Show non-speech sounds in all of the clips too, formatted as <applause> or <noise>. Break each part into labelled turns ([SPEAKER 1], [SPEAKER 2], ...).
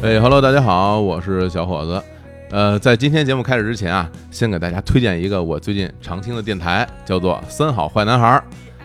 [SPEAKER 1] 哎，Hello，大家好，我是小伙子。呃，在今天节目开始之前啊，先给大家推荐一个我最近常听的电台，叫做《三好坏男孩》。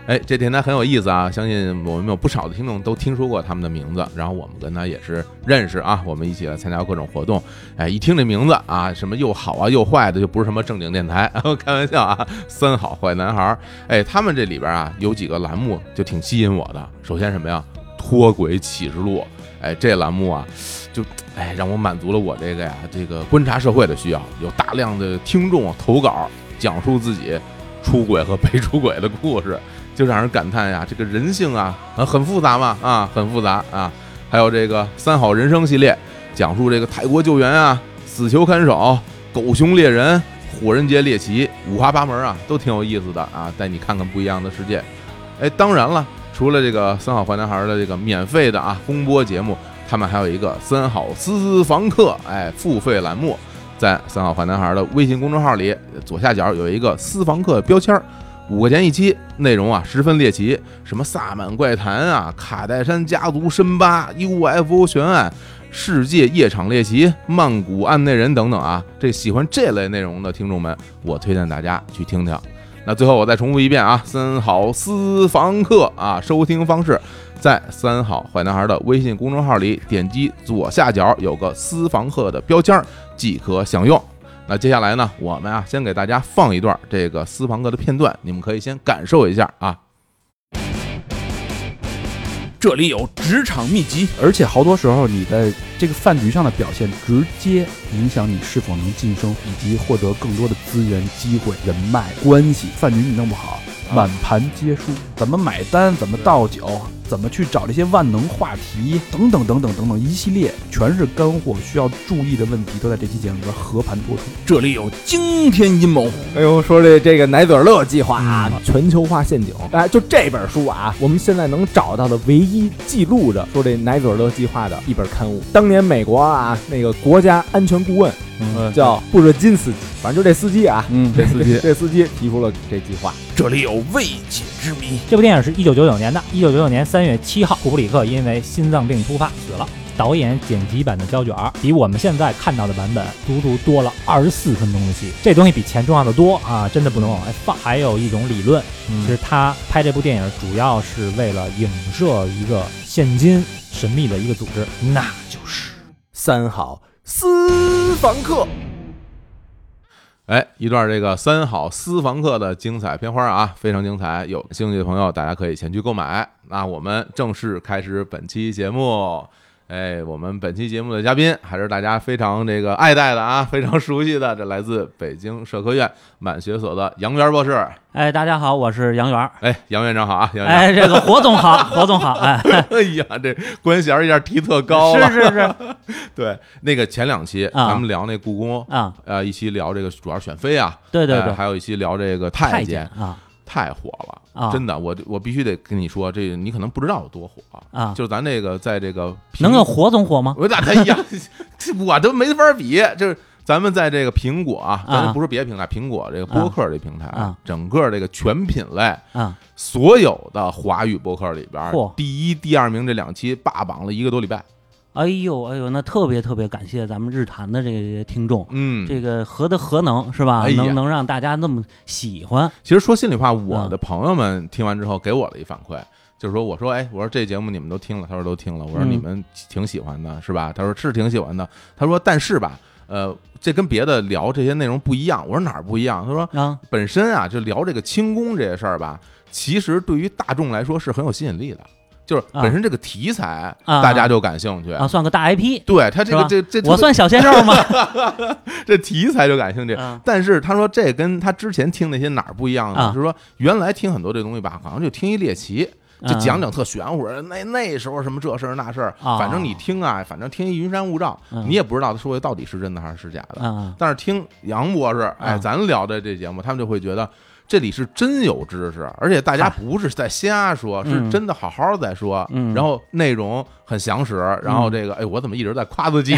[SPEAKER 1] 哎，这电台很有意思啊，相信我们有不少的听众都听说过他们的名字，然后我们跟他也是认识啊，我们一起来参加各种活动。哎，一听这名字啊，什么又好啊又坏的，就不是什么正经电台。 <laughs> 开玩笑啊，三好坏男孩儿。哎，他们这里边啊有几个栏目就挺吸引我的。首先什么呀，脱轨启示录。哎，这栏目啊，就哎让我满足了我这个呀这个观察社会的需要，有大量的听众啊投稿，讲述自己出轨和被出轨的故事，就让人感叹呀，这个人性啊，啊很复杂嘛，啊很复杂啊。还有这个三好人生系列，讲述这个泰国救援啊、死囚看守、狗熊猎人、火人节猎奇，五花八门啊，都挺有意思的啊，带你看看不一样的世界。哎，当然了，除了这个三好坏男孩的这个免费的啊公播节目，他们还有一个三好私房课，哎，付费栏目，在三好坏男孩的微信公众号里左下角有一个私房课标签儿。五块钱一期，内容啊十分猎奇，什么萨满怪谈啊、卡戴珊家族深扒、UFO 悬案、世界夜场猎奇、曼谷案内人等等啊。这喜欢这类内容的听众们，我推荐大家去听听。那最后我再重复一遍啊，三好私房课啊，收听方式在三好坏男孩的微信公众号里点击左下角有个私房课的标签儿即可享用。那接下来呢，我们啊先给大家放一段这个私房课的片段，你们可以先感受一下啊。
[SPEAKER 2] 这里有职场秘籍，
[SPEAKER 3] 而且好多时候你在这个饭局上的表现，直接影响你是否能晋升以及获得更多的资源、机会、人脉、关系。饭局你弄不好，
[SPEAKER 2] 啊
[SPEAKER 3] 满盘皆输。怎么买单？怎么倒酒？怎么去找这些万能话题？等等等等等等，一系列全是干货，需要注意的问题都在这期节目里边和盘托出。
[SPEAKER 2] 这里有惊天阴谋，
[SPEAKER 4] 哎呦，说这这个奶嘴乐计划啊，全球化陷阱，哎，就这本书啊，我们现在能找到的唯一记录着说这奶嘴乐计划的一本刊物。当年美国啊，那个国家安全顾问叫布热津斯基，反正就这司机啊，
[SPEAKER 3] 嗯，这司机
[SPEAKER 4] 这司机提出了这计划。
[SPEAKER 2] 这里有未解之谜，
[SPEAKER 5] 这部电影是一九九九年的，一九九九年三月七号，库布里克因为心脏病突发死了。导演剪辑版的胶卷儿比我们现在看到的版本足足多了二十四分钟的戏，这东西比钱重要的多啊，真的不能往外放。还有一种理论，
[SPEAKER 6] 嗯
[SPEAKER 5] 其实他拍这部电影主要是为了影射一个现今神秘的一个组织，那就是
[SPEAKER 4] 三好私房课，
[SPEAKER 1] 哎，一段这个三好私房课的精彩片花啊，非常精彩，有兴趣的朋友大家可以前去购买。那我们正式开始本期节目。哎，我们本期节目的嘉宾还是大家非常这个爱戴的啊，非常熟悉的，这来自北京社科院满学所的杨元博士。
[SPEAKER 6] 哎，大家好，我是杨元儿。
[SPEAKER 1] 哎，杨院长好啊，杨院
[SPEAKER 6] 哎，这个火总好，火总好。哎，
[SPEAKER 1] 长。 <laughs> 哎呀，这官衔儿一下提特高了。
[SPEAKER 6] 是是是
[SPEAKER 1] 对，那个前两期
[SPEAKER 6] 啊
[SPEAKER 1] 咱们聊那故宫，
[SPEAKER 6] 啊，
[SPEAKER 1] 呃，一期聊这个主要是选妃啊，
[SPEAKER 6] 对对
[SPEAKER 1] 呃
[SPEAKER 6] 对，
[SPEAKER 1] 还有一期聊这个太
[SPEAKER 6] 太
[SPEAKER 1] 监，
[SPEAKER 6] 啊
[SPEAKER 1] 太火了，
[SPEAKER 6] 啊
[SPEAKER 1] 真的，我我必须得跟你说，这你可能不知道有多火，
[SPEAKER 6] 啊，
[SPEAKER 1] 就是咱这个在这个
[SPEAKER 6] 能有
[SPEAKER 1] 有
[SPEAKER 6] 火总火吗？
[SPEAKER 1] 我咋哎呀， <laughs> 这我都没法比，就是。咱们在这个苹果啊，咱不是别的平台，苹果这个播客这平台，
[SPEAKER 6] 啊
[SPEAKER 1] 整个这个全品类，
[SPEAKER 6] 啊，
[SPEAKER 1] 所有的华语播客里边，
[SPEAKER 6] 嚯
[SPEAKER 1] 第一、第二名这两期霸榜了一个多礼拜。
[SPEAKER 6] 哎呦哎呦，那特别特别感谢咱们日坛的这些听众，
[SPEAKER 1] 嗯，
[SPEAKER 6] 这个何德何能是吧？
[SPEAKER 1] 哎呀
[SPEAKER 6] 能能让大家那么喜欢啊
[SPEAKER 1] 其实说心里话，我
[SPEAKER 6] 嗯
[SPEAKER 1] 的朋友们听完之后给我了一反馈，就是说，我说，哎，我说这节目你们都听了，他说都听了，我说
[SPEAKER 6] 嗯
[SPEAKER 1] 你们挺喜欢的，是吧？他说是挺喜欢的，他说但是吧，呃，这跟别的聊这些内容不一样，我说哪儿不一样？他说
[SPEAKER 6] 啊？
[SPEAKER 1] 本身啊，就聊这个清宫这些事儿吧，其实对于大众来说是很有吸引力的，就是
[SPEAKER 6] 啊
[SPEAKER 1] 本身这个题材、
[SPEAKER 6] 啊
[SPEAKER 1] 大家就感兴趣。
[SPEAKER 6] 啊，算个大 IP，
[SPEAKER 1] 对他这个
[SPEAKER 6] 是吧
[SPEAKER 1] 这这
[SPEAKER 6] 我算小鲜肉吗？
[SPEAKER 1] <laughs> 这题材就感兴趣，
[SPEAKER 6] 啊
[SPEAKER 1] 但是他说这跟他之前听那些哪儿不一样呢？
[SPEAKER 6] 啊
[SPEAKER 1] 就是说原来听很多这东西吧，好像就听一猎奇， <laughs> 就讲
[SPEAKER 6] 啊
[SPEAKER 1] 讲特玄乎，那那时候什么这事儿那事儿，
[SPEAKER 6] 啊
[SPEAKER 1] 反正你听啊，反正听一云山雾罩，
[SPEAKER 6] 嗯
[SPEAKER 1] 你也不知道他说的到底是真的还是假的。
[SPEAKER 6] 啊
[SPEAKER 1] 但是听杨博士，哎，
[SPEAKER 6] 啊
[SPEAKER 1] 咱聊的这节目，他们就会觉得。这里是真有知识，而且大家
[SPEAKER 6] 嗨
[SPEAKER 1] 不是在瞎说，是
[SPEAKER 6] 嗯
[SPEAKER 1] 真的好好在说。
[SPEAKER 6] 嗯 <laughs>
[SPEAKER 1] 然后内容很详实，然后这个，哎，我怎么一直在夸自己？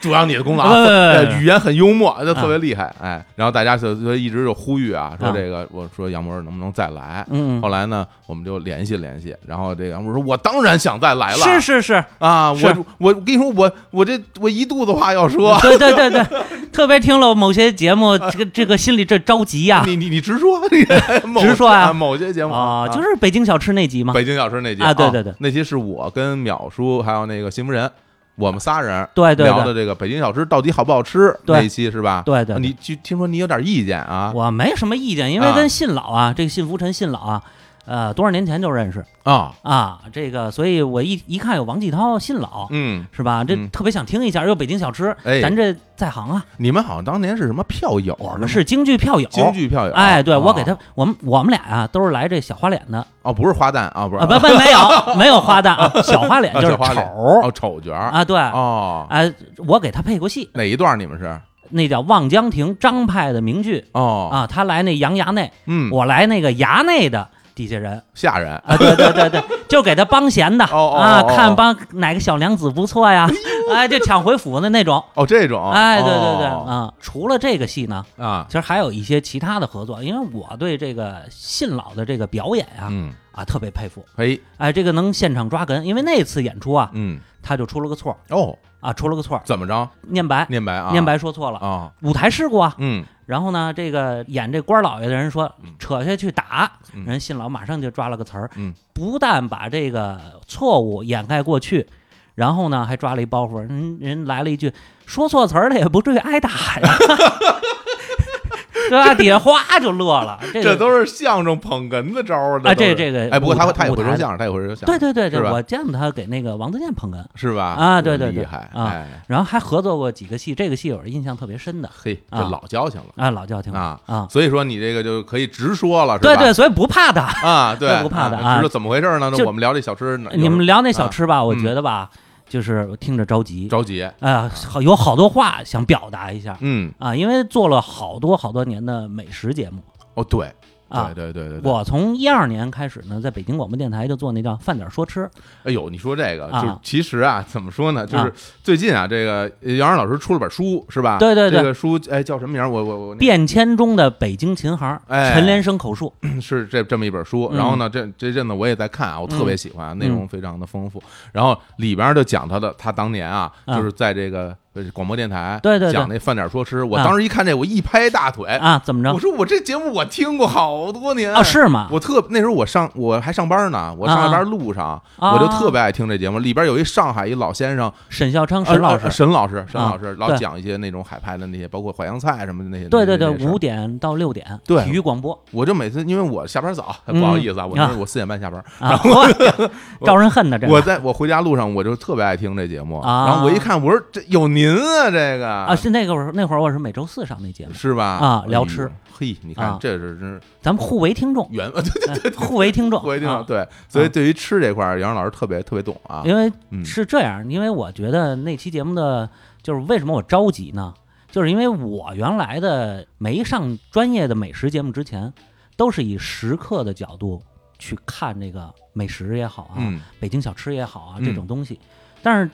[SPEAKER 1] 主要你的功劳。
[SPEAKER 5] 呃
[SPEAKER 1] 呃，语言很幽默，就特别厉害，哎，然后大家就就一直就呼吁啊，说
[SPEAKER 6] 啊
[SPEAKER 1] 这个，我说杨博士能不能再来？
[SPEAKER 6] 嗯，
[SPEAKER 1] 后来呢，我们就联系联系，然后这个杨博士说，我当然想再来了，
[SPEAKER 6] 是是是，
[SPEAKER 1] 啊，
[SPEAKER 6] 是
[SPEAKER 1] 我我跟你说，我我这我一肚子话要说，
[SPEAKER 6] 对对对对，特别听了某些节目，这个这个心里这着急呀
[SPEAKER 1] 你你你直说，
[SPEAKER 6] <laughs>
[SPEAKER 1] 你某
[SPEAKER 6] 啊直说啊
[SPEAKER 1] 啊，某些节目
[SPEAKER 6] 啊，就是北京小吃那集嘛，
[SPEAKER 1] 北京小吃那集
[SPEAKER 6] 啊对对对
[SPEAKER 1] 那集是我跟淼叔还有那个新夫人，我们仨人
[SPEAKER 6] 对对
[SPEAKER 1] 聊
[SPEAKER 6] 对
[SPEAKER 1] 的这个北京小吃到底好不好吃
[SPEAKER 6] 对
[SPEAKER 1] 那一期是吧？
[SPEAKER 6] 对对对
[SPEAKER 1] 你就听说你有点意见啊？
[SPEAKER 6] 我没什么意见，因为跟信老啊，这个信福臣信老啊，呃，多少年前就认识
[SPEAKER 1] 啊，
[SPEAKER 6] 啊，这个，所以我一一看有王继涛、信老，
[SPEAKER 1] 嗯，
[SPEAKER 6] 是吧？这
[SPEAKER 1] 嗯
[SPEAKER 6] 特别想听一下，又有北京小吃，
[SPEAKER 1] 哎
[SPEAKER 6] 咱这在行啊，
[SPEAKER 1] 你们好像当年是什么票友？啊
[SPEAKER 6] 我们是京剧票友。
[SPEAKER 1] 京剧票友？
[SPEAKER 6] 哎，对，
[SPEAKER 1] 啊
[SPEAKER 6] 我给他，我们我们俩啊，都是来这小花脸的
[SPEAKER 1] 哦，不是花旦啊，不是
[SPEAKER 6] 啊，不不没有没有花旦啊，小花脸
[SPEAKER 1] 啊
[SPEAKER 6] 就是
[SPEAKER 1] 小花
[SPEAKER 6] 丑
[SPEAKER 1] 脸哦，丑角儿
[SPEAKER 6] 啊，对，
[SPEAKER 1] 哦，
[SPEAKER 6] 哎，我给他配过戏，
[SPEAKER 1] 哪一段你们是？
[SPEAKER 6] 那叫《望江亭》张派的名剧
[SPEAKER 1] 哦，
[SPEAKER 6] 啊，他来那杨衙内，
[SPEAKER 1] 嗯，
[SPEAKER 6] 我来那个衙内的底下人，
[SPEAKER 1] 吓人。
[SPEAKER 6] 啊，对对对对，就给他帮闲的
[SPEAKER 1] 哦哦
[SPEAKER 6] 啊，
[SPEAKER 1] 哦哦
[SPEAKER 6] 看帮哪个小娘子不错呀，哎，就抢回府的那种。
[SPEAKER 1] 哦，这种，
[SPEAKER 6] 哎，对对对，
[SPEAKER 1] 哦
[SPEAKER 6] 啊，除了这个戏呢，
[SPEAKER 1] 啊，
[SPEAKER 6] 其实还有一些其他的合作，因为我对这个信老的这个表演啊
[SPEAKER 1] 嗯，
[SPEAKER 6] 啊特别佩服，
[SPEAKER 1] 嘿，
[SPEAKER 6] 哎，这个能现场抓哏，因为那次演出啊，
[SPEAKER 1] 嗯，
[SPEAKER 6] 他就出了个错儿
[SPEAKER 1] 哦，
[SPEAKER 6] 啊，出了个错儿，
[SPEAKER 1] 怎么着？
[SPEAKER 6] 念白
[SPEAKER 1] 念白啊，
[SPEAKER 6] 念白说错了，
[SPEAKER 1] 啊，
[SPEAKER 6] 舞台事故啊，
[SPEAKER 1] 嗯，
[SPEAKER 6] 然后呢，这个演这官老爷的人说
[SPEAKER 1] 嗯
[SPEAKER 6] 扯下去打，
[SPEAKER 1] 嗯
[SPEAKER 6] 人信老马上就抓了个词儿，
[SPEAKER 1] 嗯
[SPEAKER 6] 不但把这个错误掩盖过去，然后呢还抓了一包袱，人人来了一句说错词儿了也不至于挨打呀， <laughs> 对吧？底下哗就乐了，这
[SPEAKER 1] 这
[SPEAKER 6] 个
[SPEAKER 1] 都是相声捧哏的招儿
[SPEAKER 6] 啊
[SPEAKER 1] 这
[SPEAKER 6] 这
[SPEAKER 1] 都是
[SPEAKER 6] 这个
[SPEAKER 1] 哎，不过他会
[SPEAKER 6] 舞台
[SPEAKER 1] 他也会说
[SPEAKER 6] 舞台
[SPEAKER 1] 相声，他也会说相声，
[SPEAKER 6] 对对对
[SPEAKER 1] 是吧
[SPEAKER 6] 对，我见过他给那个王自健捧哏，
[SPEAKER 1] 是吧？
[SPEAKER 6] 啊对对对
[SPEAKER 1] 厉害
[SPEAKER 6] 啊
[SPEAKER 1] 哎，
[SPEAKER 6] 然后还合作过几个戏，这个戏我是印象特别深的
[SPEAKER 1] 嘿，这
[SPEAKER 6] 啊
[SPEAKER 1] 老交情了
[SPEAKER 6] 啊，老教廷
[SPEAKER 1] 啊。
[SPEAKER 6] 啊，
[SPEAKER 1] 所以说你这个就可以直说了，是吧？
[SPEAKER 6] 对对，所以不怕的。
[SPEAKER 1] 啊，对，
[SPEAKER 6] 这不怕的啊
[SPEAKER 1] 直说怎么回事呢？那
[SPEAKER 6] 就
[SPEAKER 1] 我们聊这小吃哪，
[SPEAKER 6] 你们聊那小
[SPEAKER 1] 啊
[SPEAKER 6] 吃吧，我
[SPEAKER 1] 嗯
[SPEAKER 6] 觉得吧，就是我听着着急，
[SPEAKER 1] 着急，
[SPEAKER 6] 啊，好有好多话想表达一下
[SPEAKER 1] 嗯，
[SPEAKER 6] 啊，因为做了好多好多年的美食节目
[SPEAKER 1] 哦，对，
[SPEAKER 6] 啊
[SPEAKER 1] 对。对对对对，
[SPEAKER 6] 我从一二年开始呢，在北京广播电台就做那叫“饭点说吃
[SPEAKER 1] 哎呦，你说这个，
[SPEAKER 6] 啊
[SPEAKER 1] 就是其实啊，怎么说呢？就是
[SPEAKER 6] 啊
[SPEAKER 1] 最近啊，这个呃杨洋老师出了本书，是吧？
[SPEAKER 6] 对对对
[SPEAKER 1] 这个书哎叫什么名儿？我我我”，那
[SPEAKER 6] 变迁中的北京琴行，
[SPEAKER 1] 哎
[SPEAKER 6] 陈连生口述，
[SPEAKER 1] 是这这么一本书。
[SPEAKER 6] 嗯
[SPEAKER 1] 然后呢，这这阵子我也在看啊，我特别喜欢，内容非常的丰富。然后里边就讲他的他当年啊，
[SPEAKER 6] 啊
[SPEAKER 1] 就是在这个呃广播电台
[SPEAKER 6] 对对对
[SPEAKER 1] 讲那饭点说吃。我
[SPEAKER 6] 啊
[SPEAKER 1] 当时一看这，我一拍大腿，
[SPEAKER 6] 啊，怎么
[SPEAKER 1] 我
[SPEAKER 6] 着
[SPEAKER 1] 说我这节目我听过好多年
[SPEAKER 6] 啊？。是吗？
[SPEAKER 1] 我特那时候我上我还上班呢，我上下班路上
[SPEAKER 6] 啊
[SPEAKER 1] 我就特别爱听这节目。里边有一上海一老先生，
[SPEAKER 6] 沈孝昌
[SPEAKER 1] 啊
[SPEAKER 6] 嗯沈老
[SPEAKER 1] 啊
[SPEAKER 6] 师，
[SPEAKER 1] 沈老师，沈
[SPEAKER 6] 啊
[SPEAKER 1] 老师老
[SPEAKER 6] 对
[SPEAKER 1] 讲一些那种海派的那些，包括淮扬菜什么的那些。
[SPEAKER 6] 对对
[SPEAKER 1] 那
[SPEAKER 6] 对，
[SPEAKER 1] 些事儿
[SPEAKER 6] 五点到六点，
[SPEAKER 1] 对
[SPEAKER 6] 体育广
[SPEAKER 1] <laughs>
[SPEAKER 6] 播
[SPEAKER 1] 我就每次因为我下班早，
[SPEAKER 6] 嗯
[SPEAKER 1] 不好意思啊，我那
[SPEAKER 6] 啊
[SPEAKER 1] 我四点半下班，
[SPEAKER 6] 啊，
[SPEAKER 1] <laughs>
[SPEAKER 6] 嚯招人恨的这
[SPEAKER 1] 我
[SPEAKER 6] 个
[SPEAKER 1] 在我回家路上我就特别爱听这节目，
[SPEAKER 6] 啊
[SPEAKER 1] 然后我一看，我说这有您啊，这个
[SPEAKER 6] 啊，是那个会儿那会儿我是每周四上那节目，
[SPEAKER 1] 是吧？
[SPEAKER 6] 啊聊吃
[SPEAKER 1] 哎呦，嘿，你看
[SPEAKER 6] 啊
[SPEAKER 1] 这是真是
[SPEAKER 6] 咱们互为听众，
[SPEAKER 1] 缘分， <laughs> 对
[SPEAKER 6] 哎互为听众，
[SPEAKER 1] 互为听
[SPEAKER 6] 啊
[SPEAKER 1] 众，对，所以对于吃这块儿，杨老师特别特别懂啊，
[SPEAKER 6] 因为
[SPEAKER 1] 嗯
[SPEAKER 6] 是这样，因为我觉得那期节目的，就是为什么我着急呢？就是因为我原来的没上专业的美食节目之前，都是以食客的角度去看这个美食也好啊，
[SPEAKER 1] 嗯，
[SPEAKER 6] 北京小吃也好啊
[SPEAKER 1] 嗯
[SPEAKER 6] 这种东西。但是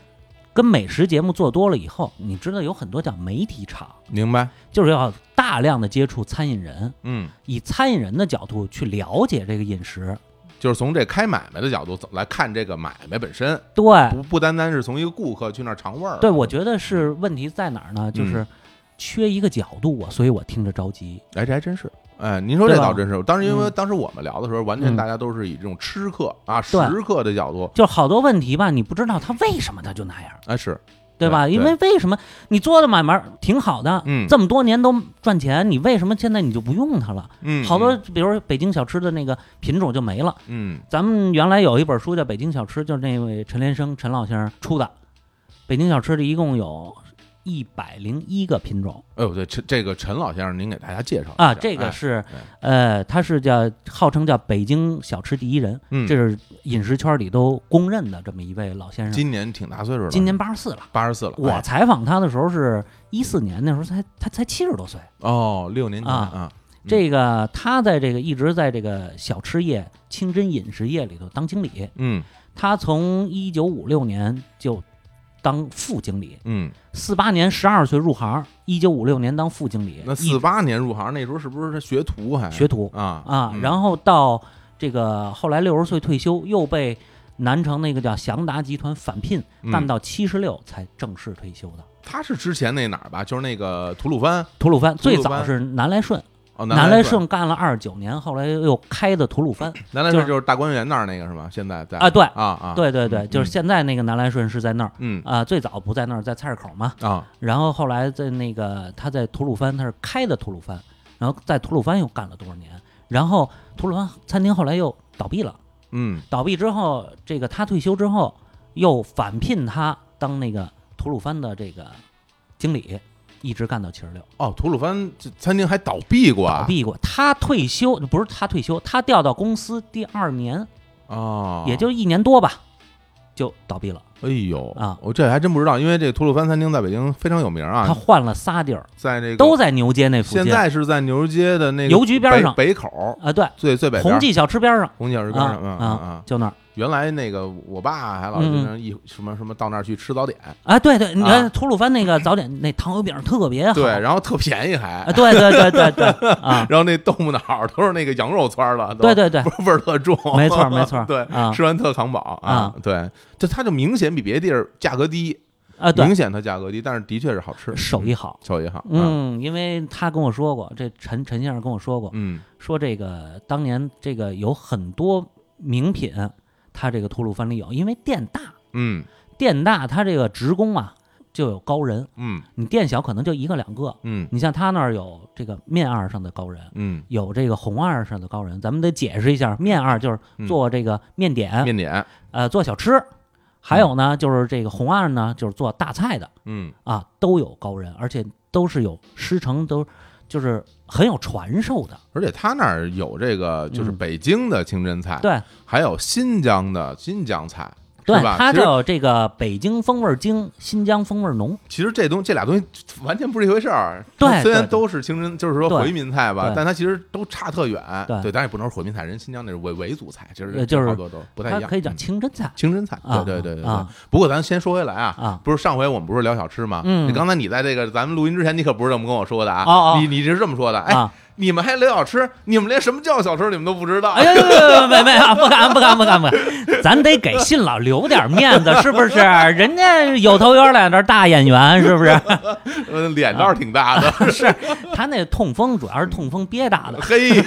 [SPEAKER 6] 跟美食节目做多了以后，你知道有很多叫媒体场，
[SPEAKER 1] 明白，
[SPEAKER 6] 就是要大量的接触餐饮人，
[SPEAKER 1] 嗯，
[SPEAKER 6] 以餐饮人的角度去了解这个饮食。
[SPEAKER 1] 就是从这开买卖的角度走来看这个买卖本身，
[SPEAKER 6] 对，
[SPEAKER 1] 不不单单是从一个顾客去那儿尝味儿，
[SPEAKER 6] 哎对，我觉得是
[SPEAKER 1] 嗯
[SPEAKER 6] 问题在哪儿呢？就是缺一个角度啊，所以我听着着急。
[SPEAKER 1] 哎，这还真是。哎，您说这
[SPEAKER 6] 对吧
[SPEAKER 1] 倒真是。当时因为
[SPEAKER 6] 嗯
[SPEAKER 1] 当时我们聊的时候，完全
[SPEAKER 6] 嗯
[SPEAKER 1] 大家都是以这种吃客啊、食
[SPEAKER 6] 对
[SPEAKER 1] 客的角度，
[SPEAKER 6] 就好多问题吧，你不知道他为什么他就那样，
[SPEAKER 1] 哎是
[SPEAKER 6] 对吧？
[SPEAKER 1] 对
[SPEAKER 6] 因为为什么你做的买卖挺好的，
[SPEAKER 1] 嗯
[SPEAKER 6] 这么多年都赚钱，你为什么现在你就不用它了？
[SPEAKER 1] 嗯，
[SPEAKER 6] 好多，比如说北京小吃的那个品种就没了。
[SPEAKER 1] 嗯
[SPEAKER 6] 咱们原来有一本书叫《北京小吃》，就是那位陈连生陈老先生出的，《北京小吃》里一共有一百零一个品种。
[SPEAKER 1] 嗯，哎呦，对，陈这个陈老先生，您给大家介绍一下
[SPEAKER 6] 啊，这个
[SPEAKER 1] 哎
[SPEAKER 6] 是
[SPEAKER 1] 对，
[SPEAKER 6] 呃，他是叫号称叫北京小吃第一人，
[SPEAKER 1] 嗯，
[SPEAKER 6] 这是饮食圈里都公认的这么一位老先生。
[SPEAKER 1] 今年挺大岁数了，
[SPEAKER 6] 今年八十四了，
[SPEAKER 1] 八十四了，
[SPEAKER 6] 我
[SPEAKER 1] 哎
[SPEAKER 6] 采访他的时候是一四年，那时候才他才七十多岁。
[SPEAKER 1] 哦，六年前
[SPEAKER 6] 啊
[SPEAKER 1] 啊，嗯
[SPEAKER 6] 这个他在这个一直在这个小吃业、清真饮食业里头当经理，
[SPEAKER 1] 嗯
[SPEAKER 6] 他从一九五六年就当副经理，
[SPEAKER 1] 嗯，
[SPEAKER 6] 四八年十二岁入行，一九五六年当副经理，
[SPEAKER 1] 那
[SPEAKER 6] 一
[SPEAKER 1] 四八年入行那时候是不是学徒还
[SPEAKER 6] 学徒
[SPEAKER 1] 啊
[SPEAKER 6] 啊，
[SPEAKER 1] 嗯
[SPEAKER 6] 然后到这个后来六十岁退休，又被南城那个叫祥达集团返聘，
[SPEAKER 1] 嗯
[SPEAKER 6] 干到七十六才正式退休的。
[SPEAKER 1] 他是之前那哪儿吧，就是那个吐鲁番
[SPEAKER 6] 吐鲁番
[SPEAKER 1] 吐
[SPEAKER 6] 最
[SPEAKER 1] 鲁番
[SPEAKER 6] 早是南来顺，
[SPEAKER 1] 哦，
[SPEAKER 6] 南
[SPEAKER 1] 来顺
[SPEAKER 6] 顺干了二十九年，后来又开的吐鲁番。
[SPEAKER 1] 南来
[SPEAKER 6] 就
[SPEAKER 1] 顺
[SPEAKER 6] 是
[SPEAKER 1] 就是大观园那儿那个是吗？现在在
[SPEAKER 6] 啊对
[SPEAKER 1] 嗯啊啊
[SPEAKER 6] 对对对，
[SPEAKER 1] 嗯
[SPEAKER 6] 就是现在那个南来顺是在那儿
[SPEAKER 1] 嗯
[SPEAKER 6] 啊、最早不在那儿，在菜市口嘛。
[SPEAKER 1] 啊
[SPEAKER 6] 然后后来在那个他在吐鲁番，他是开的吐鲁番，然后在吐鲁番又干了多少年，然后吐鲁番餐厅后来又倒闭了。
[SPEAKER 1] 嗯
[SPEAKER 6] 倒闭之后，这个他退休之后又返聘他当那个吐鲁番的这个经理，一直干到七十六，
[SPEAKER 1] 哦，吐鲁番这餐厅还倒闭过啊
[SPEAKER 6] 倒闭过。他退休不是他退休，他调到公司第二年，
[SPEAKER 1] 哦，
[SPEAKER 6] 也就一年多吧，就倒闭了。
[SPEAKER 1] 哎呦
[SPEAKER 6] 啊
[SPEAKER 1] 我这还真不知道，因为这吐鲁番餐厅在北京非常有名
[SPEAKER 6] 他
[SPEAKER 1] 啊，
[SPEAKER 6] 换了仨地儿，
[SPEAKER 1] 在这个
[SPEAKER 6] 都在牛街那附
[SPEAKER 1] 现
[SPEAKER 6] 近。
[SPEAKER 1] 在是在牛街的那个
[SPEAKER 6] 邮局边
[SPEAKER 1] 北
[SPEAKER 6] 上
[SPEAKER 1] 北口
[SPEAKER 6] 啊，对，
[SPEAKER 1] 最最北边
[SPEAKER 6] 红记小吃边上
[SPEAKER 1] 红记二十边
[SPEAKER 6] 啊
[SPEAKER 1] 上嗯
[SPEAKER 6] 啊嗯
[SPEAKER 1] 啊，
[SPEAKER 6] 就那儿
[SPEAKER 1] 原来那个我爸还老经常一什么什么到那儿去吃
[SPEAKER 6] <laughs>
[SPEAKER 1] 早点，
[SPEAKER 6] 啊，对对，你
[SPEAKER 1] 啊
[SPEAKER 6] 看吐鲁番那个早点那糖油饼特别好，
[SPEAKER 1] 对，然后特便宜还
[SPEAKER 6] <laughs> 啊，，对对对对对
[SPEAKER 1] <laughs>
[SPEAKER 6] 啊，
[SPEAKER 1] 然后那豆腐脑儿都是那个羊肉串儿了，都
[SPEAKER 6] 对对对
[SPEAKER 1] <laughs> 不，是味儿特重，
[SPEAKER 6] 没错没
[SPEAKER 1] <laughs>
[SPEAKER 6] 错
[SPEAKER 1] 对，
[SPEAKER 6] 啊
[SPEAKER 1] 吃完特扛饱
[SPEAKER 6] 啊，
[SPEAKER 1] 对，就它就明显比别地儿价格低，
[SPEAKER 6] 啊对
[SPEAKER 1] 明，显它价格低，但是的确是好吃，
[SPEAKER 6] 手艺好。
[SPEAKER 1] 手艺好，啊
[SPEAKER 6] 嗯，因为他跟我说过，这陈陈先生跟我说过，
[SPEAKER 1] 嗯
[SPEAKER 6] 说这个当年这个有很多名品，他这个吐鲁番里有，因为店大，
[SPEAKER 1] 嗯
[SPEAKER 6] 店大他这个职工啊就有高人，
[SPEAKER 1] 嗯
[SPEAKER 6] 你店小可能就一个两个，
[SPEAKER 1] 嗯
[SPEAKER 6] 你像他那儿有这个面二上的高人，
[SPEAKER 1] 嗯，
[SPEAKER 6] 有这个红二上的高人，咱们得解释一下，面二就是做这个面点，
[SPEAKER 1] 嗯面点，
[SPEAKER 6] 呃，做小吃，还有呢就是这个红二呢就是做大菜的，
[SPEAKER 1] 嗯
[SPEAKER 6] 啊，都有高人，而且都是有师承，都就是很有传授的。
[SPEAKER 1] 而且他那儿有这个就是
[SPEAKER 6] 嗯
[SPEAKER 1] 北京的清真菜，
[SPEAKER 6] 对
[SPEAKER 1] 还有新疆的新疆菜，
[SPEAKER 6] 对，
[SPEAKER 1] 哎是吧
[SPEAKER 6] 它
[SPEAKER 1] 其实
[SPEAKER 6] 叫这个北京风味儿精，新疆风味儿浓。
[SPEAKER 1] 其实这东这俩东西完全不是一回事儿。
[SPEAKER 6] 对
[SPEAKER 1] 它虽然
[SPEAKER 6] 对对
[SPEAKER 1] 都是清真，就是说
[SPEAKER 6] 对
[SPEAKER 1] 回民菜吧，
[SPEAKER 6] 对
[SPEAKER 1] 但它其实都差特远。
[SPEAKER 6] 对
[SPEAKER 1] 对，当然也不能说回民菜，人新疆那是维维族菜，其实
[SPEAKER 6] 呃就是
[SPEAKER 1] 好多都不太
[SPEAKER 6] 它
[SPEAKER 1] 一样。
[SPEAKER 6] 可以叫
[SPEAKER 1] 嗯
[SPEAKER 6] 清真菜
[SPEAKER 1] 清真菜，
[SPEAKER 6] 啊
[SPEAKER 1] 对对对对对
[SPEAKER 6] 啊。
[SPEAKER 1] 不过咱先说回来啊，
[SPEAKER 6] 啊。
[SPEAKER 1] 不是上回我们不是聊小吃吗？
[SPEAKER 6] 嗯
[SPEAKER 1] 你刚才你在这个咱们录音之前，你可不是这么跟我说的啊。
[SPEAKER 6] 哦哦
[SPEAKER 1] 你你是这么说的，哎，
[SPEAKER 6] 啊！
[SPEAKER 1] 你们还聊小吃，你们连什么叫小吃你们都不知道。
[SPEAKER 6] 哎呀，没没啊，不敢不敢不敢不敢，咱得给信老留点面子，是不是？人家有头有脸的大演员，是不是？ <laughs>
[SPEAKER 1] 呃脸倒是挺大的。
[SPEAKER 6] 啊是他那痛风主要是痛风憋大的
[SPEAKER 1] <laughs> 嘿， <laughs>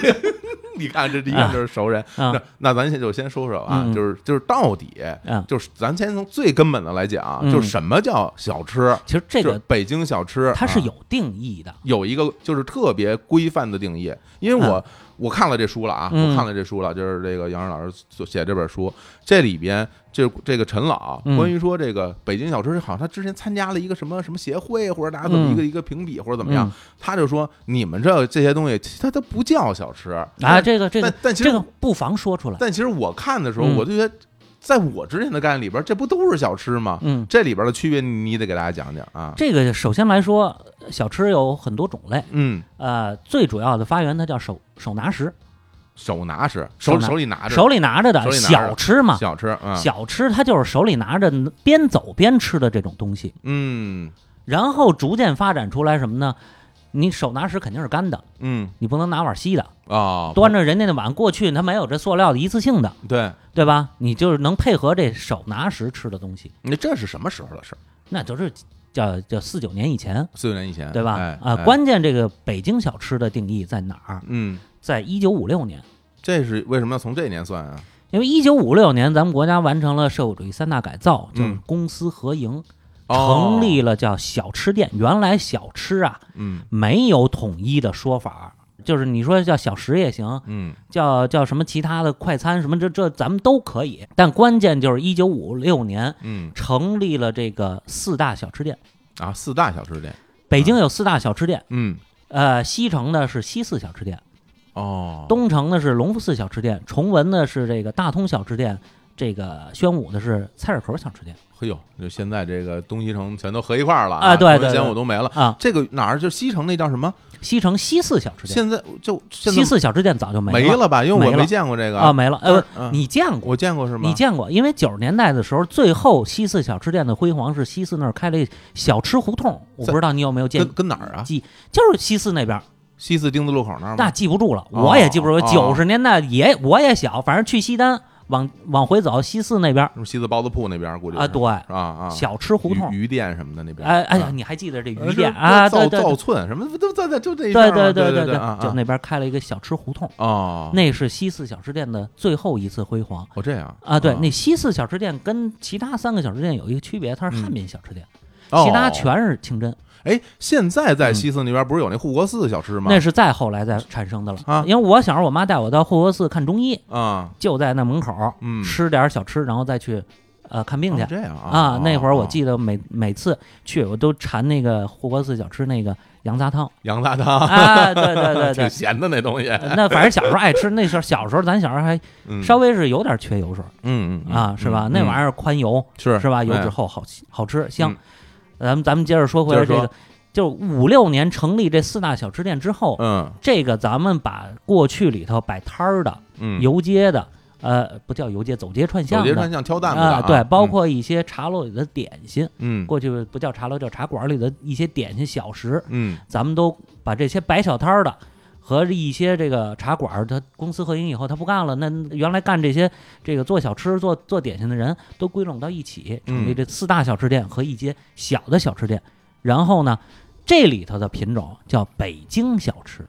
[SPEAKER 1] 你看这一看就是熟人。
[SPEAKER 6] 啊
[SPEAKER 1] 嗯那那咱先就先说说啊，
[SPEAKER 6] 嗯
[SPEAKER 1] 就是就是到底，
[SPEAKER 6] 嗯
[SPEAKER 1] 就是咱先从最根本的来讲，
[SPEAKER 6] 嗯
[SPEAKER 1] 就是什么叫小吃？
[SPEAKER 6] 其实这
[SPEAKER 1] 就是
[SPEAKER 6] 个
[SPEAKER 1] 北京小吃，
[SPEAKER 6] 它是
[SPEAKER 1] 啊
[SPEAKER 6] 有定义的，
[SPEAKER 1] 有一个就是特别规范的定义，因为我、我看了这书了啊，
[SPEAKER 6] 嗯
[SPEAKER 1] 我看了这书了，就是这个杨然老师所写这本书，这里边这这个陈老
[SPEAKER 6] 嗯
[SPEAKER 1] 关于说这个北京小吃，好像他之前参加了一个什么什么协会，或者大家怎么
[SPEAKER 6] 嗯
[SPEAKER 1] 一个、一个评比或者怎么样，他就说你们这这些东西，它都不叫小吃
[SPEAKER 6] 嗯啊？这个这个
[SPEAKER 1] 但但其实
[SPEAKER 6] 这个不妨说出来，
[SPEAKER 1] 但其实我看的时候，
[SPEAKER 6] 嗯
[SPEAKER 1] 我就觉得，在我之前的概念里边，这不都是小吃吗？
[SPEAKER 6] 嗯。
[SPEAKER 1] 这里边的区别你你得给大家讲讲啊。
[SPEAKER 6] 这个首先来说，小吃有很多种类，
[SPEAKER 1] 嗯，
[SPEAKER 6] 呃，最主要的发源它叫手手拿食，
[SPEAKER 1] 手拿是手
[SPEAKER 6] 手拿
[SPEAKER 1] 手里拿着
[SPEAKER 6] 手里拿着的
[SPEAKER 1] 手里拿着
[SPEAKER 6] 小吃嘛。
[SPEAKER 1] 小吃啊，
[SPEAKER 6] 小吃它就是手里拿着嗯边走边吃的这种东西，
[SPEAKER 1] 嗯
[SPEAKER 6] 然后逐渐发展出来什么呢？你手拿食肯定是干的，
[SPEAKER 1] 嗯
[SPEAKER 6] 你不能拿碗吸的，
[SPEAKER 1] 啊，
[SPEAKER 6] 端着人家那碗过去，它没有这塑料的一次性的，
[SPEAKER 1] 对，
[SPEAKER 6] 对吧？你就是能配合这手拿食吃的东西，
[SPEAKER 1] 那这是什么时候的事儿？
[SPEAKER 6] 那就是叫叫四九年以前，
[SPEAKER 1] 四九年以前，
[SPEAKER 6] 对吧？
[SPEAKER 1] 哎哎
[SPEAKER 6] 啊，关键这个北京小吃的定义在哪儿？
[SPEAKER 1] 嗯，
[SPEAKER 6] 在一九五六年。
[SPEAKER 1] 这是为什么要从这年算啊？
[SPEAKER 6] 因为一九五六年，咱们国家完成了社会主义三大改造，就是
[SPEAKER 1] 嗯
[SPEAKER 6] 公私合营，
[SPEAKER 1] 哦
[SPEAKER 6] 成立，了叫小吃店。原来小吃啊
[SPEAKER 1] 嗯
[SPEAKER 6] 没有统一的说法，就是你说叫小食也行，
[SPEAKER 1] 嗯
[SPEAKER 6] 叫叫什么其他的快餐什么这这咱们都可以。但关键就是一九五六年
[SPEAKER 1] 嗯
[SPEAKER 6] 成立了这个四大小吃店，
[SPEAKER 1] 啊，四大小吃店，
[SPEAKER 6] 北京有四大小吃店，
[SPEAKER 1] 嗯
[SPEAKER 6] 呃，西城呢是西四小吃店，
[SPEAKER 1] 哦，
[SPEAKER 6] 东城呢是隆福寺小吃店，崇文呢是这个大通小吃店，这个宣武的是菜市口小吃店
[SPEAKER 1] 嘿哎呦，就现在这个东西城全都合一块儿了
[SPEAKER 6] 啊对
[SPEAKER 1] 东
[SPEAKER 6] 对
[SPEAKER 1] 西
[SPEAKER 6] 对
[SPEAKER 1] 咸我都没了。
[SPEAKER 6] 啊，
[SPEAKER 1] 这个哪儿就西城那叫什么？
[SPEAKER 6] 西城西四小吃店，
[SPEAKER 1] 现在就现在
[SPEAKER 6] 西四小吃店早就
[SPEAKER 1] 没
[SPEAKER 6] 了
[SPEAKER 1] 了吧？因为我
[SPEAKER 6] 没了
[SPEAKER 1] 没见过这个
[SPEAKER 6] 啊，没了，呃，
[SPEAKER 1] 嗯
[SPEAKER 6] 你见过。
[SPEAKER 1] 我见过是吗？
[SPEAKER 6] 你见过？因为九十年代的时候，最后西四小吃店的辉煌是西四那儿开了一小吃胡同，我不知道你有没有见
[SPEAKER 1] 跟，跟哪儿啊？
[SPEAKER 6] 就是西四那边儿，
[SPEAKER 1] 西四丁字路口那儿
[SPEAKER 6] 那
[SPEAKER 1] 吗？
[SPEAKER 6] 记不住了，
[SPEAKER 1] 哦
[SPEAKER 6] 我也记不住。
[SPEAKER 1] 哦
[SPEAKER 6] 九十年代也我也小，反正去西单往往回走，西四那边儿
[SPEAKER 1] 是不是西四包子铺那边儿估计是
[SPEAKER 6] 啊，对，
[SPEAKER 1] 啊啊，
[SPEAKER 6] 小吃胡同，
[SPEAKER 1] 鱼鱼店什么的那边儿。
[SPEAKER 6] 哎哎呀，
[SPEAKER 1] 啊，
[SPEAKER 6] 你还记得这
[SPEAKER 1] 呃
[SPEAKER 6] 鱼
[SPEAKER 1] 是
[SPEAKER 6] 店
[SPEAKER 1] 那
[SPEAKER 6] 啊？
[SPEAKER 1] 造
[SPEAKER 6] 对对
[SPEAKER 1] 造寸什么的，都在在就这一片
[SPEAKER 6] 对
[SPEAKER 1] 儿嘛对
[SPEAKER 6] 对
[SPEAKER 1] 对
[SPEAKER 6] 就
[SPEAKER 1] 啊
[SPEAKER 6] 那边开了一个小吃胡同，
[SPEAKER 1] 啊哦，
[SPEAKER 6] 那是西四小吃店的最后一次辉煌
[SPEAKER 1] 哦这样
[SPEAKER 6] 啊。对，那西四小吃店跟其他三个小吃店有一个区别，它是汉民小吃店，
[SPEAKER 1] 嗯哦
[SPEAKER 6] 其他全是清真，
[SPEAKER 1] 哎，现在在
[SPEAKER 6] 嗯
[SPEAKER 1] 西四那边不是有那护国寺小吃吗？
[SPEAKER 6] 那是再后来再产生的了。
[SPEAKER 1] 啊
[SPEAKER 6] 因为我小时候我妈带我到护国寺看中医，
[SPEAKER 1] 啊，
[SPEAKER 6] 就在那门口
[SPEAKER 1] 嗯，
[SPEAKER 6] 吃点小吃，然后再去呃看病去
[SPEAKER 1] 哦。这样啊
[SPEAKER 6] 啊，那会儿我
[SPEAKER 1] 得
[SPEAKER 6] 记得每每次去，我都馋那个护国寺小吃那个羊
[SPEAKER 1] <laughs>
[SPEAKER 6] 杂汤
[SPEAKER 1] 羊杂汤， <laughs>
[SPEAKER 6] 啊，对对对
[SPEAKER 1] 挺
[SPEAKER 6] 对，
[SPEAKER 1] 咸的那东西，
[SPEAKER 6] 那反正小时候爱吃，那时候小时候咱小时候还
[SPEAKER 1] 嗯
[SPEAKER 6] 稍微是有点缺油水儿
[SPEAKER 1] 嗯嗯
[SPEAKER 6] 啊，是吧？那玩意
[SPEAKER 1] 儿
[SPEAKER 6] 儿宽油
[SPEAKER 1] 是
[SPEAKER 6] 是吧？油脂
[SPEAKER 1] 哎
[SPEAKER 6] 厚，好好吃香
[SPEAKER 1] 嗯。
[SPEAKER 6] 咱们咱们接着说回来
[SPEAKER 1] 接着
[SPEAKER 6] 这
[SPEAKER 1] 说
[SPEAKER 6] 个，就五六年成立这四大小吃店之后，
[SPEAKER 1] 嗯
[SPEAKER 6] 这个咱们把过去里头摆摊儿的、
[SPEAKER 1] 嗯，
[SPEAKER 6] 游街的，呃，不叫游街，走街串
[SPEAKER 1] 走
[SPEAKER 6] 巷
[SPEAKER 1] 街
[SPEAKER 6] 的
[SPEAKER 1] 串。巷挑担子的
[SPEAKER 6] 啊，对，包括一些茶楼里的点心，
[SPEAKER 1] 嗯嗯
[SPEAKER 6] 过去不叫茶楼，叫茶馆里的一些点心小食，
[SPEAKER 1] 嗯
[SPEAKER 6] 咱们都把这些摆小摊儿的和一些这个茶馆儿，他公私合营以后他不干了，那原来干这些这个做小吃、做做点心的人都归拢到一起，
[SPEAKER 1] 嗯
[SPEAKER 6] 成立这四大小吃店和一些小的小吃店。然后呢，这里头的品种叫北京小吃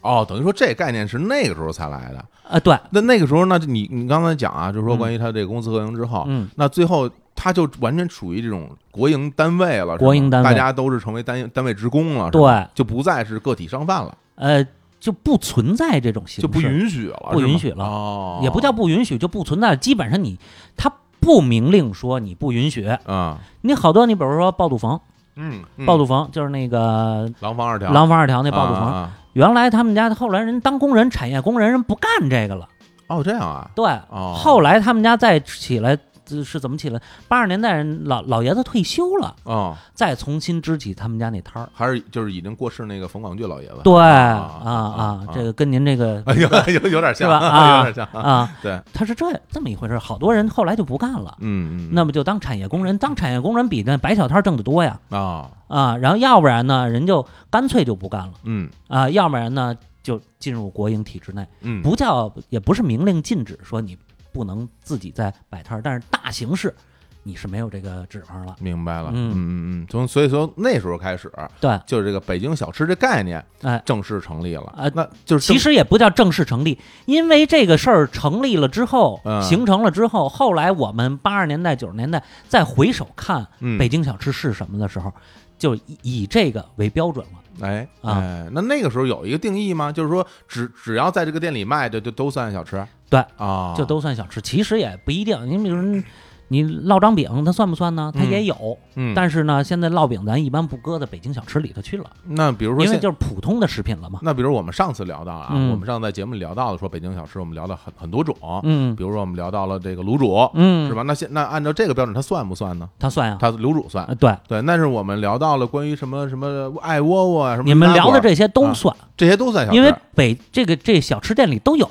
[SPEAKER 1] 哦，等于说这概念是那个时候才来的。
[SPEAKER 6] 啊、对，
[SPEAKER 1] 那那个时候呢，就你你刚才讲啊，就是说
[SPEAKER 6] 嗯
[SPEAKER 1] 关于他这个公司合营之后，
[SPEAKER 6] 嗯，
[SPEAKER 1] 那最后它就完全属于这种国营单位了，是吗
[SPEAKER 6] 国营单位
[SPEAKER 1] 大家都是成为单单位职工了，是吧，
[SPEAKER 6] 对，
[SPEAKER 1] 就不再是个体商贩了，
[SPEAKER 6] 呃，就不存在这种形式，
[SPEAKER 1] 就不允许了，
[SPEAKER 6] 不
[SPEAKER 1] 是吗
[SPEAKER 6] 允许了
[SPEAKER 1] 哦，
[SPEAKER 6] 也不叫不允许，就不存在。基本上你他不明令说你不允许，
[SPEAKER 1] 啊，
[SPEAKER 6] 你好多你比如说爆肚房，
[SPEAKER 1] 嗯，嗯
[SPEAKER 6] 爆肚房就是那个
[SPEAKER 1] 廊坊二条，
[SPEAKER 6] 廊坊二条那
[SPEAKER 1] 那
[SPEAKER 6] 爆肚
[SPEAKER 1] 房
[SPEAKER 6] 房，原来他们家后来人当工人，产业工人人不干这个了，
[SPEAKER 1] 哦，这样啊，
[SPEAKER 6] 对，
[SPEAKER 1] 哦，
[SPEAKER 6] 后来他们家再起来。这是怎么起来？八十年代人老老爷子退休了，
[SPEAKER 1] 哦，
[SPEAKER 6] 再重新支起他们家那摊儿。
[SPEAKER 1] 还是就是已经过世那个冯广俊老爷子，
[SPEAKER 6] 对
[SPEAKER 1] 啊
[SPEAKER 6] 啊
[SPEAKER 1] 啊
[SPEAKER 6] 这个跟您
[SPEAKER 1] <laughs>
[SPEAKER 6] 这个
[SPEAKER 1] 哎呦，有有点像，
[SPEAKER 6] 是吧啊
[SPEAKER 1] 有点像，
[SPEAKER 6] 啊，
[SPEAKER 1] 对，
[SPEAKER 6] 他是这这么一回事儿。好多人后来就不干了，
[SPEAKER 1] 嗯，嗯
[SPEAKER 6] 那么就当产业工人，当产业工人比那摆小摊儿挣得多呀
[SPEAKER 1] 啊，
[SPEAKER 6] 啊。然后要不然呢，人就干脆就不干了
[SPEAKER 1] 嗯
[SPEAKER 6] 啊，要不然呢就进入国营体制内。
[SPEAKER 1] 嗯，
[SPEAKER 6] 不叫也不是明令禁止说你不能自己在摆摊儿，但是大形式你是没有这个指望了。
[SPEAKER 1] 明白了，
[SPEAKER 6] 嗯
[SPEAKER 1] 嗯嗯，从所以说那时候开始，
[SPEAKER 6] 对，
[SPEAKER 1] 就是这个北京小吃这概念，
[SPEAKER 6] 哎
[SPEAKER 1] 正式成立了，
[SPEAKER 6] 啊
[SPEAKER 1] 那就是
[SPEAKER 6] 其
[SPEAKER 1] 正
[SPEAKER 6] 实也不叫正式成立，因为这个事儿成立了之后，
[SPEAKER 1] 嗯
[SPEAKER 6] 形成了之后，后来我们八十年代九十年代再回首看
[SPEAKER 1] 嗯
[SPEAKER 6] 北京小吃是什么的时候，就以以这个为标准了。
[SPEAKER 1] 哎
[SPEAKER 6] 啊
[SPEAKER 1] 哎，那那个时候有一个定义吗？就是说只只要在这个店里卖的，就都算小吃。
[SPEAKER 6] 对
[SPEAKER 1] 啊，
[SPEAKER 6] 就都算小吃，其实也不一定。你比如说你烙张饼，它算不算呢？它
[SPEAKER 1] 嗯
[SPEAKER 6] 也有，
[SPEAKER 1] 嗯，
[SPEAKER 6] 但是呢，现在烙饼咱一般不搁到北京小吃里头去了，
[SPEAKER 1] 那比如说
[SPEAKER 6] 因为
[SPEAKER 1] 现。
[SPEAKER 6] 就是普通的食品了嘛。
[SPEAKER 1] 那比如我们上次聊到啊，
[SPEAKER 6] 嗯
[SPEAKER 1] 我们上次在节目里聊到的说北京小吃，我们聊到很很多种，
[SPEAKER 6] 嗯
[SPEAKER 1] 比如说我们聊到了这个卤煮，
[SPEAKER 6] 嗯，
[SPEAKER 1] 是吧？那现那按照这个标准，它算不算呢？
[SPEAKER 6] 他算呀、
[SPEAKER 1] 它卤煮算
[SPEAKER 6] 呃，，对，
[SPEAKER 1] 对。但是我们聊到了关于什么什么爱窝窝啊，什么
[SPEAKER 6] 你们聊的
[SPEAKER 1] 这
[SPEAKER 6] 这些都算，
[SPEAKER 1] 这些都啊算小吃，
[SPEAKER 6] 因为北这个这小吃店里都有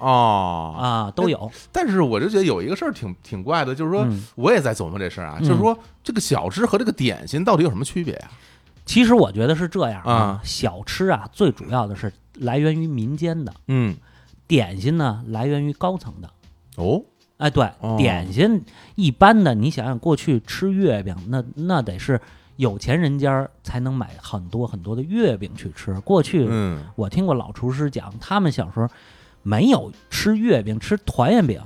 [SPEAKER 1] 哦
[SPEAKER 6] 啊，都有。
[SPEAKER 1] 但是我就觉得有一个事儿挺挺怪的，就是说、
[SPEAKER 6] 嗯
[SPEAKER 1] 我也在琢磨这事儿啊，
[SPEAKER 6] 嗯
[SPEAKER 1] 就是说这个小吃和这个点心到底有什么区别啊？
[SPEAKER 6] 其实我觉得是这样
[SPEAKER 1] 啊
[SPEAKER 6] 小吃啊，最主要的是来源于民间的，
[SPEAKER 1] 嗯，
[SPEAKER 6] 点心呢来源于高层的。
[SPEAKER 1] 哦，
[SPEAKER 6] 哎，对
[SPEAKER 1] 哦，
[SPEAKER 6] 点心一般的，你想想过去吃月饼，那那得是有钱人家儿才能买很多很多的月饼去吃。过去
[SPEAKER 1] 嗯，
[SPEAKER 6] 我听过老厨师讲，他们小时候没有吃月饼，吃团圆饼。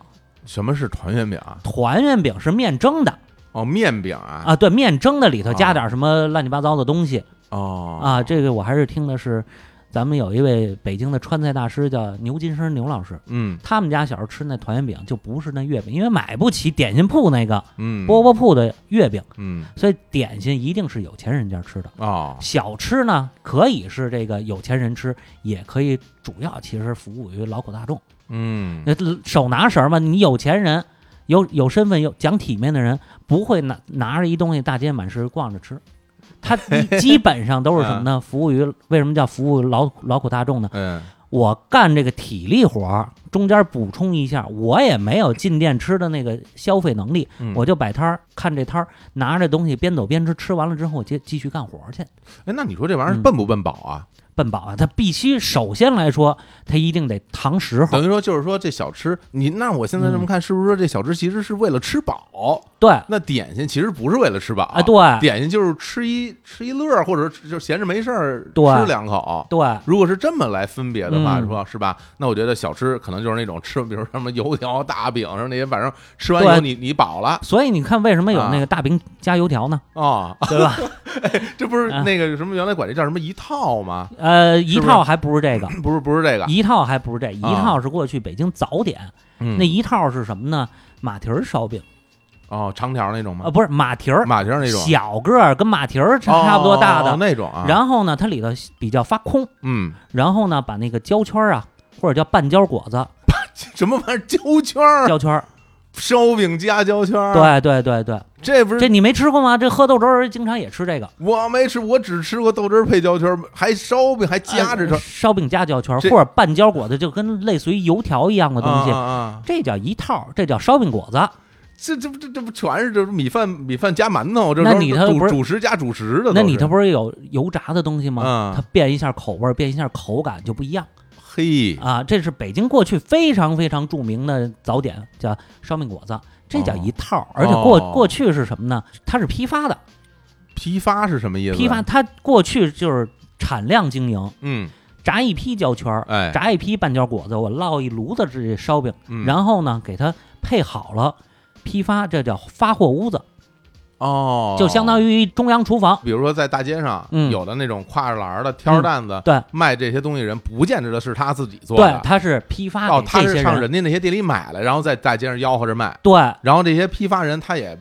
[SPEAKER 1] 什么是团圆饼啊？
[SPEAKER 6] 团圆饼是面蒸的
[SPEAKER 1] 哦，面饼啊，
[SPEAKER 6] 啊，对，面蒸的里头
[SPEAKER 1] 啊
[SPEAKER 6] 加点什么乱七八糟的东西
[SPEAKER 1] 哦
[SPEAKER 6] 啊。这个我还是听的是，咱们有一位北京的川菜大师叫牛金生牛老师，
[SPEAKER 1] 嗯
[SPEAKER 6] 他们家小时候吃那团圆饼就不是那月饼，因为买不起点心铺那个
[SPEAKER 1] 嗯，
[SPEAKER 6] 饽饽铺的月饼，
[SPEAKER 1] 嗯
[SPEAKER 6] 所以点心一定是有钱人家吃的。
[SPEAKER 1] 哦，
[SPEAKER 6] 小吃呢，可以是这个有钱人吃，也可以主要其实服务于劳苦大众。
[SPEAKER 1] 嗯
[SPEAKER 6] 那手拿绳儿嘛，你有钱人有有身份、有讲体面的人，不会拿拿着一东西大街满市逛着吃。他
[SPEAKER 1] <laughs>
[SPEAKER 6] 基本上都是什么
[SPEAKER 1] 啊
[SPEAKER 6] 呢？服务于为什么叫服务劳劳苦大众呢？
[SPEAKER 1] 嗯，
[SPEAKER 6] 我干这个体力活儿，中间补充一下，我也没有进店吃的那个消费能力，
[SPEAKER 1] 嗯
[SPEAKER 6] 我就摆摊儿，看这摊儿，拿着东西边走边吃，吃完了之后我接继续干活儿去，
[SPEAKER 1] 哎，那你说这玩意儿
[SPEAKER 6] 嗯
[SPEAKER 1] 笨不笨饱啊？
[SPEAKER 6] 奔饱啊！他必须首先来说，他一定得堂食候，
[SPEAKER 1] 等于说就是说这小吃，你那我现在这
[SPEAKER 6] 嗯
[SPEAKER 1] 么看，是不是说这小吃其实是为了吃饱？
[SPEAKER 6] 对，
[SPEAKER 1] 那点心其实不是为了吃饱
[SPEAKER 6] 啊，对
[SPEAKER 1] 点心就是吃一吃一乐儿，或者就闲着没事儿
[SPEAKER 6] 对
[SPEAKER 1] 吃两口。
[SPEAKER 6] 对，
[SPEAKER 1] 如果是这么来分别的话，
[SPEAKER 6] 嗯
[SPEAKER 1] 说是吧？那我觉得小吃可能就是那种吃，比如什么油条、 <laughs> 大饼什么那些，反正吃完以后
[SPEAKER 6] 对
[SPEAKER 1] 你你饱了
[SPEAKER 6] 所以你看为什么有那个大饼加油
[SPEAKER 1] <laughs>
[SPEAKER 6] 条呢？ <laughs>
[SPEAKER 1] 啊、
[SPEAKER 6] 对吧？
[SPEAKER 1] 这不是
[SPEAKER 6] 啊
[SPEAKER 1] 那个什么原来管这叫什么一套吗？
[SPEAKER 6] 呃，一
[SPEAKER 1] 是不是啊
[SPEAKER 6] 套还不如这个，
[SPEAKER 1] 不是不是这个，
[SPEAKER 6] 一套还不如这，一套是过去北京早点，
[SPEAKER 1] 嗯
[SPEAKER 6] 那一套是什么呢？马蹄儿烧饼
[SPEAKER 1] 哦长条那种
[SPEAKER 6] 啊、
[SPEAKER 1] 吗
[SPEAKER 6] 呃？不是马蹄儿，
[SPEAKER 1] 马蹄儿那种，
[SPEAKER 6] 小个儿跟马蹄儿差差不多大的。
[SPEAKER 1] 哦那种啊。
[SPEAKER 6] 然后呢，它里头比较发空，
[SPEAKER 1] 嗯， <laughs>
[SPEAKER 6] 然后呢，把那个焦圈儿啊，或者叫半焦果子、
[SPEAKER 1] 啊什么玩意儿胶圈儿，啊
[SPEAKER 6] 焦圈儿，
[SPEAKER 1] 烧饼加胶圈儿，，
[SPEAKER 6] 对对对对，
[SPEAKER 1] 这啊不是
[SPEAKER 6] 这你没吃过吗？这喝豆汁儿经常也吃这个，
[SPEAKER 1] 我没吃，我只吃过豆汁儿配胶圈儿，还烧饼还夹着
[SPEAKER 6] 呃
[SPEAKER 1] 这
[SPEAKER 6] 烧饼加焦圈儿，
[SPEAKER 1] 这
[SPEAKER 6] 或者半焦果子，就跟类似于油条一样的东西
[SPEAKER 1] 啊，啊啊
[SPEAKER 6] 这叫一套，这叫烧饼果子。
[SPEAKER 1] 这这不这这不全是这米饭米饭加馒头，这
[SPEAKER 6] 那
[SPEAKER 1] 都是
[SPEAKER 6] 你这不
[SPEAKER 1] 主
[SPEAKER 6] 是
[SPEAKER 1] 主食加主食的都是，
[SPEAKER 6] 那你这不是有油炸的东西吗
[SPEAKER 1] 嗯？
[SPEAKER 6] 它变一下口味儿，变一下口感就不一样
[SPEAKER 1] 嘿
[SPEAKER 6] 啊！这是北京过去非常非常著名的早点，叫烧饼果子，这叫
[SPEAKER 1] 哦
[SPEAKER 6] 一套。而且过
[SPEAKER 1] 哦
[SPEAKER 6] 过去是什么呢？它是批发的，
[SPEAKER 1] 批发是什么意思？啊
[SPEAKER 6] 批发，它过去就是产量经营，
[SPEAKER 1] 嗯，
[SPEAKER 6] 炸一批焦圈儿，
[SPEAKER 1] 哎，
[SPEAKER 6] 炸一批半焦果子，我烙一炉子这烧饼，
[SPEAKER 1] 嗯
[SPEAKER 6] 然后呢给它配好了。批发，这叫发货屋子，
[SPEAKER 1] 哦，
[SPEAKER 6] 就相当于中央厨房。
[SPEAKER 1] 比如说在大街上，
[SPEAKER 6] 嗯
[SPEAKER 1] 有的那种挎着篮儿的、挑着担子、
[SPEAKER 6] 对
[SPEAKER 1] 卖这些东西人，不见着的是他自己做
[SPEAKER 6] 对
[SPEAKER 1] 的，，
[SPEAKER 6] 它是批发
[SPEAKER 1] 哦，
[SPEAKER 6] 给
[SPEAKER 1] 他
[SPEAKER 6] 啊这
[SPEAKER 1] 是
[SPEAKER 6] 些
[SPEAKER 1] 上
[SPEAKER 6] 人。
[SPEAKER 1] 人家那些店里买来，然后在大街上吆喝着卖，
[SPEAKER 6] 对，
[SPEAKER 1] 然后这些批发人他也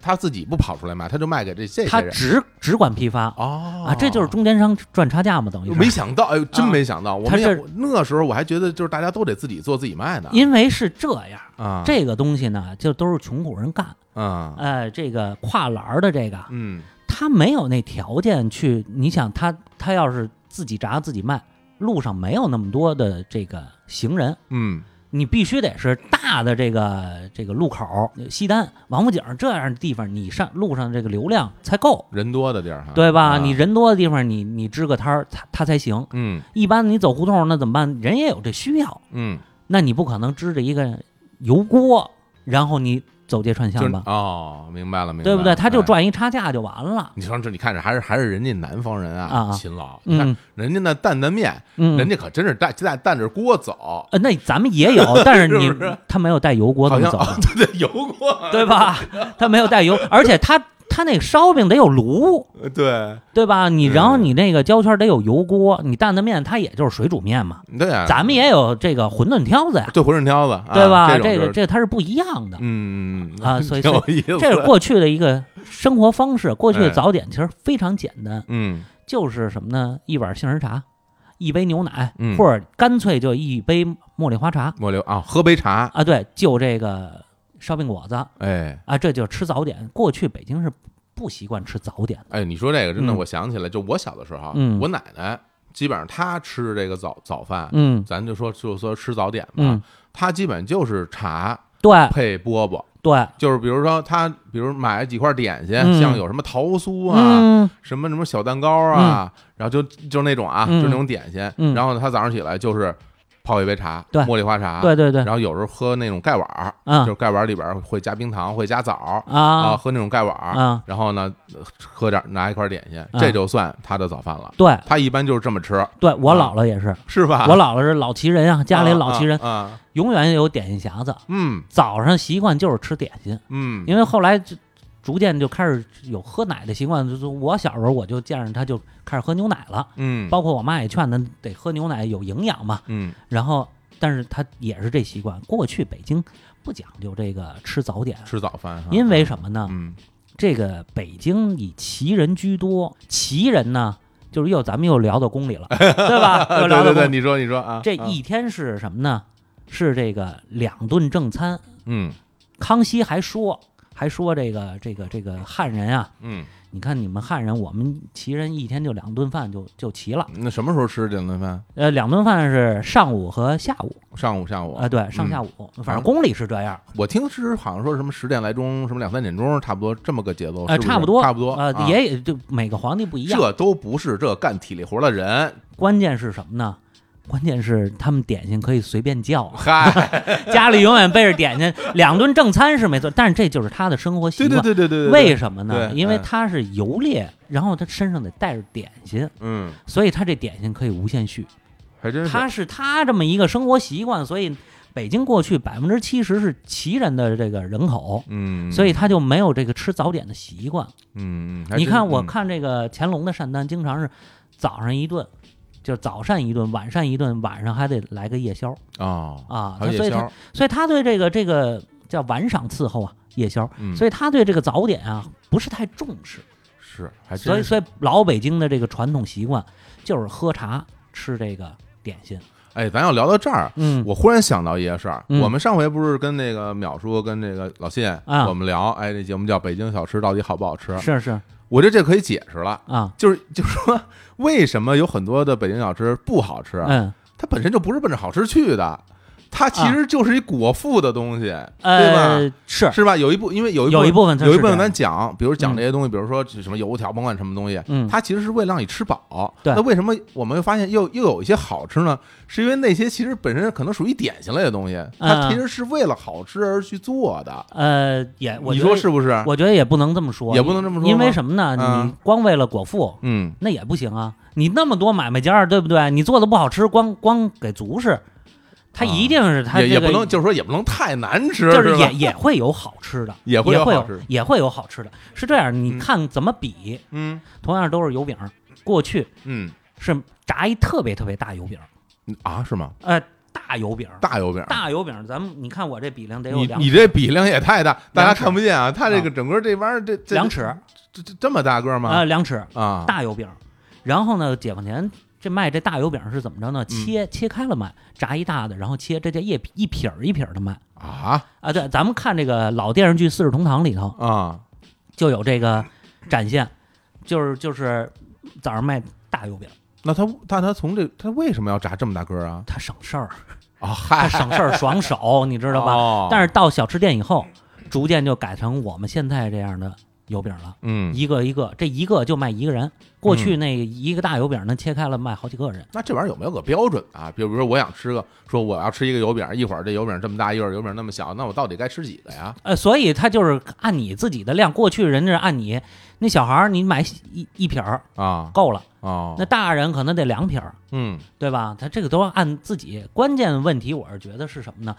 [SPEAKER 1] 他自己不跑出来卖，他就卖给这这些
[SPEAKER 6] 他
[SPEAKER 1] 人。
[SPEAKER 6] 只只管批发
[SPEAKER 1] 哦
[SPEAKER 6] 啊，这就是中间商赚差价嘛，等于
[SPEAKER 1] 没
[SPEAKER 6] 是。
[SPEAKER 1] 想到，哎呦，真
[SPEAKER 6] 啊
[SPEAKER 1] 没想到，我
[SPEAKER 6] 他
[SPEAKER 1] 们也
[SPEAKER 6] 是
[SPEAKER 1] 那时候我还觉得就是大家都得自己做自己卖呢，
[SPEAKER 6] 因为是这样，
[SPEAKER 1] 啊，
[SPEAKER 6] 这个东西呢，就都是穷苦人干。
[SPEAKER 1] 啊，
[SPEAKER 6] 哎，这个跨栏儿的这个，
[SPEAKER 1] 嗯，
[SPEAKER 6] 他没有那条件去。你想他，他要是自己炸自己卖，路上没有那么多的这个行人，
[SPEAKER 1] 嗯，
[SPEAKER 6] 你必须得是大的这个这个路口，西单、王府井这样的地方，你上路上这个流量才够，
[SPEAKER 1] 人多的地儿哈，
[SPEAKER 6] 对吧？
[SPEAKER 1] 啊
[SPEAKER 6] 你，人多的地方，你你支个摊儿，它它才行。
[SPEAKER 1] 嗯
[SPEAKER 6] 一般你走胡同儿那怎么办？人也有这需要，
[SPEAKER 1] 嗯，
[SPEAKER 6] 那你不可能支着一个油锅，然后你走街串
[SPEAKER 1] 就是
[SPEAKER 6] 巷吧，
[SPEAKER 1] 哦，明白了，明白了，
[SPEAKER 6] 对不对？他就
[SPEAKER 1] 哎
[SPEAKER 6] 赚一差价就完了。
[SPEAKER 1] 你说这，你看着还是还是人家南方人
[SPEAKER 6] 啊
[SPEAKER 1] 啊，
[SPEAKER 6] 啊
[SPEAKER 1] 勤劳。你看
[SPEAKER 6] 嗯
[SPEAKER 1] 人 <laughs> 家那担担面，
[SPEAKER 6] 嗯，
[SPEAKER 1] 人家可真是带带带着锅走，
[SPEAKER 6] 呃，那咱
[SPEAKER 1] <laughs>
[SPEAKER 6] 们也有，但是你
[SPEAKER 1] 是不是
[SPEAKER 6] 他没有带油锅
[SPEAKER 1] 好
[SPEAKER 6] 怎么
[SPEAKER 1] 像
[SPEAKER 6] 走，
[SPEAKER 1] 啊 <laughs> 对对油锅，
[SPEAKER 6] 对吧？他没有带油，而且他他那烧饼得有炉，
[SPEAKER 1] 呃对
[SPEAKER 6] 对吧？你
[SPEAKER 1] 嗯
[SPEAKER 6] 然后你那个焦圈得有油锅，你担担面它也就是水煮面嘛，
[SPEAKER 1] 对啊，
[SPEAKER 6] 咱们也有这个馄饨挑子呀，
[SPEAKER 1] 对馄饨挑子，啊
[SPEAKER 6] 对
[SPEAKER 1] 这
[SPEAKER 6] 吧？
[SPEAKER 1] 种
[SPEAKER 6] 这
[SPEAKER 1] 就是
[SPEAKER 6] 个这个它是不一样的。
[SPEAKER 1] 嗯嗯嗯 <laughs>
[SPEAKER 6] 啊所以
[SPEAKER 1] 挺有意思，
[SPEAKER 6] 这是过去的一个生活方式，过去的
[SPEAKER 1] 哎
[SPEAKER 6] 早点其实非常简单，
[SPEAKER 1] 嗯
[SPEAKER 6] 就是什么呢？一碗杏仁茶，一杯牛奶，
[SPEAKER 1] 嗯
[SPEAKER 6] 或者干脆就一杯茉莉花茶
[SPEAKER 1] 末流啊，喝杯茶，
[SPEAKER 6] 啊。对，就这个烧饼果子
[SPEAKER 1] 哎。
[SPEAKER 6] 啊，这就是吃早点。过去北京是不习惯吃早点的，
[SPEAKER 1] 哎，你说这个真的，
[SPEAKER 6] 嗯
[SPEAKER 1] 我想起来，就我小的时候啊，
[SPEAKER 6] 嗯
[SPEAKER 1] 我奶奶基本上她吃这个早早饭，
[SPEAKER 6] 嗯
[SPEAKER 1] 咱就说就说吃早点嘛
[SPEAKER 6] 嗯，，
[SPEAKER 1] 她基本就是茶
[SPEAKER 6] 对
[SPEAKER 1] 配饽饽，
[SPEAKER 6] 对，
[SPEAKER 1] 就是比如说她比如买几块点心，
[SPEAKER 6] 嗯
[SPEAKER 1] 像有什么桃酥啊，
[SPEAKER 6] 嗯
[SPEAKER 1] 什么什么小蛋糕啊，然后就就那种啊，
[SPEAKER 6] 嗯
[SPEAKER 1] 就那种点心，
[SPEAKER 6] 嗯
[SPEAKER 1] 然后她早上起来就是泡一杯茶，
[SPEAKER 6] 对
[SPEAKER 1] 茉莉花茶，
[SPEAKER 6] 对对对
[SPEAKER 1] 然，后有时候喝那种盖碗儿，就是
[SPEAKER 6] 嗯
[SPEAKER 1] 盖碗里边儿会加冰糖，会加枣儿啊，
[SPEAKER 6] 啊
[SPEAKER 1] 喝那种盖碗儿。
[SPEAKER 6] 啊，
[SPEAKER 1] 然后呢，呃喝点拿一块点心，这就算他的早饭了。
[SPEAKER 6] 对
[SPEAKER 1] 他一般就是这么吃，
[SPEAKER 6] 对，我
[SPEAKER 1] 啊
[SPEAKER 6] 姥姥也是，
[SPEAKER 1] 是吧？
[SPEAKER 6] 我姥姥是老旗人啊，家里老旗人
[SPEAKER 1] 啊，啊，啊
[SPEAKER 6] 永远有点心匣子，
[SPEAKER 1] 嗯
[SPEAKER 6] 早上习惯就是吃点心，
[SPEAKER 1] 嗯，
[SPEAKER 6] 因为后来就逐渐就开始有喝奶的习惯，就是我小时候我就见着他就开始喝牛奶了。
[SPEAKER 1] 嗯
[SPEAKER 6] 包括我妈也劝他得喝牛奶有营养嘛，
[SPEAKER 1] 嗯
[SPEAKER 6] 然后但是他也是这习惯。过去北京不讲究这个吃早点，
[SPEAKER 1] 吃早饭哈，
[SPEAKER 6] 因为什么呢？
[SPEAKER 1] 啊嗯
[SPEAKER 6] 这个北京以旗人居多，旗人呢就是又咱们又聊到宫里
[SPEAKER 1] <laughs>
[SPEAKER 6] 了，对吧？又
[SPEAKER 1] 啊，
[SPEAKER 6] 聊
[SPEAKER 1] 对
[SPEAKER 6] 到
[SPEAKER 1] 对
[SPEAKER 6] 宫
[SPEAKER 1] 对，
[SPEAKER 6] 里。
[SPEAKER 1] 你说你说啊，
[SPEAKER 6] 这
[SPEAKER 1] 啊
[SPEAKER 6] 一天是什么呢？是这个两顿正餐，
[SPEAKER 1] 嗯
[SPEAKER 6] 康熙还说还说这个这个这个汉人啊，
[SPEAKER 1] 嗯，
[SPEAKER 6] 你看你们汉人，我们齐人一天就两顿饭就就齐了，
[SPEAKER 1] 那什么时候吃这顿饭？
[SPEAKER 6] 呃，两顿饭是上午和下午，
[SPEAKER 1] 上午下午
[SPEAKER 6] 啊、对，上下午，
[SPEAKER 1] 嗯
[SPEAKER 6] 反正宫里是这样，
[SPEAKER 1] 我听是好像说什么十点来钟，什么两三点钟，差不多这么个节奏，
[SPEAKER 6] 呃，
[SPEAKER 1] 是是
[SPEAKER 6] 差不多，
[SPEAKER 1] 差不多
[SPEAKER 6] 呃，
[SPEAKER 1] 啊
[SPEAKER 6] 也就每个皇帝不一样。
[SPEAKER 1] 这都不是这干体力活的人，，
[SPEAKER 6] 关键是什么呢？关键是他们点心可以随便叫 <laughs>
[SPEAKER 1] 嗨，
[SPEAKER 6] 家里永远备着点心，两顿正餐是没错，但是这就是他的生活
[SPEAKER 1] 对
[SPEAKER 6] 习惯。
[SPEAKER 1] 对对对对对，
[SPEAKER 6] 为什么呢？
[SPEAKER 1] 对
[SPEAKER 6] 因为
[SPEAKER 1] 嗯
[SPEAKER 6] 他是游猎，然后他身上得带着点心，
[SPEAKER 1] 嗯，
[SPEAKER 6] 所以他这点心可以无限续。
[SPEAKER 1] 还真是，
[SPEAKER 6] 他是他这么一个生活习惯，所以北京过去百分之七十是齐人的这个人口，
[SPEAKER 1] 嗯，
[SPEAKER 6] 所以他就没有这个吃早点的习惯。
[SPEAKER 1] 嗯，嗯还
[SPEAKER 6] 你
[SPEAKER 1] 真
[SPEAKER 6] 看，我
[SPEAKER 1] 嗯
[SPEAKER 6] 看这个乾隆的膳单，经常是早上一顿，就是早膳一顿，晚膳一顿，晚上还得来个夜宵
[SPEAKER 1] 哦，
[SPEAKER 6] 啊。
[SPEAKER 1] 还
[SPEAKER 6] 他
[SPEAKER 1] 有
[SPEAKER 6] 所
[SPEAKER 1] 夜
[SPEAKER 6] 以他
[SPEAKER 1] 宵，
[SPEAKER 6] 所以他对这个这个叫晚赏伺候啊，夜宵，
[SPEAKER 1] 嗯，
[SPEAKER 6] 所
[SPEAKER 1] 以
[SPEAKER 6] 以他对这个早点啊不是太重视。
[SPEAKER 1] 是还
[SPEAKER 6] 所以
[SPEAKER 1] 真是，
[SPEAKER 6] 所以老北京的这个传统习惯就是喝茶吃这个点心。
[SPEAKER 1] 哎，咱要聊到这儿，
[SPEAKER 6] 嗯，
[SPEAKER 1] 我忽然想到一件事儿，
[SPEAKER 6] 嗯
[SPEAKER 1] 我们上回不是跟那个淼叔跟这个老信
[SPEAKER 6] 啊
[SPEAKER 1] 我们聊，哎，这节目叫《北京小吃到底好不好吃》，
[SPEAKER 6] 是是
[SPEAKER 1] 我觉得这可以解释了。
[SPEAKER 6] 啊，
[SPEAKER 1] 就是就是说，为什么有很多的北京小吃不好吃？
[SPEAKER 6] 嗯啊
[SPEAKER 1] 它本身就不是奔着好吃去的，它其实就是一果腹的东西，对
[SPEAKER 6] 呃是
[SPEAKER 1] 吧？是吧？有一部，因为有一
[SPEAKER 6] 有一部分它
[SPEAKER 1] 有一
[SPEAKER 6] 是
[SPEAKER 1] 部分
[SPEAKER 6] 这
[SPEAKER 1] 咱
[SPEAKER 6] 样
[SPEAKER 1] 讲，比如讲
[SPEAKER 6] 嗯
[SPEAKER 1] 这些东西，比如说什么油条，甭管什么东西，
[SPEAKER 6] 嗯
[SPEAKER 1] 它其实是为了让你吃饱。
[SPEAKER 6] 对
[SPEAKER 1] 那为什么我们会发现又又有一些好吃呢？是因为那些其实本身可能属于点心类的东西，它
[SPEAKER 6] 嗯
[SPEAKER 1] 其实是为了好吃而去做的。
[SPEAKER 6] 呃也我
[SPEAKER 1] 你
[SPEAKER 6] 觉得
[SPEAKER 1] 说是不是？
[SPEAKER 6] 我觉得也不能这么说，
[SPEAKER 1] 也不能这么说
[SPEAKER 6] 因为
[SPEAKER 1] 吗
[SPEAKER 6] 什么呢？
[SPEAKER 1] 嗯
[SPEAKER 6] 你光为了果腹
[SPEAKER 1] 嗯，
[SPEAKER 6] 那也不行啊，你那么多买卖家儿，对不对？你做的不好吃，光光给足是，它
[SPEAKER 1] 啊
[SPEAKER 6] 一定是它
[SPEAKER 1] 也也
[SPEAKER 6] 这
[SPEAKER 1] 不
[SPEAKER 6] 个
[SPEAKER 1] 能，就是说也不能太难吃，
[SPEAKER 6] 就是
[SPEAKER 1] 吧
[SPEAKER 6] 也也会有好吃的，
[SPEAKER 1] 也
[SPEAKER 6] 也
[SPEAKER 1] 会有
[SPEAKER 6] 有
[SPEAKER 1] 好吃
[SPEAKER 6] 也会有好吃的，是这
[SPEAKER 1] 嗯
[SPEAKER 6] 样。你看怎么比，
[SPEAKER 1] 嗯
[SPEAKER 6] 同样都是油饼儿，过去
[SPEAKER 1] 嗯
[SPEAKER 6] 是炸一特别特别大油饼儿，
[SPEAKER 1] 啊，是吗？
[SPEAKER 6] 呃，大油饼儿，
[SPEAKER 1] 大油饼，
[SPEAKER 6] 大油饼儿，咱们你看我这比量得有
[SPEAKER 1] 你
[SPEAKER 6] 两
[SPEAKER 1] 你这比量也太大，大家
[SPEAKER 6] 两尺
[SPEAKER 1] 看不见啊！它这个
[SPEAKER 6] 啊
[SPEAKER 1] 整个这玩意儿，这这
[SPEAKER 6] 两尺，
[SPEAKER 1] 这这这么大个儿
[SPEAKER 6] 啊，
[SPEAKER 1] 吗？
[SPEAKER 6] 两尺
[SPEAKER 1] 啊，
[SPEAKER 6] 大油饼儿。然后呢，解放前这卖这大油饼儿是怎么着呢？切、切开了卖，炸一大的，然后切，这叫一一撇儿一撇儿的卖
[SPEAKER 1] 啊
[SPEAKER 6] 啊。对，咱们看这个老电视剧《四世同堂》里头
[SPEAKER 1] 啊，
[SPEAKER 6] 就有这个展现，就是就是早上卖大油饼儿，
[SPEAKER 1] 那他但他从这他为什么要炸这么大个儿啊？
[SPEAKER 6] 它省事儿，
[SPEAKER 1] 啊
[SPEAKER 6] 它
[SPEAKER 1] 嗨，
[SPEAKER 6] 省事儿爽手，你知道吧？
[SPEAKER 1] 吧
[SPEAKER 6] 但是到小吃店以后，逐渐就改成我们现在这样的油饼儿了。
[SPEAKER 1] 嗯，
[SPEAKER 6] 一个一个，这一个就卖一个人。过去那一个大油饼儿能切开了卖好几个人，
[SPEAKER 1] 那这玩意儿有没有个标准啊？比如比如说我想吃个，说我要吃一个油饼，一会儿这油饼这么大，一会儿油饼那么小，那我到底该吃几个呀？
[SPEAKER 6] 呃，所以他就是按你自己的量。过去人家按你，那小孩儿你买一一瓶儿
[SPEAKER 1] 啊
[SPEAKER 6] 够了，
[SPEAKER 1] 哦
[SPEAKER 6] 那，大人可能得两瓶儿，
[SPEAKER 1] 嗯
[SPEAKER 6] 对吧？他这个都按自己。关键问题我是觉得是什么呢？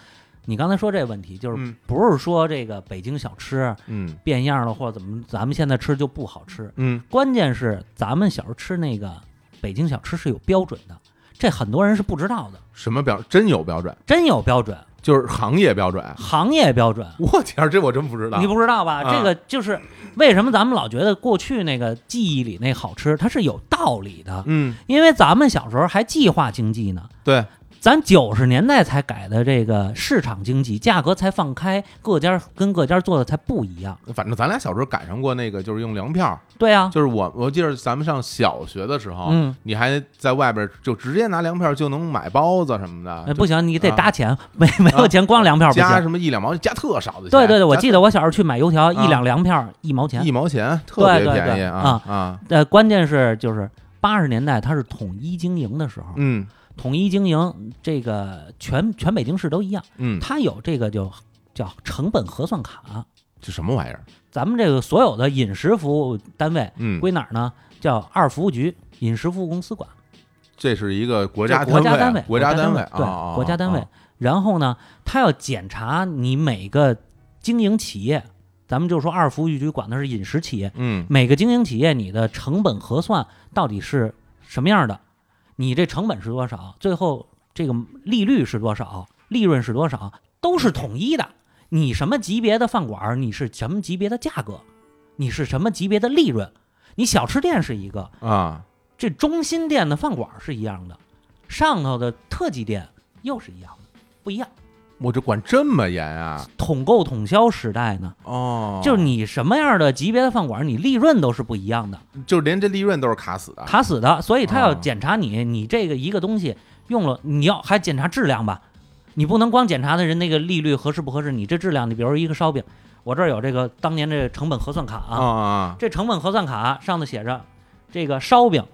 [SPEAKER 6] 你刚才说这问题，就是
[SPEAKER 1] 嗯
[SPEAKER 6] 不是说这个北京小吃
[SPEAKER 1] 嗯
[SPEAKER 6] 变样了或者怎么，咱们现在吃就不好吃。
[SPEAKER 1] 嗯，
[SPEAKER 6] 关键是咱们小时候吃那个北京小吃是有标准的，这很多人是不知道的，
[SPEAKER 1] 什么标真有标准？
[SPEAKER 6] 真有标准，
[SPEAKER 1] 就是行业标准？
[SPEAKER 6] 行业标准。
[SPEAKER 1] 我天儿，这我真不知道
[SPEAKER 6] 你。不知道吧？
[SPEAKER 1] 啊
[SPEAKER 6] 这个就是为什么咱们老觉得过去那个记忆里那好吃，它是有道理的，
[SPEAKER 1] 嗯，
[SPEAKER 6] 因为咱们小时候还计划经济呢。
[SPEAKER 1] 对，
[SPEAKER 6] 咱九十年代才改的这个市场经济，价格才放开，各家跟各家做的才不一样。
[SPEAKER 1] 反正咱俩小时候赶上过那个，就是用粮票，
[SPEAKER 6] 对啊，
[SPEAKER 1] 就是我我记得咱们上小学的时候，
[SPEAKER 6] 嗯，
[SPEAKER 1] 你还在外边就直接拿粮票就能买包子什么
[SPEAKER 6] 呃
[SPEAKER 1] 的，
[SPEAKER 6] 不行，你得
[SPEAKER 1] 啊
[SPEAKER 6] 搭钱，没没有钱光粮票不
[SPEAKER 1] 加
[SPEAKER 6] 行。
[SPEAKER 1] 什么一两毛钱，加特少的钱，
[SPEAKER 6] 对对对，我
[SPEAKER 1] 加
[SPEAKER 6] 记得我小时候去买油条，一
[SPEAKER 1] 啊
[SPEAKER 6] 两粮票一毛钱
[SPEAKER 1] 一。毛钱特别
[SPEAKER 6] 对对
[SPEAKER 1] 便宜
[SPEAKER 6] 对
[SPEAKER 1] 啊
[SPEAKER 6] 啊
[SPEAKER 1] 啊，
[SPEAKER 6] 呃，关键是就是八十年代它是统一经营的时候，
[SPEAKER 1] 嗯
[SPEAKER 6] 统一经营这个全全北京市都一样。
[SPEAKER 1] 嗯，
[SPEAKER 6] 它有这个就叫成本核算卡。
[SPEAKER 1] 这什么玩意儿？
[SPEAKER 6] 咱们这个所有的饮食服务单位
[SPEAKER 1] 嗯，
[SPEAKER 6] 归哪儿呢？叫二服务局饮食服务公司管，
[SPEAKER 1] 这是一个国
[SPEAKER 6] 国
[SPEAKER 1] 家
[SPEAKER 6] 国家
[SPEAKER 1] 单
[SPEAKER 6] 位，
[SPEAKER 1] 国
[SPEAKER 6] 国家
[SPEAKER 1] 单
[SPEAKER 6] 位，
[SPEAKER 1] 啊啊
[SPEAKER 6] 对，国家单位
[SPEAKER 1] 啊。
[SPEAKER 6] 然后呢，它要检查你每个经营企业，咱们就说二服务局管的是饮食企业，
[SPEAKER 1] 嗯
[SPEAKER 6] 每个经营企业你的成本核算到底是什么样的，你这成本是多少，最后这个利率是多少，利润是多少，都是统一的。你什么级别的饭馆儿，你是什么级别的价格，你是什么级别的利润，你小吃店是一个，
[SPEAKER 1] 啊，
[SPEAKER 6] 这中心店的饭馆儿是一样的，上头的特级店又是一样的，不一样。
[SPEAKER 1] 我这管这么严啊？
[SPEAKER 6] 统购统销时代呢，
[SPEAKER 1] 哦，
[SPEAKER 6] 就是你什么样的级别的饭馆，你利润都是不一样的，
[SPEAKER 1] 就是连这利润都是卡死的，
[SPEAKER 6] 卡死的。所以他要
[SPEAKER 1] 哦
[SPEAKER 6] 检查你，你这个一个东西用了，你要还检查质量吧，你不能光检查的人那个利率合适不合适，你这质量，你比如一个烧饼，我这儿有这个当年这个成本核算卡
[SPEAKER 1] 啊
[SPEAKER 6] 啊，
[SPEAKER 1] 啊
[SPEAKER 6] 这成本核算卡上头写着，这个烧饼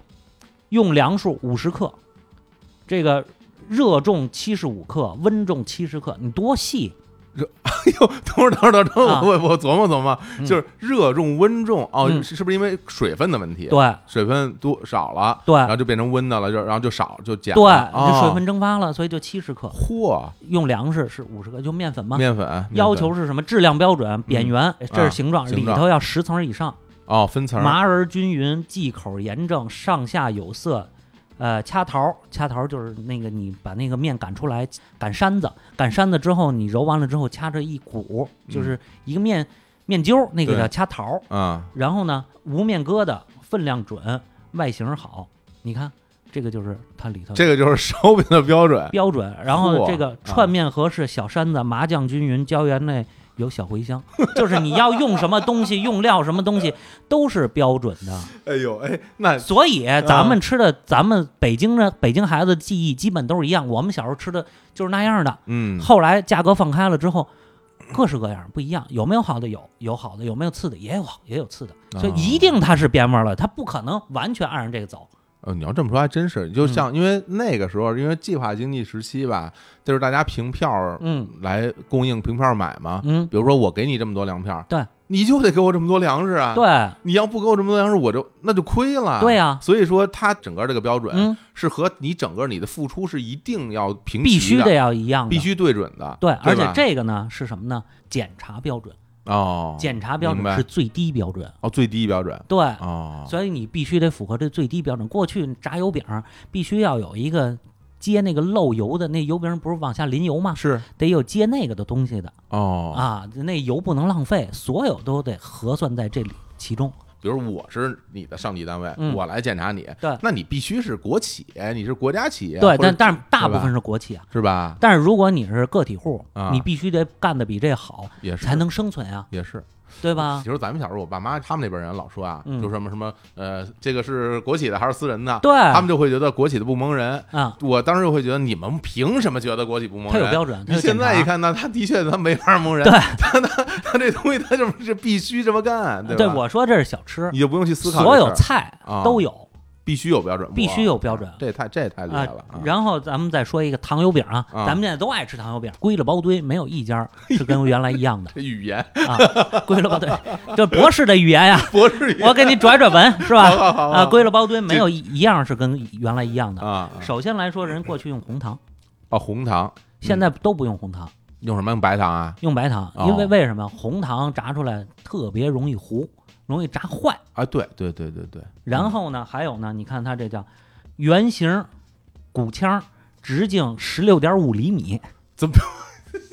[SPEAKER 6] 用粮数五十克，这个热重七十五克，温重七十克，你多细？
[SPEAKER 1] 哟，等会儿等会儿等会儿，
[SPEAKER 6] 啊
[SPEAKER 1] 我我琢磨琢磨，
[SPEAKER 6] 嗯
[SPEAKER 1] 就是热重温重哦，
[SPEAKER 6] 嗯
[SPEAKER 1] 是是不是因为水分的问题？，
[SPEAKER 6] 对
[SPEAKER 1] 水分多少了，
[SPEAKER 6] 对
[SPEAKER 1] 然后就变成温的了，就然后就少就减了。
[SPEAKER 6] 对，
[SPEAKER 1] 哦
[SPEAKER 6] 这水分蒸发了，所以就七十克。
[SPEAKER 1] 嚯，
[SPEAKER 6] 用粮食是五十克，就面粉嘛。
[SPEAKER 1] 面粉
[SPEAKER 6] 要
[SPEAKER 1] 面
[SPEAKER 6] 求是什么？质量标准，扁圆，哎这是形状，
[SPEAKER 1] 嗯啊形
[SPEAKER 6] 里
[SPEAKER 1] 状
[SPEAKER 6] 头要十层以上，
[SPEAKER 1] 粉哦，分层
[SPEAKER 6] 麻而均匀，忌口严正，上下有色。呃，掐头，掐头就是那个你把那个面擀出来，擀筛子，擀筛子之后你揉完了之后掐着一鼓，就是一个面面揪儿，那个
[SPEAKER 1] 嗯对
[SPEAKER 6] 叫掐头。
[SPEAKER 1] 啊，
[SPEAKER 6] 然后呢，无面疙瘩，分量准，外形好。你看，这个就是它里头
[SPEAKER 1] 这个就是烧饼的标准。
[SPEAKER 6] 标准。然后
[SPEAKER 1] 嚯
[SPEAKER 6] 这个
[SPEAKER 1] 啊
[SPEAKER 6] 串面合适，小山子麻酱均匀，椒盐内有小茴香， <laughs> 就是你要用什么东西，用料什么东西都是标准的。
[SPEAKER 1] <laughs> 哎呦哎，那
[SPEAKER 6] 所以咱们吃的，咱们北京的北京孩子记忆基本都是一样。我们小时候吃的就是那样的，
[SPEAKER 1] 嗯，
[SPEAKER 6] 后来价格放开了之后。各式各样，不一样。有没有好的？有，有好的，有没有次的？也有好，也有次的。
[SPEAKER 1] 啊
[SPEAKER 6] 所以一定它是变味儿了，它不可能完全按着这个走。
[SPEAKER 1] 呃，你要这么说还真是，就像因为那个时候，因为计划经济时期吧，就是大家凭票儿
[SPEAKER 6] 嗯
[SPEAKER 1] 来供应，凭票儿买嘛。
[SPEAKER 6] 嗯，
[SPEAKER 1] 比如说我给你这么多粮票，
[SPEAKER 6] 对，
[SPEAKER 1] 你就得给我这么多粮食啊。，
[SPEAKER 6] 嗯对，
[SPEAKER 1] 你要不给我这么多粮食，我就那就亏了。
[SPEAKER 6] 对啊
[SPEAKER 1] 所以说它整个这个标准
[SPEAKER 6] 嗯，
[SPEAKER 1] 是和你整个你的付出是一定要平
[SPEAKER 6] 必
[SPEAKER 1] 齐
[SPEAKER 6] 须
[SPEAKER 1] 的
[SPEAKER 6] 得，要一样的，
[SPEAKER 1] 必须对准的。
[SPEAKER 6] 对，而且
[SPEAKER 1] 吧
[SPEAKER 6] 这个呢是什么呢？检查标准，
[SPEAKER 1] 哦，
[SPEAKER 6] 检查标
[SPEAKER 1] 明白
[SPEAKER 6] 准是最低标准，
[SPEAKER 1] 哦最低标准
[SPEAKER 6] 对，
[SPEAKER 1] 哦，
[SPEAKER 6] 所以你必须得符合这最低标准。过去炸油饼儿必须要有一个接那个漏油的，那油饼儿不是往下淋油吗？
[SPEAKER 1] 是
[SPEAKER 6] 得有接那个的东西的
[SPEAKER 1] 哦
[SPEAKER 6] 啊，那油不能浪费，所有都得核算在这里其中。
[SPEAKER 1] 比如我是你的上级单位，
[SPEAKER 6] 嗯
[SPEAKER 1] 我来检查你，
[SPEAKER 6] 对
[SPEAKER 1] 那你必须是国企，哎你是国家企业，
[SPEAKER 6] 对，
[SPEAKER 1] 或者
[SPEAKER 6] 但但是大
[SPEAKER 1] 是吧
[SPEAKER 6] 部分是国企啊。
[SPEAKER 1] 是吧？
[SPEAKER 6] 但是如果你是个体户
[SPEAKER 1] 啊，
[SPEAKER 6] 你必须得干的比这好，
[SPEAKER 1] 也是
[SPEAKER 6] 才能生存啊，
[SPEAKER 1] 也是，
[SPEAKER 6] 对吧
[SPEAKER 1] 其？实咱们小时候，我爸妈他们那边人老说啊，
[SPEAKER 6] 嗯
[SPEAKER 1] 就什么什么，呃，这个是国企的还是私人的？
[SPEAKER 6] 对
[SPEAKER 1] 他们就会觉得国企的不蒙人。
[SPEAKER 6] 啊，
[SPEAKER 1] 我当时就会觉得，你们凭什么觉得国企不蒙
[SPEAKER 6] 它
[SPEAKER 1] 人？
[SPEAKER 6] 有标准，它
[SPEAKER 1] 你
[SPEAKER 6] 有检
[SPEAKER 1] 现在一
[SPEAKER 6] 查。
[SPEAKER 1] 看呢，他的确他没法蒙人，
[SPEAKER 6] 对
[SPEAKER 1] <laughs> 他他他这东西他就是必须这么干，对吧？
[SPEAKER 6] 对，我说这是小吃，
[SPEAKER 1] 你就不用去思考这事
[SPEAKER 6] 所
[SPEAKER 1] 儿，
[SPEAKER 6] 有菜
[SPEAKER 1] 啊
[SPEAKER 6] 都有。
[SPEAKER 1] 必须有标准，
[SPEAKER 6] 必须有标准
[SPEAKER 1] 哇这也太这也太厉害
[SPEAKER 6] 啊
[SPEAKER 1] 了。啊，
[SPEAKER 6] 然后咱们再说一个糖油饼啊，
[SPEAKER 1] 啊
[SPEAKER 6] 咱们现在都爱吃糖油饼，归了包堆，没有
[SPEAKER 1] <laughs>
[SPEAKER 6] 一家是跟原来一样的
[SPEAKER 1] 这语言
[SPEAKER 6] 啊。归了包堆，这博士的语
[SPEAKER 1] <laughs>
[SPEAKER 6] 言呀、
[SPEAKER 1] 博士语言
[SPEAKER 6] 我给你转转文是
[SPEAKER 1] 好
[SPEAKER 6] 吧？
[SPEAKER 1] 好好
[SPEAKER 6] <laughs> 啊，归了包堆没有一一样是跟原来一样的。
[SPEAKER 1] 啊
[SPEAKER 6] 首先来说，人过去用红糖，
[SPEAKER 1] 哦，红糖
[SPEAKER 6] 现在都不用红糖，
[SPEAKER 1] 用什么？用白糖啊？
[SPEAKER 6] 用白糖，
[SPEAKER 1] 哦
[SPEAKER 6] 因为为什么？红糖炸出来特别容易糊，容易炸坏。
[SPEAKER 1] 啊，对对对对
[SPEAKER 6] <laughs>
[SPEAKER 1] 对，
[SPEAKER 6] 然后呢，还有呢，你看它这叫圆形鼓腔，直径十六点五厘米，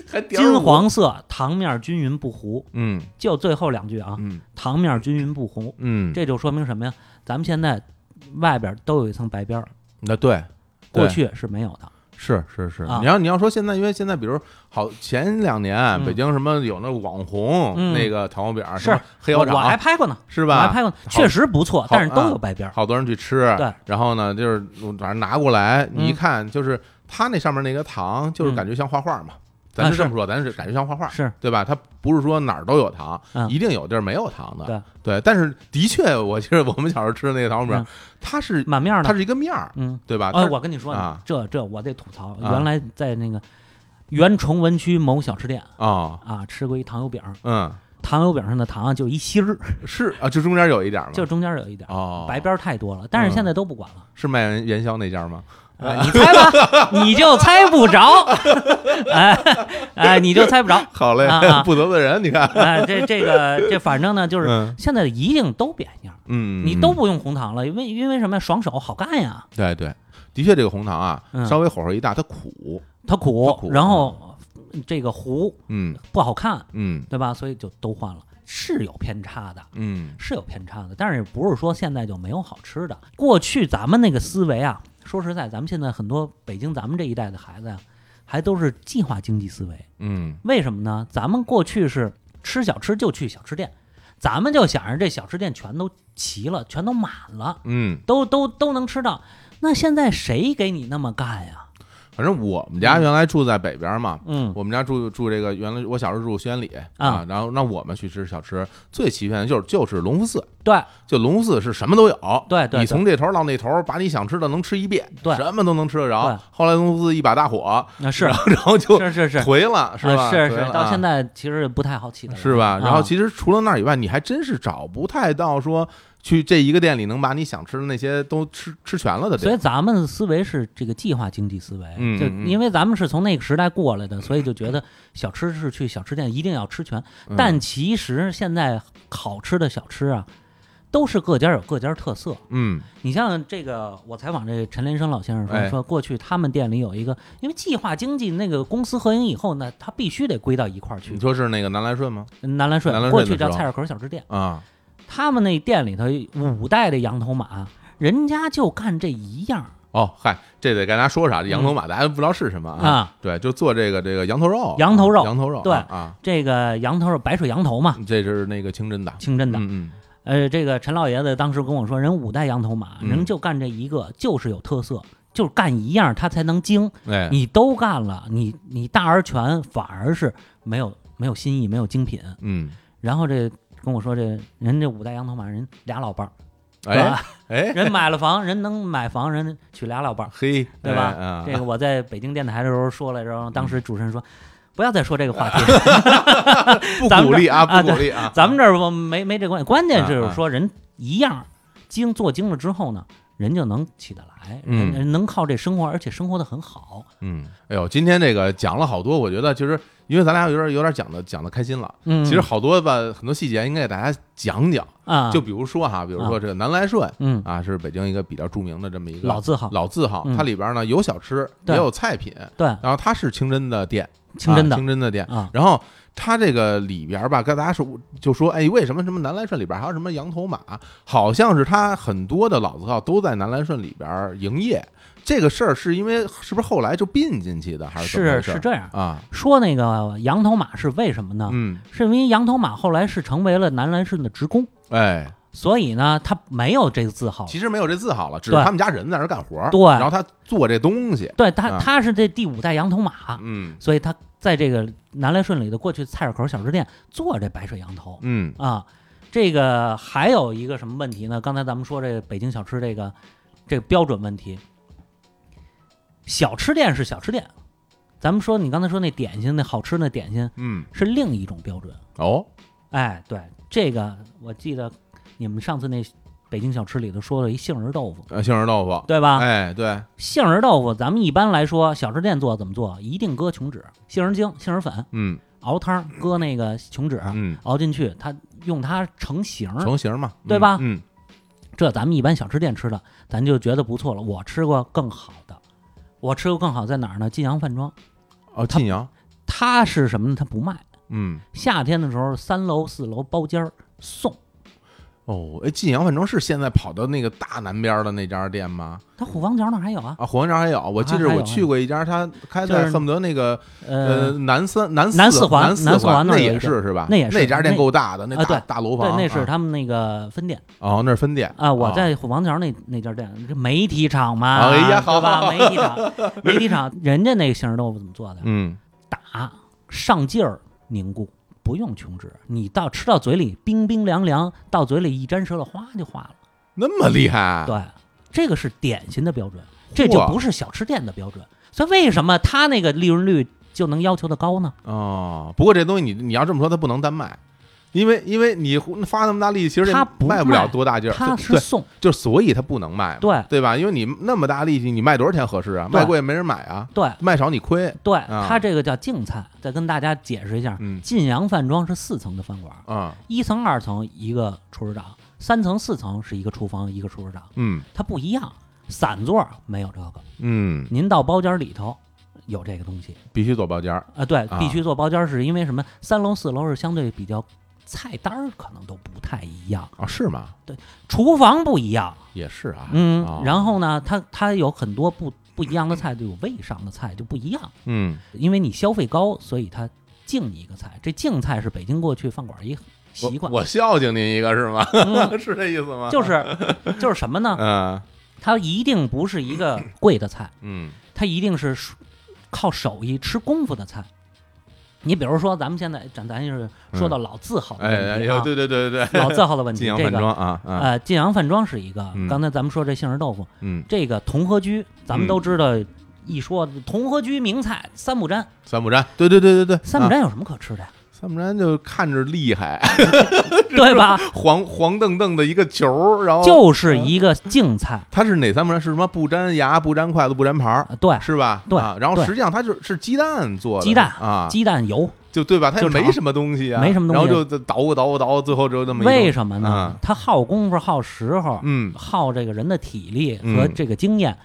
[SPEAKER 1] 还点儿
[SPEAKER 6] 金
[SPEAKER 1] 我，
[SPEAKER 6] 黄色，糖面均匀不糊。
[SPEAKER 1] 嗯
[SPEAKER 6] 就最后两句啊，
[SPEAKER 1] 嗯
[SPEAKER 6] 糖面均匀不糊，
[SPEAKER 1] 嗯，
[SPEAKER 6] 这就说明什么呀？咱们现在外边都有一层白边儿，
[SPEAKER 1] 那对。
[SPEAKER 6] 过
[SPEAKER 1] 对
[SPEAKER 6] 去是没有的。
[SPEAKER 1] 是是是，
[SPEAKER 6] 啊
[SPEAKER 1] 你要你要说现在，因为现在比如好前两年啊
[SPEAKER 6] 嗯
[SPEAKER 1] 北京什么有那网红
[SPEAKER 6] 嗯
[SPEAKER 1] 那个糖油饼儿，
[SPEAKER 6] 是
[SPEAKER 1] 什么黑
[SPEAKER 6] 我
[SPEAKER 1] 腰
[SPEAKER 6] 我还
[SPEAKER 1] 掌
[SPEAKER 6] 拍过呢，
[SPEAKER 1] 啊是
[SPEAKER 6] 我还
[SPEAKER 1] 吧？
[SPEAKER 6] 拍过呢，确实不错
[SPEAKER 1] 好，嗯
[SPEAKER 6] 但是都有白边儿。
[SPEAKER 1] 好多人去吃，
[SPEAKER 6] 对，
[SPEAKER 1] 然后呢就是反正拿过来，你一
[SPEAKER 6] 嗯
[SPEAKER 1] 看就是它那上面那个糖，就是
[SPEAKER 6] 嗯啊
[SPEAKER 1] 感觉像画画嘛。咱就是这么说，咱是感觉像画画，
[SPEAKER 6] 是
[SPEAKER 1] 对吧？它不是说哪儿都有糖，
[SPEAKER 6] 嗯
[SPEAKER 1] 一定有地儿没有糖的。对，但是的确，我记得我们小时候吃的那个糖油饼儿
[SPEAKER 6] 嗯，
[SPEAKER 1] 它是
[SPEAKER 6] 满面儿
[SPEAKER 1] 它
[SPEAKER 6] 的，
[SPEAKER 1] 是一个面儿，
[SPEAKER 6] 嗯，
[SPEAKER 1] 对吧？
[SPEAKER 6] 哎，
[SPEAKER 1] 它
[SPEAKER 6] 我跟你说呢
[SPEAKER 1] 啊，
[SPEAKER 6] 这这我得吐槽，
[SPEAKER 1] 啊
[SPEAKER 6] 原来在那个原崇文区某小吃店
[SPEAKER 1] 哦，
[SPEAKER 6] 啊，吃过一糖油饼儿，
[SPEAKER 1] 嗯，
[SPEAKER 6] 糖油饼上的糖啊就一芯儿，
[SPEAKER 1] 是啊，就中间有一点儿嘛，
[SPEAKER 6] 就中间有一点儿，
[SPEAKER 1] 哦，
[SPEAKER 6] 白边儿太多了。但是现在都不管了，
[SPEAKER 1] 是卖元元宵那家吗？
[SPEAKER 6] 啊你猜吧，你就猜不着， <laughs> 哎哎，你就猜不着。
[SPEAKER 1] 好嘞
[SPEAKER 6] 啊啊，
[SPEAKER 1] <laughs> 不得罪人，你看，
[SPEAKER 6] 哎，这这个这反正呢，就是
[SPEAKER 1] 嗯
[SPEAKER 6] 现在一定都变样，
[SPEAKER 1] 嗯，
[SPEAKER 6] 你都
[SPEAKER 1] 嗯
[SPEAKER 6] 不用红糖了，因为因为什么呀？爽手好干呀，
[SPEAKER 1] 对对，的确这个红糖啊，
[SPEAKER 6] 嗯
[SPEAKER 1] 稍微火候一大，它苦，它
[SPEAKER 6] 它苦
[SPEAKER 1] 苦，
[SPEAKER 6] 然后这个糊
[SPEAKER 1] 嗯
[SPEAKER 6] 不好看，
[SPEAKER 1] 嗯
[SPEAKER 6] 对吧？所以就都换了，是有偏差的。
[SPEAKER 1] 嗯，
[SPEAKER 6] 是有偏差的，但是不是说现在就没有好吃的？过去咱们那个思维啊，说实在，咱们现在很多北京咱们这一代的孩子呀、还都是计划经济思维。
[SPEAKER 1] 嗯
[SPEAKER 6] 为什么呢？咱们过去是吃小吃就去小吃店，咱们就想着这小吃店全都齐了，全都满了，
[SPEAKER 1] 嗯，
[SPEAKER 6] 都都都能吃到。那现在谁给你那么干呀？
[SPEAKER 1] 反正我们家原来住在北边嘛，
[SPEAKER 6] 嗯
[SPEAKER 1] 我们家住住这个原来我小时候住宣礼
[SPEAKER 6] 啊，
[SPEAKER 1] 然后那我们去吃小吃最齐全的就是就是隆福寺，
[SPEAKER 6] 对
[SPEAKER 1] 就隆福寺是什么都有，
[SPEAKER 6] 对对
[SPEAKER 1] 你
[SPEAKER 6] 对
[SPEAKER 1] 从这头到那头，把你想吃的能吃一遍，
[SPEAKER 6] 对
[SPEAKER 1] 什么都能吃得着
[SPEAKER 6] 对。
[SPEAKER 1] 后来隆福寺一把大火，
[SPEAKER 6] 那
[SPEAKER 1] <laughs>
[SPEAKER 6] 啊是
[SPEAKER 1] 然后然后就是
[SPEAKER 6] 是是
[SPEAKER 1] 颓了，是吧？
[SPEAKER 6] 啊是
[SPEAKER 1] 颓了
[SPEAKER 6] 是，到现。在其实不太好起的
[SPEAKER 1] 啊
[SPEAKER 6] 了，
[SPEAKER 1] 是吧？然后
[SPEAKER 6] 啊
[SPEAKER 1] 其实除了那儿以外，你还真是找不太到说去这一个店里能把你想吃的那些都吃吃全了的
[SPEAKER 6] 所以
[SPEAKER 1] 店。
[SPEAKER 6] 咱们的思维是这个计划经济思维，
[SPEAKER 1] 嗯
[SPEAKER 6] 就
[SPEAKER 1] 嗯嗯
[SPEAKER 6] 因为咱们是从那个时代过来的，所以就觉得小吃是去小吃店一定要吃全。
[SPEAKER 1] 嗯
[SPEAKER 6] 但其实现在好吃的小吃啊，都是各家有各家特色。
[SPEAKER 1] 嗯
[SPEAKER 6] 你像这个，我采访这陈连生老先生
[SPEAKER 1] 哎
[SPEAKER 6] 说，说过去他们店里有一个，因为计划经济那个公私合营以后呢，它必须得归到一块儿去
[SPEAKER 1] 你。说是那个南来顺吗？
[SPEAKER 6] 南兰
[SPEAKER 1] 南兰
[SPEAKER 6] 顺
[SPEAKER 1] 顺
[SPEAKER 6] 过
[SPEAKER 1] 的
[SPEAKER 6] 去
[SPEAKER 1] 时
[SPEAKER 6] 叫
[SPEAKER 1] 候
[SPEAKER 6] 菜市口小吃店，
[SPEAKER 1] 啊，
[SPEAKER 6] 他们那店里头五代的羊头马，人家就干这一样儿
[SPEAKER 1] 哦，嗨，这得跟大家说啊啥？这羊头马大家都不知道是什么啊？
[SPEAKER 6] 嗯啊。
[SPEAKER 1] 对，就做这个这个羊头肉，啊
[SPEAKER 6] 羊头肉
[SPEAKER 1] 羊头肉，
[SPEAKER 6] 对
[SPEAKER 1] 啊，
[SPEAKER 6] 这个羊头是白水羊头嘛，
[SPEAKER 1] 这是那个清真的，
[SPEAKER 6] 清真的。
[SPEAKER 1] 嗯
[SPEAKER 6] 呃，这个陈老爷子当时跟我说，人五代羊头马，
[SPEAKER 1] 嗯
[SPEAKER 6] 人就干这一个，就是有特色，就是干一样他才能精。
[SPEAKER 1] 嗯，哎，
[SPEAKER 6] 你都干了，你你大而全反而是没有没有新意，没有精品。
[SPEAKER 1] 嗯，
[SPEAKER 6] 然后这跟我说这人这五代羊头马人俩老伴
[SPEAKER 1] <laughs>
[SPEAKER 6] 儿，是
[SPEAKER 1] 哎
[SPEAKER 6] 吧
[SPEAKER 1] 哎，
[SPEAKER 6] 人买了房，人能买房，人娶俩老伴儿。
[SPEAKER 1] 嘿，
[SPEAKER 6] 对吧
[SPEAKER 1] 哎啊，
[SPEAKER 6] 这个我在北京电台的时候说来着，然后当时主持人说。不要再说这个话题，
[SPEAKER 1] 啊不
[SPEAKER 6] 咱们
[SPEAKER 1] 鼓
[SPEAKER 6] 这
[SPEAKER 1] 励啊，
[SPEAKER 6] 啊
[SPEAKER 1] 不鼓励啊，
[SPEAKER 6] 咱们这儿不没没这关系，关键
[SPEAKER 1] 啊
[SPEAKER 6] 就
[SPEAKER 1] 啊
[SPEAKER 6] 是说人一样精做精了之后呢，人就能起得来，
[SPEAKER 1] 嗯
[SPEAKER 6] 人能靠这生活，而且生活的很好。
[SPEAKER 1] 嗯，哎呦，今天这个讲了好多，我觉得其实因为咱俩有点有点讲的讲的开心了，
[SPEAKER 6] 嗯，
[SPEAKER 1] 其实好多吧，很多细节应该给大家讲讲，
[SPEAKER 6] 啊，
[SPEAKER 1] 就比如说哈，比如说这个南来顺
[SPEAKER 6] 嗯
[SPEAKER 1] 啊，是北京一个比较著名的这么一个
[SPEAKER 6] 老字号，
[SPEAKER 1] 老字号，
[SPEAKER 6] 嗯
[SPEAKER 1] 它里边呢有小吃，也
[SPEAKER 6] 对
[SPEAKER 1] 有菜品，
[SPEAKER 6] 对，
[SPEAKER 1] 然后它是清真的店，
[SPEAKER 6] 清真
[SPEAKER 1] 啊
[SPEAKER 6] 的
[SPEAKER 1] 清真的店。
[SPEAKER 6] 啊，
[SPEAKER 1] 然后它这个里边吧，跟大家说就说，哎，为什么什么南来顺里边还有什么羊头马？好像是它很多的老字号都在南来顺里边营业。这个事儿是因为是不是后来就并进去的，还是怎么
[SPEAKER 6] 是
[SPEAKER 1] 回事？
[SPEAKER 6] 是啊这样。
[SPEAKER 1] 啊，
[SPEAKER 6] 说那个羊头马是为什么呢？
[SPEAKER 1] 嗯，
[SPEAKER 6] 是因为羊头马后来是成为了南来顺的职工，
[SPEAKER 1] 哎，
[SPEAKER 6] 所以呢，他没有这个字号。
[SPEAKER 1] 其实没有这字号了，只是
[SPEAKER 6] 对
[SPEAKER 1] 他们家人在那儿干活儿，
[SPEAKER 6] 对
[SPEAKER 1] 然后他做这东西，
[SPEAKER 6] 对他，
[SPEAKER 1] 啊
[SPEAKER 6] 他是这第五代羊头马，
[SPEAKER 1] 嗯
[SPEAKER 6] 所以他在这个南来顺里的过去菜市口小吃店做这白水羊头
[SPEAKER 1] 嗯
[SPEAKER 6] 啊。这个还有一个什么问题呢？刚才咱们说这个北京小吃这个这个标准问题，小吃店是小吃店，咱们说你刚才说那点心那好吃那点心
[SPEAKER 1] 嗯，
[SPEAKER 6] 是另一种标准。
[SPEAKER 1] 哦，
[SPEAKER 6] 哎，对，这个我记得你们上次那北京小吃里头说了一杏仁豆腐，
[SPEAKER 1] 呃杏仁豆腐，
[SPEAKER 6] 对啊吧？
[SPEAKER 1] 哎，对，
[SPEAKER 6] 杏仁豆腐，咱们一般来说，小吃店做怎么做？一定搁琼脂、杏仁精、杏仁粉，
[SPEAKER 1] 嗯
[SPEAKER 6] 熬汤搁那个琼脂，
[SPEAKER 1] 嗯，
[SPEAKER 6] 熬进去，它用它成型儿。
[SPEAKER 1] 成型嘛，
[SPEAKER 6] 对
[SPEAKER 1] 嗯
[SPEAKER 6] 吧
[SPEAKER 1] 嗯，
[SPEAKER 6] 这咱们一般小吃店吃的，咱就觉得不错了。我吃过更好的，我吃过更好在哪儿呢？晋阳饭庄，
[SPEAKER 1] 哦，晋阳，
[SPEAKER 6] 它是什么呢？它不卖，
[SPEAKER 1] 嗯，
[SPEAKER 6] 夏天的时候三楼四楼包间儿送。
[SPEAKER 1] 哦，哎，晋阳反正是现在跑到那个大南边的那家店吗？
[SPEAKER 6] 它虎坊桥那儿还有啊，
[SPEAKER 1] 啊，黄家还有，我记
[SPEAKER 6] 啊
[SPEAKER 1] 着
[SPEAKER 6] 还有
[SPEAKER 1] 我去过一家，他开
[SPEAKER 6] 就
[SPEAKER 1] 在
[SPEAKER 6] 是
[SPEAKER 1] 恨不得那个呃
[SPEAKER 6] 呃，
[SPEAKER 1] 南三南
[SPEAKER 6] 南
[SPEAKER 1] 四
[SPEAKER 6] 四环
[SPEAKER 1] 南
[SPEAKER 6] 南四
[SPEAKER 1] 环
[SPEAKER 6] 环那
[SPEAKER 1] 那
[SPEAKER 6] 儿
[SPEAKER 1] 也
[SPEAKER 6] 有一个
[SPEAKER 1] 是是吧？
[SPEAKER 6] 那也是
[SPEAKER 1] 那家店
[SPEAKER 6] 那
[SPEAKER 1] 够大的，那
[SPEAKER 6] 啊
[SPEAKER 1] 大
[SPEAKER 6] 对
[SPEAKER 1] 大楼
[SPEAKER 6] 对
[SPEAKER 1] 房，，
[SPEAKER 6] 那是
[SPEAKER 1] 啊
[SPEAKER 6] 他们那个分店。
[SPEAKER 1] 哦，那是分店
[SPEAKER 6] 啊，我
[SPEAKER 1] 哦
[SPEAKER 6] 在虎坊桥那那家店，这媒体场嘛，
[SPEAKER 1] 哎呀好
[SPEAKER 6] 对吧？
[SPEAKER 1] 好好
[SPEAKER 6] 媒体
[SPEAKER 1] <laughs>
[SPEAKER 6] 场，媒体场，人家那个杏仁豆腐怎么做的？
[SPEAKER 1] 嗯，
[SPEAKER 6] 打上劲儿凝固，不用琼脂，你到吃到嘴里冰冰凉凉，到嘴里一沾舌头，哗就化了。
[SPEAKER 1] 那么厉害，啊
[SPEAKER 6] 对，这个是典型的标准，这就
[SPEAKER 1] 哇
[SPEAKER 6] 不是小吃店的标
[SPEAKER 1] 啊
[SPEAKER 6] 准。所以为什么他那个利润率就能要求的高呢？
[SPEAKER 1] 哦，不过这东西你你要这么说，它不能单卖，因为因为你胡发那么大力，其实这
[SPEAKER 6] 它不
[SPEAKER 1] 卖不
[SPEAKER 6] 卖
[SPEAKER 1] 了多大劲儿，
[SPEAKER 6] 他
[SPEAKER 1] 就是对，
[SPEAKER 6] 送，
[SPEAKER 1] 就所以它不能卖嘛，
[SPEAKER 6] 对
[SPEAKER 1] 对吧？因为你那么大力气，你卖多少钱合适啊？
[SPEAKER 6] 对
[SPEAKER 1] 卖贵没人买啊，
[SPEAKER 6] 对
[SPEAKER 1] 卖少你亏，
[SPEAKER 6] 对，
[SPEAKER 1] 啊
[SPEAKER 6] 他这个叫竞菜。再跟大家解释一下，
[SPEAKER 1] 嗯
[SPEAKER 6] 晋阳饭庄是四层的饭馆。
[SPEAKER 1] 啊，
[SPEAKER 6] 一层、二层一个厨师长，三层、四层是一个厨房一个厨师长，
[SPEAKER 1] 嗯
[SPEAKER 6] 它不一样。散座没有这个，
[SPEAKER 1] 嗯，
[SPEAKER 6] 您到包间里头有这个东西
[SPEAKER 1] 必须走包间儿，
[SPEAKER 6] 啊。对
[SPEAKER 1] 啊，
[SPEAKER 6] 必须做包间，是因为什么？三楼、四楼是相对比较菜单儿可能都不太一样，
[SPEAKER 1] 啊，是吗？
[SPEAKER 6] 厨房不一样，
[SPEAKER 1] 也是啊，
[SPEAKER 6] 嗯。
[SPEAKER 1] 哦
[SPEAKER 6] 然后呢，它它有很多不不一样的菜就有味上的菜就不一样，
[SPEAKER 1] 嗯
[SPEAKER 6] 因为你消费高，所以它敬你一个菜。这敬菜是北京过去饭馆一习惯，
[SPEAKER 1] 我我孝敬您一个是吗？ <laughs>
[SPEAKER 6] 嗯
[SPEAKER 1] 是这意思吗？
[SPEAKER 6] 就是啊就是什么呢？
[SPEAKER 1] 嗯
[SPEAKER 6] 它一定不是一个贵的菜，
[SPEAKER 1] 嗯
[SPEAKER 6] 它一定是属靠手艺吃功夫的菜。你比如说，咱们现在咱咱就是说到老字号的
[SPEAKER 1] 哎
[SPEAKER 6] 问题啊，
[SPEAKER 1] 哎呦对对对对对， <laughs>
[SPEAKER 6] 老字号的问题，
[SPEAKER 1] 晋阳
[SPEAKER 6] 这
[SPEAKER 1] 饭
[SPEAKER 6] 个
[SPEAKER 1] 庄啊啊
[SPEAKER 6] 呃，晋阳饭庄是一个
[SPEAKER 1] 嗯。
[SPEAKER 6] 刚才咱们说这杏仁豆腐，
[SPEAKER 1] 嗯，
[SPEAKER 6] 这个同和居，咱
[SPEAKER 1] 嗯
[SPEAKER 6] 们都知道，一说同和居名菜三不沾，
[SPEAKER 1] 三不沾，对对对对对，
[SPEAKER 6] 三不
[SPEAKER 1] 啊
[SPEAKER 6] 沾有什么
[SPEAKER 1] <laughs>
[SPEAKER 6] 可吃的呀？
[SPEAKER 1] 三不沾就看着厉害，
[SPEAKER 6] 对
[SPEAKER 1] <laughs>
[SPEAKER 6] 吧？
[SPEAKER 1] 黄黄澄澄的一个球儿，然后
[SPEAKER 6] 就是一个净菜，
[SPEAKER 1] 它是哪三不沾？是什么不沾牙、不沾筷子、不沾盘儿，
[SPEAKER 6] 呃对，
[SPEAKER 1] 是吧？
[SPEAKER 6] 对
[SPEAKER 1] 啊，然后
[SPEAKER 6] 对
[SPEAKER 1] 实际上它就是鸡蛋做的，
[SPEAKER 6] 鸡蛋
[SPEAKER 1] 啊，
[SPEAKER 6] 鸡蛋油。
[SPEAKER 1] 就对吧？它也
[SPEAKER 6] 就
[SPEAKER 1] 没
[SPEAKER 6] 炒
[SPEAKER 1] 什么东西啊，
[SPEAKER 6] 没什么东西
[SPEAKER 1] 然后就捣鼓捣鼓捣鼓，最后只有这么一种
[SPEAKER 6] 为什么呢
[SPEAKER 1] 啊？
[SPEAKER 6] 它耗功夫、耗时候、
[SPEAKER 1] 嗯
[SPEAKER 6] 耗这个人的体力和这个经验。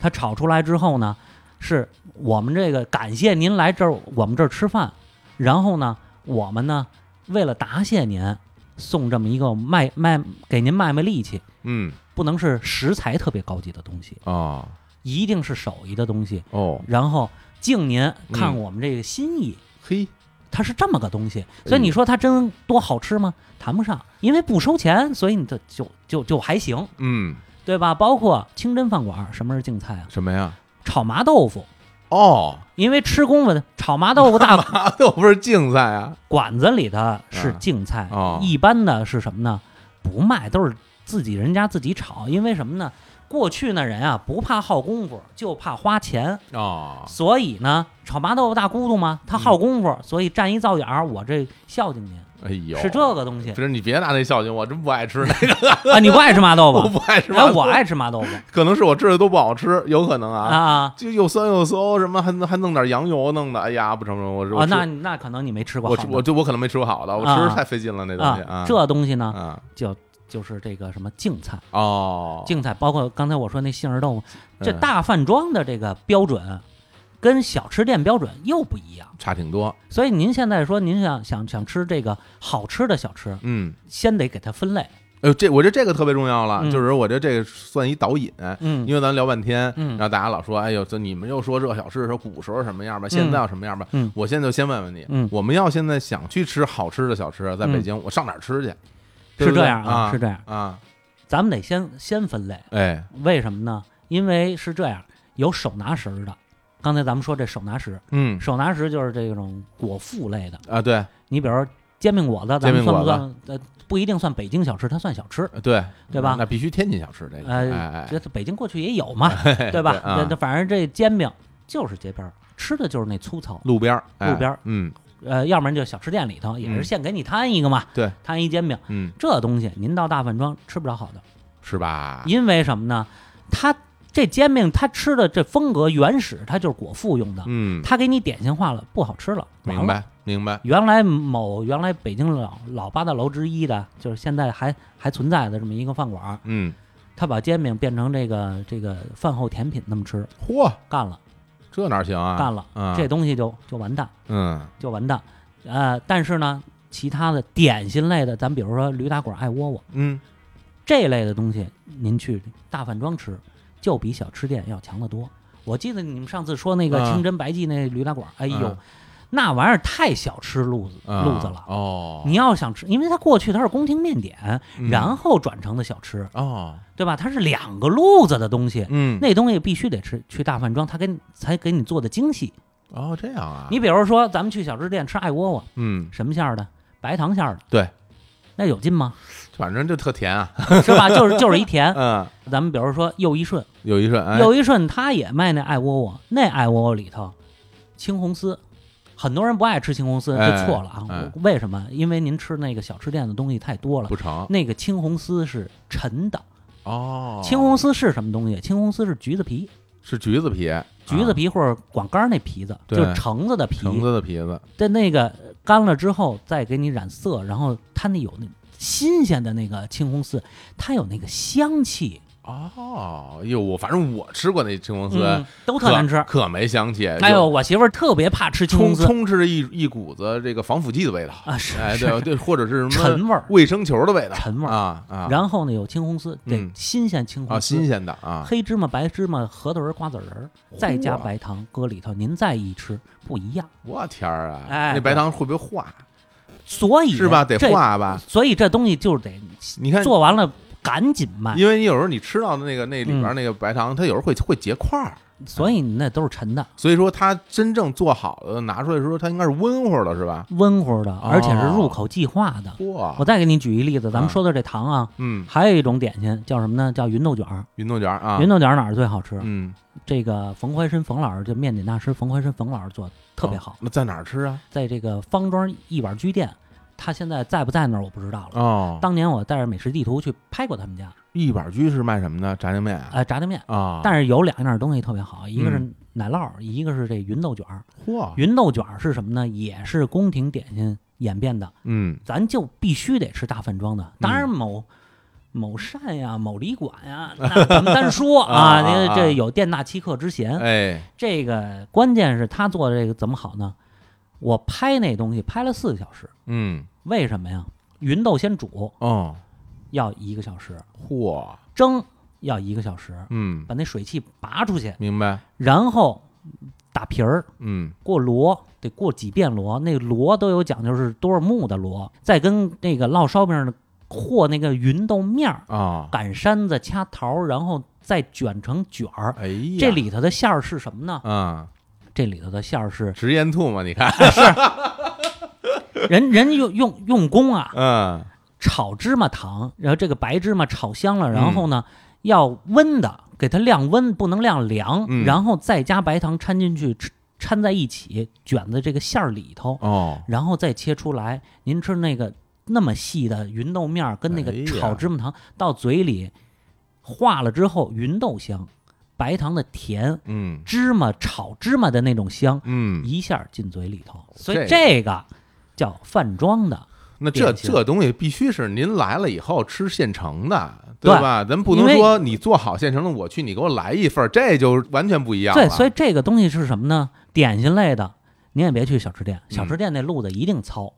[SPEAKER 6] 它炒出来之后呢，是我们这个感谢您来这儿，我们这儿吃饭，然后呢，我们呢为了答谢您，送这么一个卖卖给您卖卖力气。
[SPEAKER 1] 嗯
[SPEAKER 6] 不能是食材特别高级的东西，
[SPEAKER 1] 哦
[SPEAKER 6] 一定是手艺的东西。
[SPEAKER 1] 哦
[SPEAKER 6] 然后敬您看我们这个心意，
[SPEAKER 1] 嘿
[SPEAKER 6] 它是这么个东西。所以你说它真多好吃吗？谈不上，因为不收钱，所以你的就就就还行，
[SPEAKER 1] 嗯
[SPEAKER 6] 对吧？包括清真饭馆，什么是净菜啊？
[SPEAKER 1] 什么呀？
[SPEAKER 6] 炒麻豆腐，
[SPEAKER 1] 哦， <laughs>
[SPEAKER 6] 因为吃功夫的炒麻豆腐大
[SPEAKER 1] 麻豆不是竞赛啊，
[SPEAKER 6] 馆子里的是净菜，
[SPEAKER 1] 哦
[SPEAKER 6] 一般的是什么呢？不卖，都是自己人家自己炒，因为什么呢？过去那人啊，不怕耗功夫，就怕花钱。
[SPEAKER 1] 哦嗯
[SPEAKER 6] 所以呢，炒麻豆腐大咕嘟嘛，他耗功夫，所以站一灶眼儿，我这孝敬您，
[SPEAKER 1] 哎呦，
[SPEAKER 6] 是这个东西
[SPEAKER 1] <laughs> 不是你别拿那孝敬，我真不爱吃那个，
[SPEAKER 6] 啊。你不爱吃麻豆
[SPEAKER 1] 我
[SPEAKER 6] 腐
[SPEAKER 1] 不？爱吃麻
[SPEAKER 6] 哎，
[SPEAKER 1] 豆腐，
[SPEAKER 6] 我爱吃麻豆腐
[SPEAKER 1] <laughs> 可能是我吃的都不好吃，有可能啊，
[SPEAKER 6] 啊
[SPEAKER 1] 就又酸又馊，什么还还弄点羊油弄的，哎呀，不成不成，我
[SPEAKER 6] 啊
[SPEAKER 1] 我！吃
[SPEAKER 6] 那那可能你没吃过
[SPEAKER 1] 我
[SPEAKER 6] 好
[SPEAKER 1] 吃
[SPEAKER 6] 的
[SPEAKER 1] 我就我可能没吃过好的，我吃
[SPEAKER 6] 啊
[SPEAKER 1] 太费劲了那东西
[SPEAKER 6] 啊
[SPEAKER 1] 啊，，
[SPEAKER 6] 这东西呢
[SPEAKER 1] 啊
[SPEAKER 6] 就是这个什么净菜，
[SPEAKER 1] 哦，
[SPEAKER 6] 净菜包括刚才我说那杏仁豆腐，这
[SPEAKER 1] 嗯
[SPEAKER 6] 大饭庄的这个标准跟小吃店标准又不一样。
[SPEAKER 1] 差挺多，
[SPEAKER 6] 所以您现在说您想想想吃这个好吃的小吃，
[SPEAKER 1] 嗯。
[SPEAKER 6] 先得给它分类。
[SPEAKER 1] 哎呦，这我觉得这个特别重要了，
[SPEAKER 6] 嗯
[SPEAKER 1] 就是我觉得这个算一导引，
[SPEAKER 6] 嗯
[SPEAKER 1] 因为咱聊半天，
[SPEAKER 6] 嗯
[SPEAKER 1] 然后大家老说，哎呦，这你们又说这小吃说古时候什么样吧，现在要什么样吧，
[SPEAKER 6] 嗯
[SPEAKER 1] 我现在就先问问你，
[SPEAKER 6] 嗯
[SPEAKER 1] 我们要现在想去吃好吃的小吃，在北京、我上哪儿吃去？对
[SPEAKER 6] 是
[SPEAKER 1] 不对
[SPEAKER 6] 这样
[SPEAKER 1] 啊，
[SPEAKER 6] 是这样，
[SPEAKER 1] 啊，
[SPEAKER 6] 咱们得先先分类。
[SPEAKER 1] 哎，
[SPEAKER 6] 为什么呢？因为是这样，有手拿食儿的。刚才咱们说这手拿食，
[SPEAKER 1] 嗯
[SPEAKER 6] 手拿食就是这种果腹类的。
[SPEAKER 1] 啊，对
[SPEAKER 6] 你比如说煎饼果子，咱
[SPEAKER 1] 煎饼
[SPEAKER 6] 们
[SPEAKER 1] 果
[SPEAKER 6] 算不
[SPEAKER 1] 子
[SPEAKER 6] 算？呃，不一定算北京小吃，它算小吃。
[SPEAKER 1] 对
[SPEAKER 6] 对吧
[SPEAKER 1] 那必须天津小吃这个，哎
[SPEAKER 6] 呃，
[SPEAKER 1] 哎
[SPEAKER 6] 这北京过去也有嘛，
[SPEAKER 1] <laughs> 哎，
[SPEAKER 6] 对吧？
[SPEAKER 1] 啊
[SPEAKER 6] 这这反正这煎饼就是街边儿吃的，就是那粗糙。
[SPEAKER 1] 路边儿，哎
[SPEAKER 6] 路边儿，
[SPEAKER 1] 嗯
[SPEAKER 6] 呃，要不然就小吃店里头也
[SPEAKER 1] 嗯
[SPEAKER 6] 是现给你摊一个嘛，
[SPEAKER 1] 对，
[SPEAKER 6] 摊一煎饼。
[SPEAKER 1] 嗯，
[SPEAKER 6] 这东西您到大饭庄吃不着好的，
[SPEAKER 1] 是吧？
[SPEAKER 6] 因为什么呢？它这煎饼它吃的这风格原始，它就是果腹用的。
[SPEAKER 1] 嗯，
[SPEAKER 6] 他给你典型化了，不好吃了，完
[SPEAKER 1] 明
[SPEAKER 6] 了。
[SPEAKER 1] 白明白，
[SPEAKER 6] 原来某原来北京老老八大楼之一的，就是现在还还存在的这么一个饭馆儿，
[SPEAKER 1] 嗯，
[SPEAKER 6] 他把煎饼变成这个这个饭后甜品那么吃，
[SPEAKER 1] 嚯，
[SPEAKER 6] 干了
[SPEAKER 1] 这哪行啊？
[SPEAKER 6] 干了，
[SPEAKER 1] 啊，
[SPEAKER 6] 这东西就就完蛋
[SPEAKER 1] 嗯
[SPEAKER 6] 就完蛋。呃，但是呢，其他的点心类的，咱比如说驴打滚、爱窝窝
[SPEAKER 1] 嗯，
[SPEAKER 6] 这类的东西，您去大饭庄吃，就比小吃店要强得多。我记得你们上次说那个
[SPEAKER 1] 啊
[SPEAKER 6] 清真白记那驴打滚，哎呦
[SPEAKER 1] 啊，
[SPEAKER 6] 那玩意儿太小吃路子
[SPEAKER 1] 啊
[SPEAKER 6] 路子了。
[SPEAKER 1] 哦，
[SPEAKER 6] 你要想吃，因为它过去它是宫廷面点，
[SPEAKER 1] 嗯
[SPEAKER 6] 然后转成的小吃，
[SPEAKER 1] 哦，
[SPEAKER 6] 对吧？它是两个路子的东西，
[SPEAKER 1] 嗯，
[SPEAKER 6] 那东西必须得吃。去大饭庄，它给你才给你做的精细。
[SPEAKER 1] 哦这样啊，
[SPEAKER 6] 你比如说，咱们去小吃店吃爱窝窝，
[SPEAKER 1] 嗯，
[SPEAKER 6] 什么馅儿的？白糖馅儿的。
[SPEAKER 1] 对，
[SPEAKER 6] 那有
[SPEAKER 1] <laughs>
[SPEAKER 6] 劲吗？
[SPEAKER 1] 反正就特甜啊，
[SPEAKER 6] 是吧？就是就是一甜。
[SPEAKER 1] 嗯，
[SPEAKER 6] 咱们比如说又一顺，
[SPEAKER 1] 有一瞬，哎，
[SPEAKER 6] 又一顺它也卖那爱窝窝，那爱窝窝里头青红丝。很多人不爱吃青红丝，
[SPEAKER 1] 哎
[SPEAKER 6] 这错了啊！
[SPEAKER 1] 哎
[SPEAKER 6] 我为什么？因为您吃那个小吃店的东西太多了
[SPEAKER 1] 不，成
[SPEAKER 6] 那个青红丝是沉的，
[SPEAKER 1] 哦，
[SPEAKER 6] 青红丝是什么东西？青红丝是橘子皮，
[SPEAKER 1] 是橘子皮，
[SPEAKER 6] 橘子
[SPEAKER 1] 啊
[SPEAKER 6] 皮或者管干儿那皮子，
[SPEAKER 1] 对
[SPEAKER 6] 就是橙子的皮。
[SPEAKER 1] 橙子的皮子，
[SPEAKER 6] 但那个干了之后再给你染色，然后它那有那新鲜的那个青红丝，它有那个香气，
[SPEAKER 1] 哦，哟，我反正我吃过那青红丝，
[SPEAKER 6] 嗯，都
[SPEAKER 1] 可
[SPEAKER 6] 特难吃。
[SPEAKER 1] 可没香气。
[SPEAKER 6] 哎呦，
[SPEAKER 1] 有，
[SPEAKER 6] 我媳妇儿特别怕吃青
[SPEAKER 1] 充
[SPEAKER 6] 红丝
[SPEAKER 1] 充斥一一股子这个防腐剂的味道
[SPEAKER 6] 啊，是
[SPEAKER 1] 哎，
[SPEAKER 6] 是
[SPEAKER 1] 对对，或者是什么
[SPEAKER 6] 陈味儿。
[SPEAKER 1] 卫生球的味道，
[SPEAKER 6] 陈味儿
[SPEAKER 1] 啊啊，
[SPEAKER 6] 然后呢，有青红丝，得
[SPEAKER 1] 嗯
[SPEAKER 6] 新鲜青红
[SPEAKER 1] 啊，
[SPEAKER 6] 丝，
[SPEAKER 1] 新鲜啊的啊，
[SPEAKER 6] 黑芝麻、白芝麻、核桃仁、瓜子仁儿，再加白糖搁里头，您再一吃不一样。
[SPEAKER 1] 我天儿啊，
[SPEAKER 6] 哎
[SPEAKER 1] 那白糖会不会化？
[SPEAKER 6] 所以
[SPEAKER 1] 是吧？得
[SPEAKER 6] 这，
[SPEAKER 1] 化吧？
[SPEAKER 6] 所以这东西就是得
[SPEAKER 1] 你看，
[SPEAKER 6] 做完了赶紧卖。
[SPEAKER 1] 因为你有时候你吃到的那个那里边那个白糖，它有时候会会结块儿，
[SPEAKER 6] 所以你那都是沉的、
[SPEAKER 1] 所以说它真正做好的拿出来的时候，它应该是温乎的，是吧？
[SPEAKER 6] 温乎
[SPEAKER 1] 哦
[SPEAKER 6] 的，而且是入口即化的。
[SPEAKER 1] 哇
[SPEAKER 6] 我，再给你举一例子，咱
[SPEAKER 1] 啊
[SPEAKER 6] 们说的这糖啊，
[SPEAKER 1] 嗯，
[SPEAKER 6] 还有一种点心叫什么呢？叫芸豆卷儿。
[SPEAKER 1] 芸豆卷儿啊
[SPEAKER 6] 芸，豆卷儿哪儿最好吃？
[SPEAKER 1] 嗯，
[SPEAKER 6] 这个冯怀申冯老师，就面点大师冯怀申冯老师做的特别好
[SPEAKER 1] 哦，那在哪儿吃啊？
[SPEAKER 6] 在这个方庄一碗居店，他现在在不在那儿我不知道了。
[SPEAKER 1] 哦，
[SPEAKER 6] 当年我带着美食地图去拍过他们家，
[SPEAKER 1] 一碗居是卖什么的？炸酱面啊？
[SPEAKER 6] 呃，炸酱面。
[SPEAKER 1] 啊，
[SPEAKER 6] 但是有两样东西特别好，一个是
[SPEAKER 1] 嗯哦
[SPEAKER 6] 奶酪，一个是这芸豆卷儿。
[SPEAKER 1] 嚯，
[SPEAKER 6] 芸豆卷儿是什么呢？也是宫廷点心演变的，
[SPEAKER 1] 嗯
[SPEAKER 6] 咱就必须得吃大饭庄的。当然某、某膳呀、某旅馆呀， <laughs> 那咱们单说
[SPEAKER 1] 啊
[SPEAKER 6] 啊，这、
[SPEAKER 1] 啊啊
[SPEAKER 6] 这有店大欺客之嫌。
[SPEAKER 1] 哎，
[SPEAKER 6] 这个关键是他做的这个怎么好呢？我拍那东西拍了四个小时，
[SPEAKER 1] 嗯，
[SPEAKER 6] 为什么呀？芸豆先煮
[SPEAKER 1] 哦，
[SPEAKER 6] 要一个小时，
[SPEAKER 1] 嚯，
[SPEAKER 6] 蒸要一个小时，
[SPEAKER 1] 嗯，
[SPEAKER 6] 把那水汽拔出去，
[SPEAKER 1] 明白，
[SPEAKER 6] 然后打皮儿，
[SPEAKER 1] 嗯，
[SPEAKER 6] 过箩，得过几遍箩，那箩都有讲究，是多少目的箩，再跟那个烙烧饼的和那个芸豆面儿，
[SPEAKER 1] 啊，
[SPEAKER 6] 擀山子掐桃儿，然后再卷成卷儿。
[SPEAKER 1] 哎呀，
[SPEAKER 6] 这里头的馅儿是什么呢？
[SPEAKER 1] 啊，
[SPEAKER 6] 这里头的馅儿是 <laughs>
[SPEAKER 1] 直咽吐嘛，你看，
[SPEAKER 6] 人人用用用功啊，
[SPEAKER 1] 嗯，
[SPEAKER 6] 炒芝麻糖，然后这个白芝麻炒香了，然后呢、要温的，给它晾温，不能晾凉，
[SPEAKER 1] 嗯
[SPEAKER 6] 然后再加白糖掺进去，掺掺在一起，卷在这个馅儿里头，
[SPEAKER 1] 哦，
[SPEAKER 6] 然后再切出来。您吃那个那么细的芸豆面儿跟那
[SPEAKER 1] 哎呀
[SPEAKER 6] 个炒芝麻糖、到嘴里化了之后，芸豆香，白糖的甜，
[SPEAKER 1] 嗯
[SPEAKER 6] 芝麻炒芝麻的那种香，
[SPEAKER 1] 嗯，哦
[SPEAKER 6] 一下进嘴里头。所
[SPEAKER 1] 这
[SPEAKER 6] 以这个叫饭庄的，
[SPEAKER 1] 那这
[SPEAKER 6] 典型
[SPEAKER 1] 这东西必须是您来了以后吃现成的，对吧？咱不能
[SPEAKER 6] 因为
[SPEAKER 1] 说你做好现成的，我去你给我来一份儿，这就完全不一样了。
[SPEAKER 6] 对，所以这个东西是什么呢？点心类的，您也别去小
[SPEAKER 1] 嗯
[SPEAKER 6] 吃店，小吃店那路子一定糙，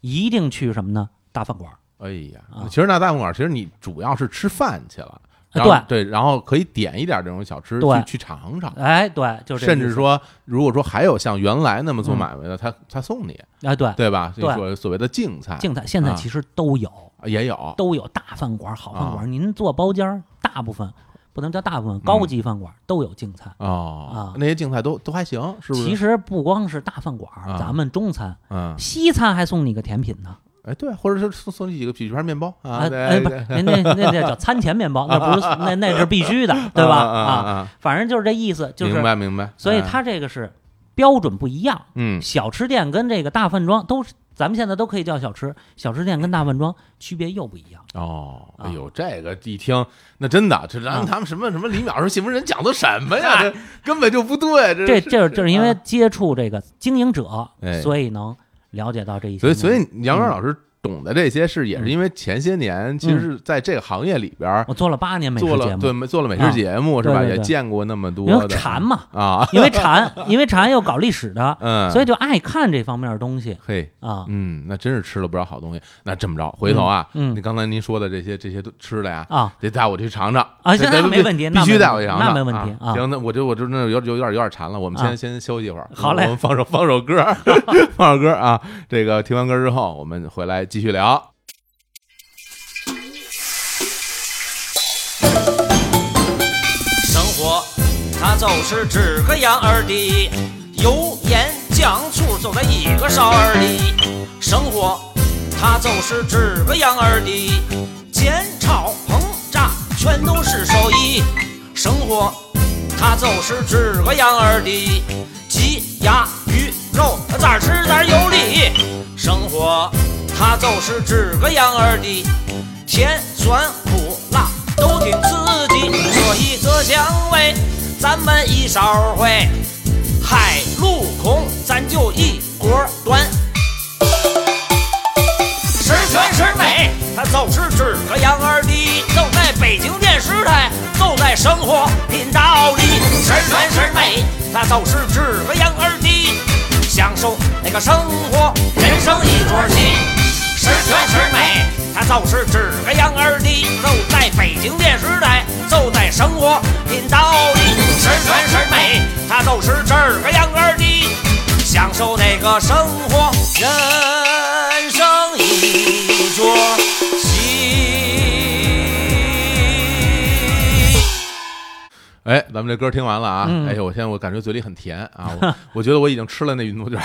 [SPEAKER 6] 一定去什么呢？大饭馆儿。
[SPEAKER 1] 哎呀
[SPEAKER 6] 啊，
[SPEAKER 1] 其实那大饭馆，其实你主要是吃饭去了，然
[SPEAKER 6] 啊
[SPEAKER 1] 后
[SPEAKER 6] 对
[SPEAKER 1] 对，然后可以点一点这种小吃去
[SPEAKER 6] 对
[SPEAKER 1] 去尝尝。
[SPEAKER 6] 哎，对，就是
[SPEAKER 1] 甚至说，如果说还有像原来那么做买卖的，他他送你，
[SPEAKER 6] 哎，对，
[SPEAKER 1] 对吧？
[SPEAKER 6] 嗯对
[SPEAKER 1] 所所谓的竞菜
[SPEAKER 6] 静态现在
[SPEAKER 1] 啊
[SPEAKER 6] 其实都有，
[SPEAKER 1] 也有，
[SPEAKER 6] 都有大饭馆儿、好饭馆
[SPEAKER 1] 啊嗯
[SPEAKER 6] 儿。您做包间儿，大部分不能叫大部分，高级饭馆儿都有竞菜。
[SPEAKER 1] 哦
[SPEAKER 6] 啊，
[SPEAKER 1] 那些竞菜都都还行，是不是？
[SPEAKER 6] 其实不光是大饭馆
[SPEAKER 1] 啊
[SPEAKER 6] 儿，咱们中餐、
[SPEAKER 1] 嗯，
[SPEAKER 6] 西餐还送你个甜品呢。
[SPEAKER 1] 哎，对，或者是送送你几个皮卷面包啊，
[SPEAKER 6] 哎
[SPEAKER 1] 对
[SPEAKER 6] 哎，不
[SPEAKER 1] 对
[SPEAKER 6] 是，那那那那叫餐前
[SPEAKER 1] <laughs>
[SPEAKER 6] 面包，那不是那那是必须的，对吧？
[SPEAKER 1] 啊啊
[SPEAKER 6] 啊，
[SPEAKER 1] 啊，
[SPEAKER 6] 反正就是这意思，就是
[SPEAKER 1] 明白明白。
[SPEAKER 6] 所以
[SPEAKER 1] 哎
[SPEAKER 6] 它这个是标准不一样。
[SPEAKER 1] 嗯
[SPEAKER 6] 小吃店跟这个大饭庄都是，咱们现在都可以叫小吃，小吃店跟大饭庄区别又不一样。
[SPEAKER 1] 哦，哎
[SPEAKER 6] 啊
[SPEAKER 1] 呦，这个一听，那真的，这咱
[SPEAKER 6] 啊
[SPEAKER 1] 们他们什么什么李淼说信封人讲的什么呀？这根本就不对，这
[SPEAKER 6] 这
[SPEAKER 1] 是
[SPEAKER 6] 这就是因为
[SPEAKER 1] 啊
[SPEAKER 6] 接触这个经营者
[SPEAKER 1] 哎，
[SPEAKER 6] 所以能了解到这一些
[SPEAKER 1] 所以
[SPEAKER 6] 东西。
[SPEAKER 1] 所以杨元老师懂得这些是
[SPEAKER 6] 嗯
[SPEAKER 1] 也是因为前些年其实是在这个行业里边儿
[SPEAKER 6] 我做了八嗯年美食
[SPEAKER 1] 做
[SPEAKER 6] 节
[SPEAKER 1] 了
[SPEAKER 6] 目，啊
[SPEAKER 1] 对做了美食节目是吧？
[SPEAKER 6] 对对
[SPEAKER 1] 也
[SPEAKER 6] 对
[SPEAKER 1] 见过那么
[SPEAKER 6] 因
[SPEAKER 1] 多
[SPEAKER 6] 为
[SPEAKER 1] 的
[SPEAKER 6] 馋嘛，
[SPEAKER 1] 啊，
[SPEAKER 6] 因
[SPEAKER 1] <laughs>
[SPEAKER 6] 为馋，因为馋又搞历史的，
[SPEAKER 1] 嗯，
[SPEAKER 6] 所以
[SPEAKER 1] 以
[SPEAKER 6] 就爱看这方面的东西
[SPEAKER 1] 嘿。
[SPEAKER 6] 啊。
[SPEAKER 1] 嗯，那真是吃了不少好东西。那这么着，回头啊，
[SPEAKER 6] 嗯嗯
[SPEAKER 1] 你刚才您说的这些这些都吃的呀，
[SPEAKER 6] 啊，
[SPEAKER 1] 得带我去尝尝
[SPEAKER 6] 啊
[SPEAKER 1] 这
[SPEAKER 6] 行
[SPEAKER 1] 这
[SPEAKER 6] 那没
[SPEAKER 1] 必
[SPEAKER 6] 问题
[SPEAKER 1] 必
[SPEAKER 6] 那
[SPEAKER 1] 须
[SPEAKER 6] 没
[SPEAKER 1] 带我
[SPEAKER 6] 问
[SPEAKER 1] 去
[SPEAKER 6] 题
[SPEAKER 1] 尝
[SPEAKER 6] 那
[SPEAKER 1] 尝。
[SPEAKER 6] 没问题
[SPEAKER 1] 啊
[SPEAKER 6] 啊
[SPEAKER 1] 行，那我这我这那有有点有点馋了，我们先先休息一会儿。
[SPEAKER 6] 好嘞
[SPEAKER 1] 我们放首放首歌儿， <laughs> 放首歌儿啊。这个听完歌儿之后，我们回来继续聊。
[SPEAKER 7] 生活，它就是只个样儿的，油盐酱醋走在一个勺儿里。生活，它就是只个样儿的，煎炒烹炸全都是手艺。生活，它就是只个样儿的，鸡鸭鱼肉咋吃咋有理。生活，它就是只个样儿的。甜酸苦辣都挺刺激，所以这香味咱们一勺会，海陆空咱就一锅端。十全十美，它就是指个羊儿的，就在北京电视台活品道理，十全十美，它就是这个样儿的，享受那个生活，人生一桌戏，十全十美，它就是这个样儿的，就在北京电视台，就在生活品道理，十全十美，它就是这个样儿的，享受那个生活，人生一桌戏。
[SPEAKER 1] 哎，咱们这歌听完了啊，
[SPEAKER 6] 嗯
[SPEAKER 1] 哎呦，我现在我感觉嘴里很甜啊，我我觉得我已经吃了那云头卷
[SPEAKER 6] <laughs>
[SPEAKER 1] 了，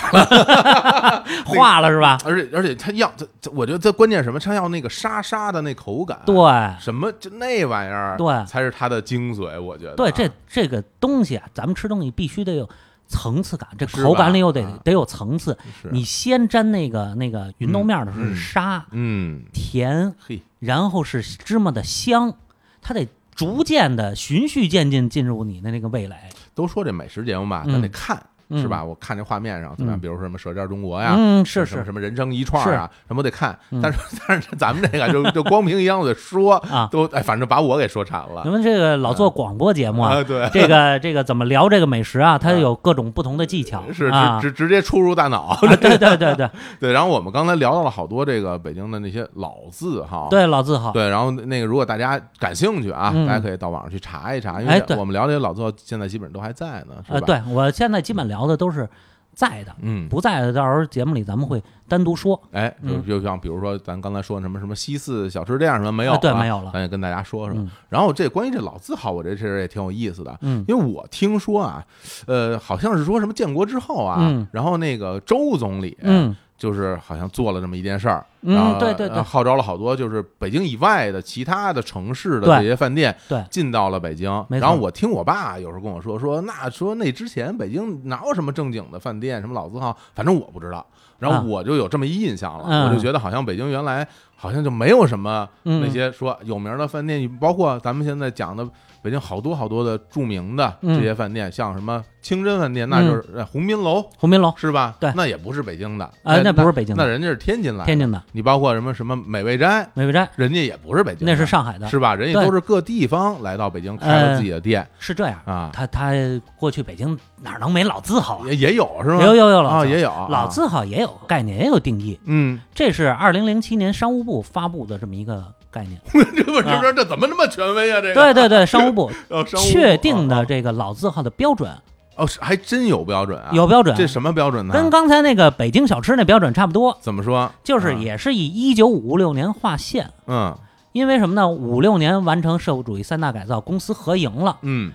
[SPEAKER 6] 化了是吧？
[SPEAKER 1] 而且而且它要它它，我觉得它关键什么，它要那个沙沙的那口感，
[SPEAKER 6] 对，
[SPEAKER 1] 什么就那玩意儿，
[SPEAKER 6] 对
[SPEAKER 1] 才是它的精髓，我觉得啊，
[SPEAKER 6] 对，这这个东西啊，咱们吃东西必须得有层次感，这
[SPEAKER 1] 是
[SPEAKER 6] 口
[SPEAKER 1] 吧
[SPEAKER 6] 感里又得
[SPEAKER 1] 啊
[SPEAKER 6] 得有层次。
[SPEAKER 1] 是
[SPEAKER 6] 你先沾那个那个芸豆面的时候
[SPEAKER 1] 嗯
[SPEAKER 6] 是沙、
[SPEAKER 1] 嗯，
[SPEAKER 6] 甜，
[SPEAKER 1] 嘿，
[SPEAKER 6] 然后是芝麻的香，它得逐渐的循序渐进进入你的那个味蕾，
[SPEAKER 1] 都说这美食节目吧，咱得
[SPEAKER 6] 嗯
[SPEAKER 1] 看。
[SPEAKER 6] 嗯
[SPEAKER 1] 是吧？？我看这画面上怎么样？
[SPEAKER 6] 嗯
[SPEAKER 1] 比如说什么《舌尖中国》呀，
[SPEAKER 6] 嗯，是
[SPEAKER 1] 什么
[SPEAKER 6] 是
[SPEAKER 1] 什么人生一串儿啊，什么都得看。
[SPEAKER 6] 嗯
[SPEAKER 1] 但是 <laughs> 但是咱们这个就就光凭一样的说，
[SPEAKER 6] 啊。
[SPEAKER 1] 都哎，反正把我给说馋
[SPEAKER 6] 你
[SPEAKER 1] 了。
[SPEAKER 6] 们这个老做广播节目啊，
[SPEAKER 1] 啊，对，
[SPEAKER 6] 这个这个怎么聊这个美食啊？它
[SPEAKER 1] 啊
[SPEAKER 6] 有各种不同的技巧，
[SPEAKER 1] 是
[SPEAKER 6] 啊，
[SPEAKER 1] 直直直接出入大脑。 <laughs>
[SPEAKER 6] 啊 <laughs> 对对对对
[SPEAKER 1] 对，然后我们刚才聊到了好多这个北京的那些老字号。。
[SPEAKER 6] 对，老字号，
[SPEAKER 1] 对，然后那个，如果大家感兴趣啊，
[SPEAKER 6] 嗯
[SPEAKER 1] 大家可以到网上去查一查，因
[SPEAKER 6] 哎
[SPEAKER 1] 为
[SPEAKER 6] 对
[SPEAKER 1] 我们聊这些老字号，现在基本上都还在呢，是吧？
[SPEAKER 6] 呃，，对我现在基本聊的都是在的，
[SPEAKER 1] 嗯，
[SPEAKER 6] 不在的到时候节目里咱们会单独说。
[SPEAKER 1] 哎，就
[SPEAKER 6] 嗯
[SPEAKER 1] 就像比如说咱刚才说什么什么西四小吃店什么没有、
[SPEAKER 6] 啊对
[SPEAKER 1] 啊
[SPEAKER 6] 没有了
[SPEAKER 1] 咱也跟大家说说。
[SPEAKER 6] 嗯
[SPEAKER 1] 然后这关于这老字号，我这事儿也挺有意思的，
[SPEAKER 6] 嗯
[SPEAKER 1] 因为我听说啊，呃，好像是说什么建国之后啊，
[SPEAKER 6] 嗯
[SPEAKER 1] 然后那个周总理，
[SPEAKER 6] 嗯
[SPEAKER 1] 就是好像做了这么一件事儿，然后啊
[SPEAKER 6] 嗯，对对
[SPEAKER 1] 然
[SPEAKER 6] 对
[SPEAKER 1] 后，号召了好多就是北京以外的其他的城市的这些饭店，
[SPEAKER 6] 对
[SPEAKER 1] 进到了北京。
[SPEAKER 6] 没错
[SPEAKER 1] 然后我听我爸有时候跟我说，说那说那之前北京哪有什么正经的饭店，什么老字号，反正我不知道。然
[SPEAKER 6] 啊
[SPEAKER 1] 后我就有这么一印象了，
[SPEAKER 6] 嗯
[SPEAKER 1] 我就觉得好像北京原来好像就没有什么
[SPEAKER 6] 嗯
[SPEAKER 1] 那些说有名的饭店，包括咱们现在讲的北京好多好多的著名的
[SPEAKER 6] 嗯
[SPEAKER 1] 这些饭店，像什么清真饭店，那就是呃鸿宾楼，
[SPEAKER 6] 鸿宾楼
[SPEAKER 1] 是吧？
[SPEAKER 6] 嗯对
[SPEAKER 1] 那也不是北京的，
[SPEAKER 6] 啊，
[SPEAKER 1] 哎那
[SPEAKER 6] 那不是北京
[SPEAKER 1] 那
[SPEAKER 6] 的，
[SPEAKER 1] 人家是天津来的，
[SPEAKER 6] 天津的
[SPEAKER 1] 你包括什么什么美味斋，
[SPEAKER 6] 美味斋，
[SPEAKER 1] 人家也不是北京的，
[SPEAKER 6] 那是上海的，
[SPEAKER 1] 是吧？人家
[SPEAKER 6] 对哎
[SPEAKER 1] 都是各地方来到北京开了自己的店
[SPEAKER 6] 是这样。
[SPEAKER 1] 啊，
[SPEAKER 6] 他他过去北京哪能没老字号啊？
[SPEAKER 1] 也也有是吗？
[SPEAKER 6] 有有有老
[SPEAKER 1] 啊，
[SPEAKER 6] 字
[SPEAKER 1] 也有
[SPEAKER 6] 号
[SPEAKER 1] 啊
[SPEAKER 6] 老字号也有概念，也有定义。
[SPEAKER 1] 嗯， <laughs>
[SPEAKER 6] 这是二零零七年商务部发布的这么一个概念。
[SPEAKER 1] 这不这不这怎么那么权威啊？这个
[SPEAKER 6] 啊对对对，商务部
[SPEAKER 1] 对， <laughs> 商务部
[SPEAKER 6] 确定
[SPEAKER 1] 啊
[SPEAKER 6] 的
[SPEAKER 1] 啊
[SPEAKER 6] 这个老字号的标准
[SPEAKER 1] 哦，是还真有标准啊，
[SPEAKER 6] 有标准，
[SPEAKER 1] 这什么标准呢？
[SPEAKER 6] 跟刚才那个北京小吃那标准差不多，
[SPEAKER 1] 怎么说？
[SPEAKER 6] 就是
[SPEAKER 1] 啊
[SPEAKER 6] 也是以一九五六年划线。
[SPEAKER 1] 嗯
[SPEAKER 6] 因为什么呢？五六年完成社会主义三大改造，公私合营了
[SPEAKER 1] 嗯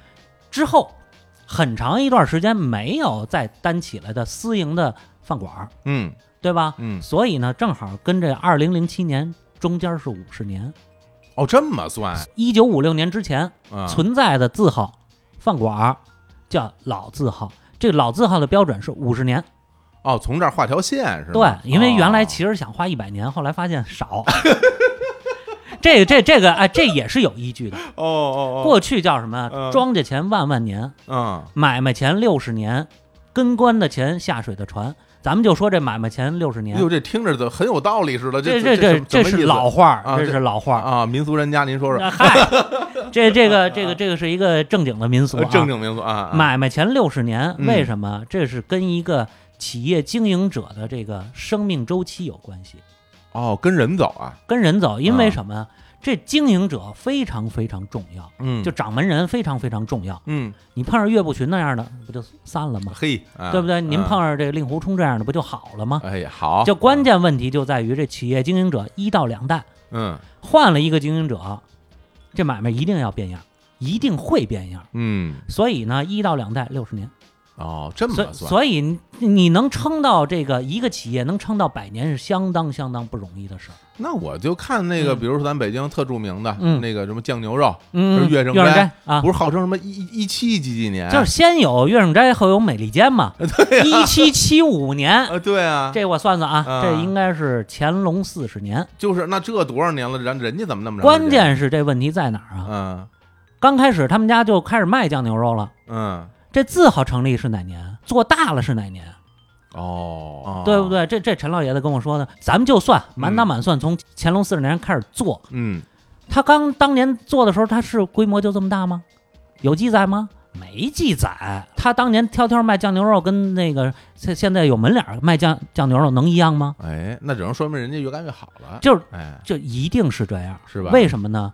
[SPEAKER 6] 之后，很长一段时间没有再单起来的私营的饭馆儿，
[SPEAKER 1] 嗯
[SPEAKER 6] 对吧？
[SPEAKER 1] 嗯，
[SPEAKER 6] 所以呢，正好跟这二零零七年中间是五十年，
[SPEAKER 1] 哦，这么算
[SPEAKER 6] 一九五六年之前
[SPEAKER 1] 啊？
[SPEAKER 6] 存在的字号饭馆儿叫老字号。这个老字号的标准是五十年，
[SPEAKER 1] 哦，从这儿画条线是
[SPEAKER 6] 对
[SPEAKER 1] 吧？，
[SPEAKER 6] 因为原来
[SPEAKER 1] 哦
[SPEAKER 6] 其实想花一百年，后来发现少。 <laughs> 这个这这个哎，这也是有依据的。
[SPEAKER 1] 哦哦
[SPEAKER 6] 过去叫什么？
[SPEAKER 1] 嗯
[SPEAKER 6] 庄稼前万万年，
[SPEAKER 1] 哦，嗯
[SPEAKER 6] 买卖前六十年，跟官的钱下水的船。咱们就说这买卖前六十
[SPEAKER 1] 哎呦，
[SPEAKER 6] 年，
[SPEAKER 1] 这听着怎很有道理似的，
[SPEAKER 6] 这
[SPEAKER 1] 这
[SPEAKER 6] 这
[SPEAKER 1] 什
[SPEAKER 6] 这
[SPEAKER 1] 什么意思
[SPEAKER 6] 是老话
[SPEAKER 1] 啊
[SPEAKER 6] 儿，这
[SPEAKER 1] 这
[SPEAKER 6] 是老话儿。
[SPEAKER 1] 啊，民俗人家，您说说
[SPEAKER 6] 啊嗨，这这个这个这个是一个正经的民俗
[SPEAKER 1] 呃
[SPEAKER 6] 啊，
[SPEAKER 1] 正经民俗啊，啊
[SPEAKER 6] 买卖前六十年，
[SPEAKER 1] 嗯
[SPEAKER 6] 为什么？这是跟一个企业经营者的这个生命周期有关系，
[SPEAKER 1] 哦，跟人走啊，
[SPEAKER 6] 跟人走。因为
[SPEAKER 1] 啊
[SPEAKER 6] 什么？这经营者非常非常重要，
[SPEAKER 1] 嗯，
[SPEAKER 6] 就掌门人非常非常重要。
[SPEAKER 1] 嗯，
[SPEAKER 6] 你碰上岳不群那样的，不就散了吗？
[SPEAKER 1] 嘿，啊
[SPEAKER 6] 对不对？您
[SPEAKER 1] 嗯
[SPEAKER 6] 碰上这个令狐冲这样的，不就好了吗？
[SPEAKER 1] 哎好，
[SPEAKER 6] 就关键问题就在于这企业经营者一到两代
[SPEAKER 1] 嗯
[SPEAKER 6] 换了一个经营者，这买卖一定要变样，一定会变样。
[SPEAKER 1] 嗯
[SPEAKER 6] 所以呢，一到两代六十年，
[SPEAKER 1] 哦，这
[SPEAKER 6] 所
[SPEAKER 1] 么算，
[SPEAKER 6] 所以你你能撑到这个一个企业能撑到百年是相当相当不容易的事儿。
[SPEAKER 1] 那我就看那个，
[SPEAKER 6] 嗯
[SPEAKER 1] 比如说咱北京特著名的
[SPEAKER 6] 嗯
[SPEAKER 1] 那个什么酱牛肉，
[SPEAKER 6] 嗯
[SPEAKER 1] 岳
[SPEAKER 6] 胜
[SPEAKER 1] 胜
[SPEAKER 6] 斋
[SPEAKER 1] 斋
[SPEAKER 6] 啊
[SPEAKER 1] 不，是号称什么一一七几几年，
[SPEAKER 6] 就是先有岳胜斋，后有美利
[SPEAKER 1] <laughs>
[SPEAKER 6] 坚嘛。一七七五年，
[SPEAKER 1] 啊，对啊，
[SPEAKER 6] 这我算算啊，
[SPEAKER 1] 啊
[SPEAKER 6] 这应该是乾隆四十年。
[SPEAKER 1] 就是那这多少年了，人人家怎么那么长
[SPEAKER 6] 关
[SPEAKER 1] 时间，
[SPEAKER 6] 键是这问题在哪儿啊？
[SPEAKER 1] 嗯
[SPEAKER 6] 刚开始他们家就开始卖酱牛肉了。
[SPEAKER 1] 嗯
[SPEAKER 6] 这字号成立是哪年？做大了是哪年？
[SPEAKER 1] 哦，哦
[SPEAKER 6] 对不？对？这这陈老爷子跟我说的，咱们就算满打
[SPEAKER 1] 嗯
[SPEAKER 6] 满算从乾隆四十年开始做，
[SPEAKER 1] 嗯，
[SPEAKER 6] 他刚当年做的时候，他是规模就这么大吗？有记载吗？没记载。他当年挑挑卖酱牛肉，跟那个现现在有门脸儿卖酱酱牛肉能一样吗？
[SPEAKER 1] 哎，那只能说明人家越干越好了，
[SPEAKER 6] 就是
[SPEAKER 1] 哎，
[SPEAKER 6] 就一定是这样，
[SPEAKER 1] 是吧
[SPEAKER 6] 为什么呢？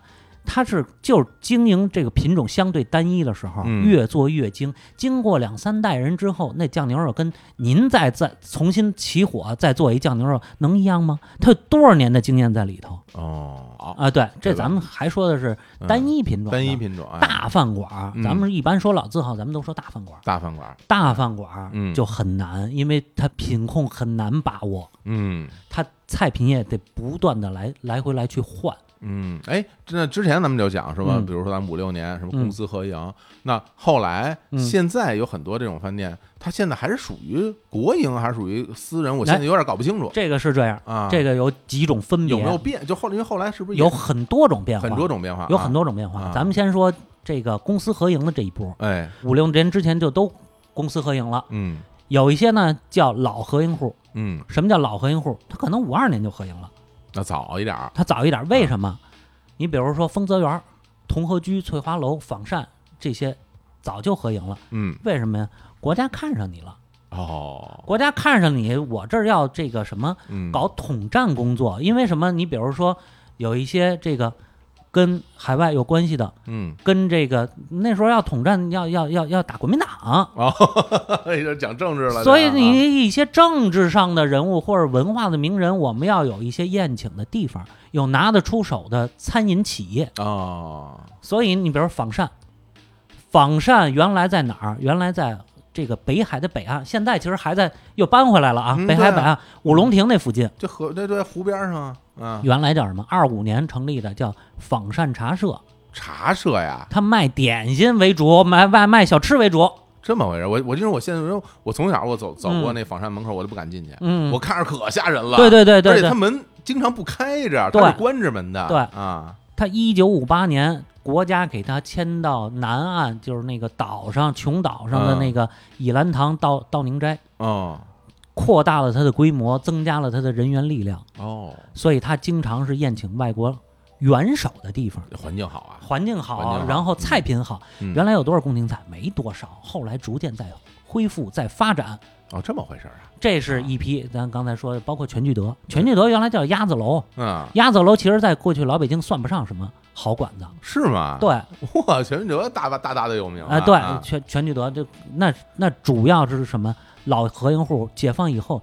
[SPEAKER 6] 他是就是经营这个品种相对单一的时候，
[SPEAKER 1] 嗯
[SPEAKER 6] 越做越精。经过两三代人之后，那酱牛肉跟您再再重新起火再做一酱牛肉能一样吗？他有多少年的经验在里头
[SPEAKER 1] 哦，好，
[SPEAKER 6] 啊？对，这
[SPEAKER 1] 对吧
[SPEAKER 6] 咱们还说的是
[SPEAKER 1] 嗯
[SPEAKER 6] 单一品种的，啊
[SPEAKER 1] 单一品种，哎
[SPEAKER 6] 大饭馆儿，
[SPEAKER 1] 嗯
[SPEAKER 6] 咱们一般说老字号，咱们都说大饭馆儿。
[SPEAKER 1] 大饭馆，
[SPEAKER 6] 大饭馆儿
[SPEAKER 1] 嗯
[SPEAKER 6] 就很难，因为它品控很难把握，
[SPEAKER 1] 嗯
[SPEAKER 6] 它菜品也得不断的来来回来去换。
[SPEAKER 1] 嗯，哎，那之前咱们就讲是吧？
[SPEAKER 6] 嗯
[SPEAKER 1] 比如说咱们五六年什么
[SPEAKER 6] 嗯
[SPEAKER 1] 公私合营，那后来
[SPEAKER 6] 嗯
[SPEAKER 1] 现在有很多这种饭店，它现在还是属于国营还是属于私人，我现在有点搞不清楚
[SPEAKER 6] 哎这个是这样，
[SPEAKER 1] 啊。
[SPEAKER 6] 这个有几种分别，
[SPEAKER 1] 有没有变？就后来因为后来是不是也
[SPEAKER 6] 有很多种变化，
[SPEAKER 1] 很多种变化？
[SPEAKER 6] 有很，多种变化。
[SPEAKER 1] 啊
[SPEAKER 6] 咱们先说这个公私合营的这一波，
[SPEAKER 1] 哎，
[SPEAKER 6] 五六年之前就都公私合营了，
[SPEAKER 1] 嗯
[SPEAKER 6] 有一些呢叫老合营户。
[SPEAKER 1] 嗯，
[SPEAKER 6] 什么叫老合营户？他可能五二年就合营了，
[SPEAKER 1] 那早一点儿，
[SPEAKER 6] 他早一点。为什么？你比如说丰泽园、同和居、翠华楼、仿膳这些，早就合营了。
[SPEAKER 1] 嗯，
[SPEAKER 6] 为什么呀？国家看上你了，
[SPEAKER 1] 哦，
[SPEAKER 6] 国家看上你，我这儿要这个什么
[SPEAKER 1] 嗯，
[SPEAKER 6] 搞统战工作，因为什么？你比如说有一些这个跟海外有关系的，
[SPEAKER 1] 嗯， <laughs>
[SPEAKER 6] 跟这个那时候要统战，要要要要打国民党，
[SPEAKER 1] 哦，有点讲政治了，
[SPEAKER 6] 所以
[SPEAKER 1] 这样啊
[SPEAKER 6] 你一些政治上的人物或者文化的名人，我们要有一些宴请的地方，有拿得出手的餐饮企业。
[SPEAKER 1] 哦，
[SPEAKER 6] 所以你比如仿膳，仿膳原来在哪儿？原来在。这个北海的北岸，现在其实还在又搬回来了啊！
[SPEAKER 1] 嗯
[SPEAKER 6] 北海北
[SPEAKER 1] 对啊
[SPEAKER 6] 岸五龙亭那附近，
[SPEAKER 1] 这河对对湖边儿上啊，
[SPEAKER 6] 原来叫什么？二五年成立的叫仿膳茶社，
[SPEAKER 1] 茶社呀，
[SPEAKER 6] 它卖点心为主，卖外卖小吃为主。
[SPEAKER 1] 这么回事儿。我我就是我现在我我从小我走走过那仿膳门口，我都不敢进去，
[SPEAKER 6] 嗯，
[SPEAKER 1] 我看着可吓人了。
[SPEAKER 6] 对对对
[SPEAKER 1] 而
[SPEAKER 6] 对
[SPEAKER 1] 且
[SPEAKER 6] 对
[SPEAKER 1] 他，门经常不开着，
[SPEAKER 6] 对
[SPEAKER 1] 它是关着门的。
[SPEAKER 6] 对
[SPEAKER 1] 啊，
[SPEAKER 6] 他一九五八年国家给他迁到南岸，就是那个岛上琼岛上的
[SPEAKER 1] 嗯
[SPEAKER 6] 那个以兰堂到到宁斋，
[SPEAKER 1] 哦
[SPEAKER 6] 扩大了它的规模，增加了它的人员力量，
[SPEAKER 1] 哦，
[SPEAKER 6] 所以它经常是宴请外国元首的地方。
[SPEAKER 1] 这环境好啊。
[SPEAKER 6] 环境好，
[SPEAKER 1] 环境好
[SPEAKER 6] 然后菜品好。
[SPEAKER 1] 嗯
[SPEAKER 6] 原来有多少宫廷菜？没多少，后来逐渐在恢复、在发展。
[SPEAKER 1] 哦，这么回事儿啊。
[SPEAKER 6] 这是一批，咱刚才说的，包括全聚德，全聚德原来叫鸭子楼，
[SPEAKER 1] 嗯，
[SPEAKER 6] 鸭子楼其实在过去老北京算不上什么好馆子，
[SPEAKER 1] 是吗？，
[SPEAKER 6] 对，
[SPEAKER 1] 哇，全聚德大大大大的有名
[SPEAKER 6] 啊，
[SPEAKER 1] 了
[SPEAKER 6] 对
[SPEAKER 1] 啊，
[SPEAKER 6] 全全聚德这那那主要是什么？老合营户解放以后，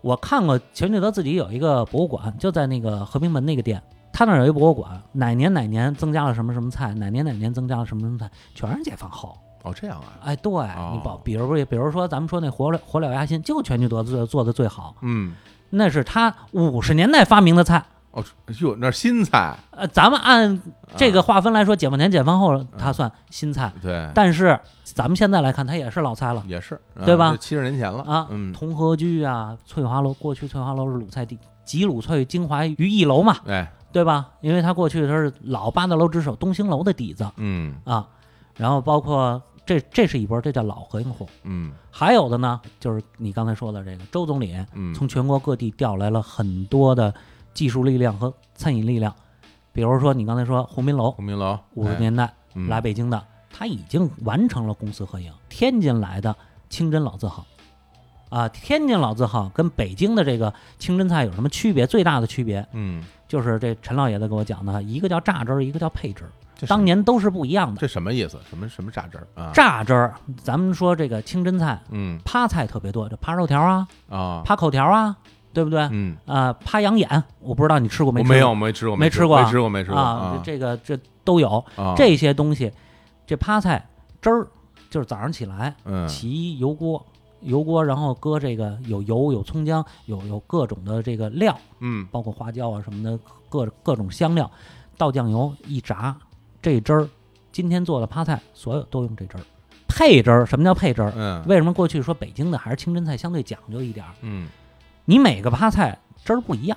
[SPEAKER 6] 我看过全聚德自己有一个博物馆，就在那个和平门那个店，他那儿有一博物馆，哪年哪年增加了什么什么菜，哪年哪年增加了什么什么菜，全是解放后。
[SPEAKER 1] 哦，这样啊。
[SPEAKER 6] 哎，对你保，比如比如说咱们说那火燎火燎鸭心，就全聚德做做的最好，
[SPEAKER 1] 嗯，
[SPEAKER 6] 那是他五十年代发明的菜。
[SPEAKER 1] 哦，哟，那是新菜。
[SPEAKER 6] 呃，咱们按
[SPEAKER 1] 啊
[SPEAKER 6] 这个划分来说，解放前、解放后，它
[SPEAKER 1] 嗯
[SPEAKER 6] 算新菜，
[SPEAKER 1] 对，
[SPEAKER 6] 但是咱们现在来看，它也是老菜了
[SPEAKER 1] 也是，嗯
[SPEAKER 6] 对吧
[SPEAKER 1] 七十年前了
[SPEAKER 6] 啊。
[SPEAKER 1] 嗯，
[SPEAKER 6] 同和居啊，翠华楼，过去翠华楼是鲁菜地，集鲁翠精华于一楼嘛，
[SPEAKER 1] 哎，
[SPEAKER 6] 对吧？因为它过去它是老八大楼之首东兴楼的底子
[SPEAKER 1] 嗯
[SPEAKER 6] 啊，然后包括这这是一波，这叫老合营户。
[SPEAKER 1] 嗯
[SPEAKER 6] 还有的呢，就是你刚才说的这个周总理，
[SPEAKER 1] 嗯，
[SPEAKER 6] 从全国各地调来了很多的技术力量和餐饮力量，比如说你刚才说鸿宾楼
[SPEAKER 1] 鸿宾楼
[SPEAKER 6] 五十
[SPEAKER 1] 哎
[SPEAKER 6] 年代
[SPEAKER 1] 嗯
[SPEAKER 6] 来北京的，他已经完成了公私合营。天津来的清真老字号，啊，天津老字号跟北京的这个清真菜有什么区别？最大的区别
[SPEAKER 1] 嗯，
[SPEAKER 6] 就是这陈老爷子给我讲的，一个叫榨汁儿，一个叫配汁儿，
[SPEAKER 1] 这什
[SPEAKER 6] 当
[SPEAKER 1] 么
[SPEAKER 6] 年都是不一样的。
[SPEAKER 1] 这什么意思？什么什么榨汁儿啊？
[SPEAKER 6] 榨汁儿，咱们说这个清真菜，
[SPEAKER 1] 嗯
[SPEAKER 6] 扒菜特别多，这扒肉条啊，
[SPEAKER 1] 啊，
[SPEAKER 6] 扒口条啊，对不对？
[SPEAKER 1] 嗯，
[SPEAKER 6] 啊，扒羊眼，我不知道你吃过没
[SPEAKER 1] 我
[SPEAKER 6] 吃过？
[SPEAKER 1] 没有没吃过，
[SPEAKER 6] 没
[SPEAKER 1] 吃
[SPEAKER 6] 吃过啊
[SPEAKER 1] 没吃过，没吃过
[SPEAKER 6] 啊，这这个这都有
[SPEAKER 1] 啊
[SPEAKER 6] 这些东西，这趴菜汁儿就是早上起来
[SPEAKER 1] 嗯
[SPEAKER 6] 起油锅，油锅然后搁这个有油有葱姜有有各种的这个料，
[SPEAKER 1] 嗯
[SPEAKER 6] 包括花椒啊什么的各各种香料，倒酱油一炸，这汁儿今天做的趴菜所有都用这汁儿，配汁儿什么叫配汁儿？
[SPEAKER 1] 嗯
[SPEAKER 6] 为什么过去说北京的还是清真菜相对讲究一点儿？
[SPEAKER 1] 嗯
[SPEAKER 6] 你每个趴菜汁儿不一样，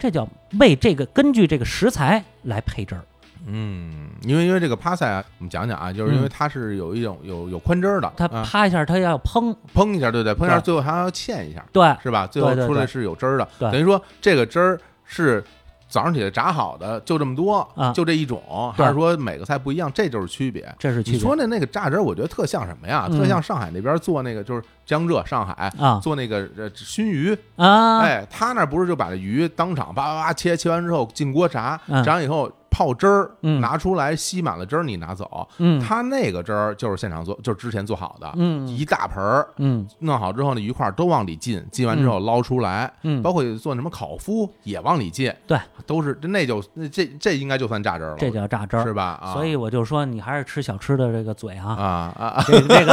[SPEAKER 6] 这叫为这个根据这个食材来配汁儿。
[SPEAKER 1] 嗯，因为因为这个趴菜啊，我们讲讲啊，就是因为它是有一种有有宽汁儿的，
[SPEAKER 6] 嗯它
[SPEAKER 1] 啊
[SPEAKER 6] 啪一下，它要砰，
[SPEAKER 1] 砰一下，对不对？砰一下，
[SPEAKER 6] 对
[SPEAKER 1] 最后还要嵌一下，
[SPEAKER 6] 对
[SPEAKER 1] 是吧？最后
[SPEAKER 6] 对对
[SPEAKER 1] 出来
[SPEAKER 6] 对
[SPEAKER 1] 是有汁儿的，
[SPEAKER 6] 对
[SPEAKER 1] 等于说这个汁儿是早上起来炸好的就这么多，
[SPEAKER 6] 啊
[SPEAKER 1] 就这一种，
[SPEAKER 6] 对
[SPEAKER 1] 还是说每个菜不一样，这就是区别。
[SPEAKER 6] 这是区
[SPEAKER 1] 你
[SPEAKER 6] 别
[SPEAKER 1] 说那那个榨汁儿，我觉得特像什么呀？
[SPEAKER 6] 嗯
[SPEAKER 1] 特像上海那边做那个，就是江浙上海
[SPEAKER 6] 啊
[SPEAKER 1] 做那个呃熏鱼，
[SPEAKER 6] 啊，
[SPEAKER 1] 哎，他那儿不是就把这鱼当场叭叭叭切，切完之后进锅炸，
[SPEAKER 6] 嗯
[SPEAKER 1] 炸完以后泡汁儿，
[SPEAKER 6] 嗯
[SPEAKER 1] 拿出来吸满了汁儿，你拿走。
[SPEAKER 6] 嗯
[SPEAKER 1] 他那个汁儿就是现场做，就是之前做好的，
[SPEAKER 6] 嗯
[SPEAKER 1] 一大盆儿。
[SPEAKER 6] 嗯
[SPEAKER 1] 弄好之后，那鱼块儿都往里进，进完之后捞出来，
[SPEAKER 6] 嗯
[SPEAKER 1] 包括做什么烤麸也往里进，
[SPEAKER 6] 对，
[SPEAKER 1] 都是那就那这这应该就算榨汁儿了，
[SPEAKER 6] 这叫榨汁
[SPEAKER 1] 是
[SPEAKER 6] 儿。
[SPEAKER 1] 吧？啊，
[SPEAKER 6] 所以我就说，你还是吃小吃的这个嘴
[SPEAKER 1] 啊
[SPEAKER 6] 啊，
[SPEAKER 1] 啊啊，
[SPEAKER 6] 这这个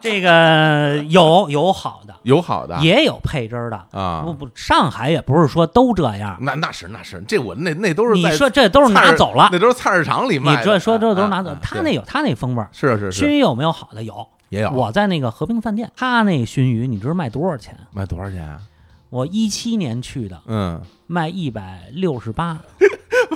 [SPEAKER 6] 这个有有好的，
[SPEAKER 1] <laughs> 有好的
[SPEAKER 6] 也有配汁儿的。
[SPEAKER 1] 啊
[SPEAKER 6] 不，不，上海也不是说都这样。
[SPEAKER 1] 那那是那是，这我那那都是
[SPEAKER 6] 你
[SPEAKER 1] 在
[SPEAKER 6] 说这都是
[SPEAKER 1] 菜
[SPEAKER 6] 拿
[SPEAKER 1] 市
[SPEAKER 6] 走了，
[SPEAKER 1] 那都是菜市场里卖
[SPEAKER 6] 你
[SPEAKER 1] 的，
[SPEAKER 6] 这说这都是
[SPEAKER 1] 啊
[SPEAKER 6] 拿走
[SPEAKER 1] 啊，
[SPEAKER 6] 他
[SPEAKER 1] 是
[SPEAKER 6] 那有他那风味儿。
[SPEAKER 1] 是是
[SPEAKER 6] 熏
[SPEAKER 1] 是
[SPEAKER 6] 鱼有没有好的？有，
[SPEAKER 1] 也有，
[SPEAKER 6] 我在那个和平饭店，他那熏鱼你知道卖多少钱？
[SPEAKER 1] 卖多少钱啊？
[SPEAKER 6] 我一七年去的，
[SPEAKER 1] 嗯，
[SPEAKER 6] 卖一百六十八。
[SPEAKER 1] <laughs>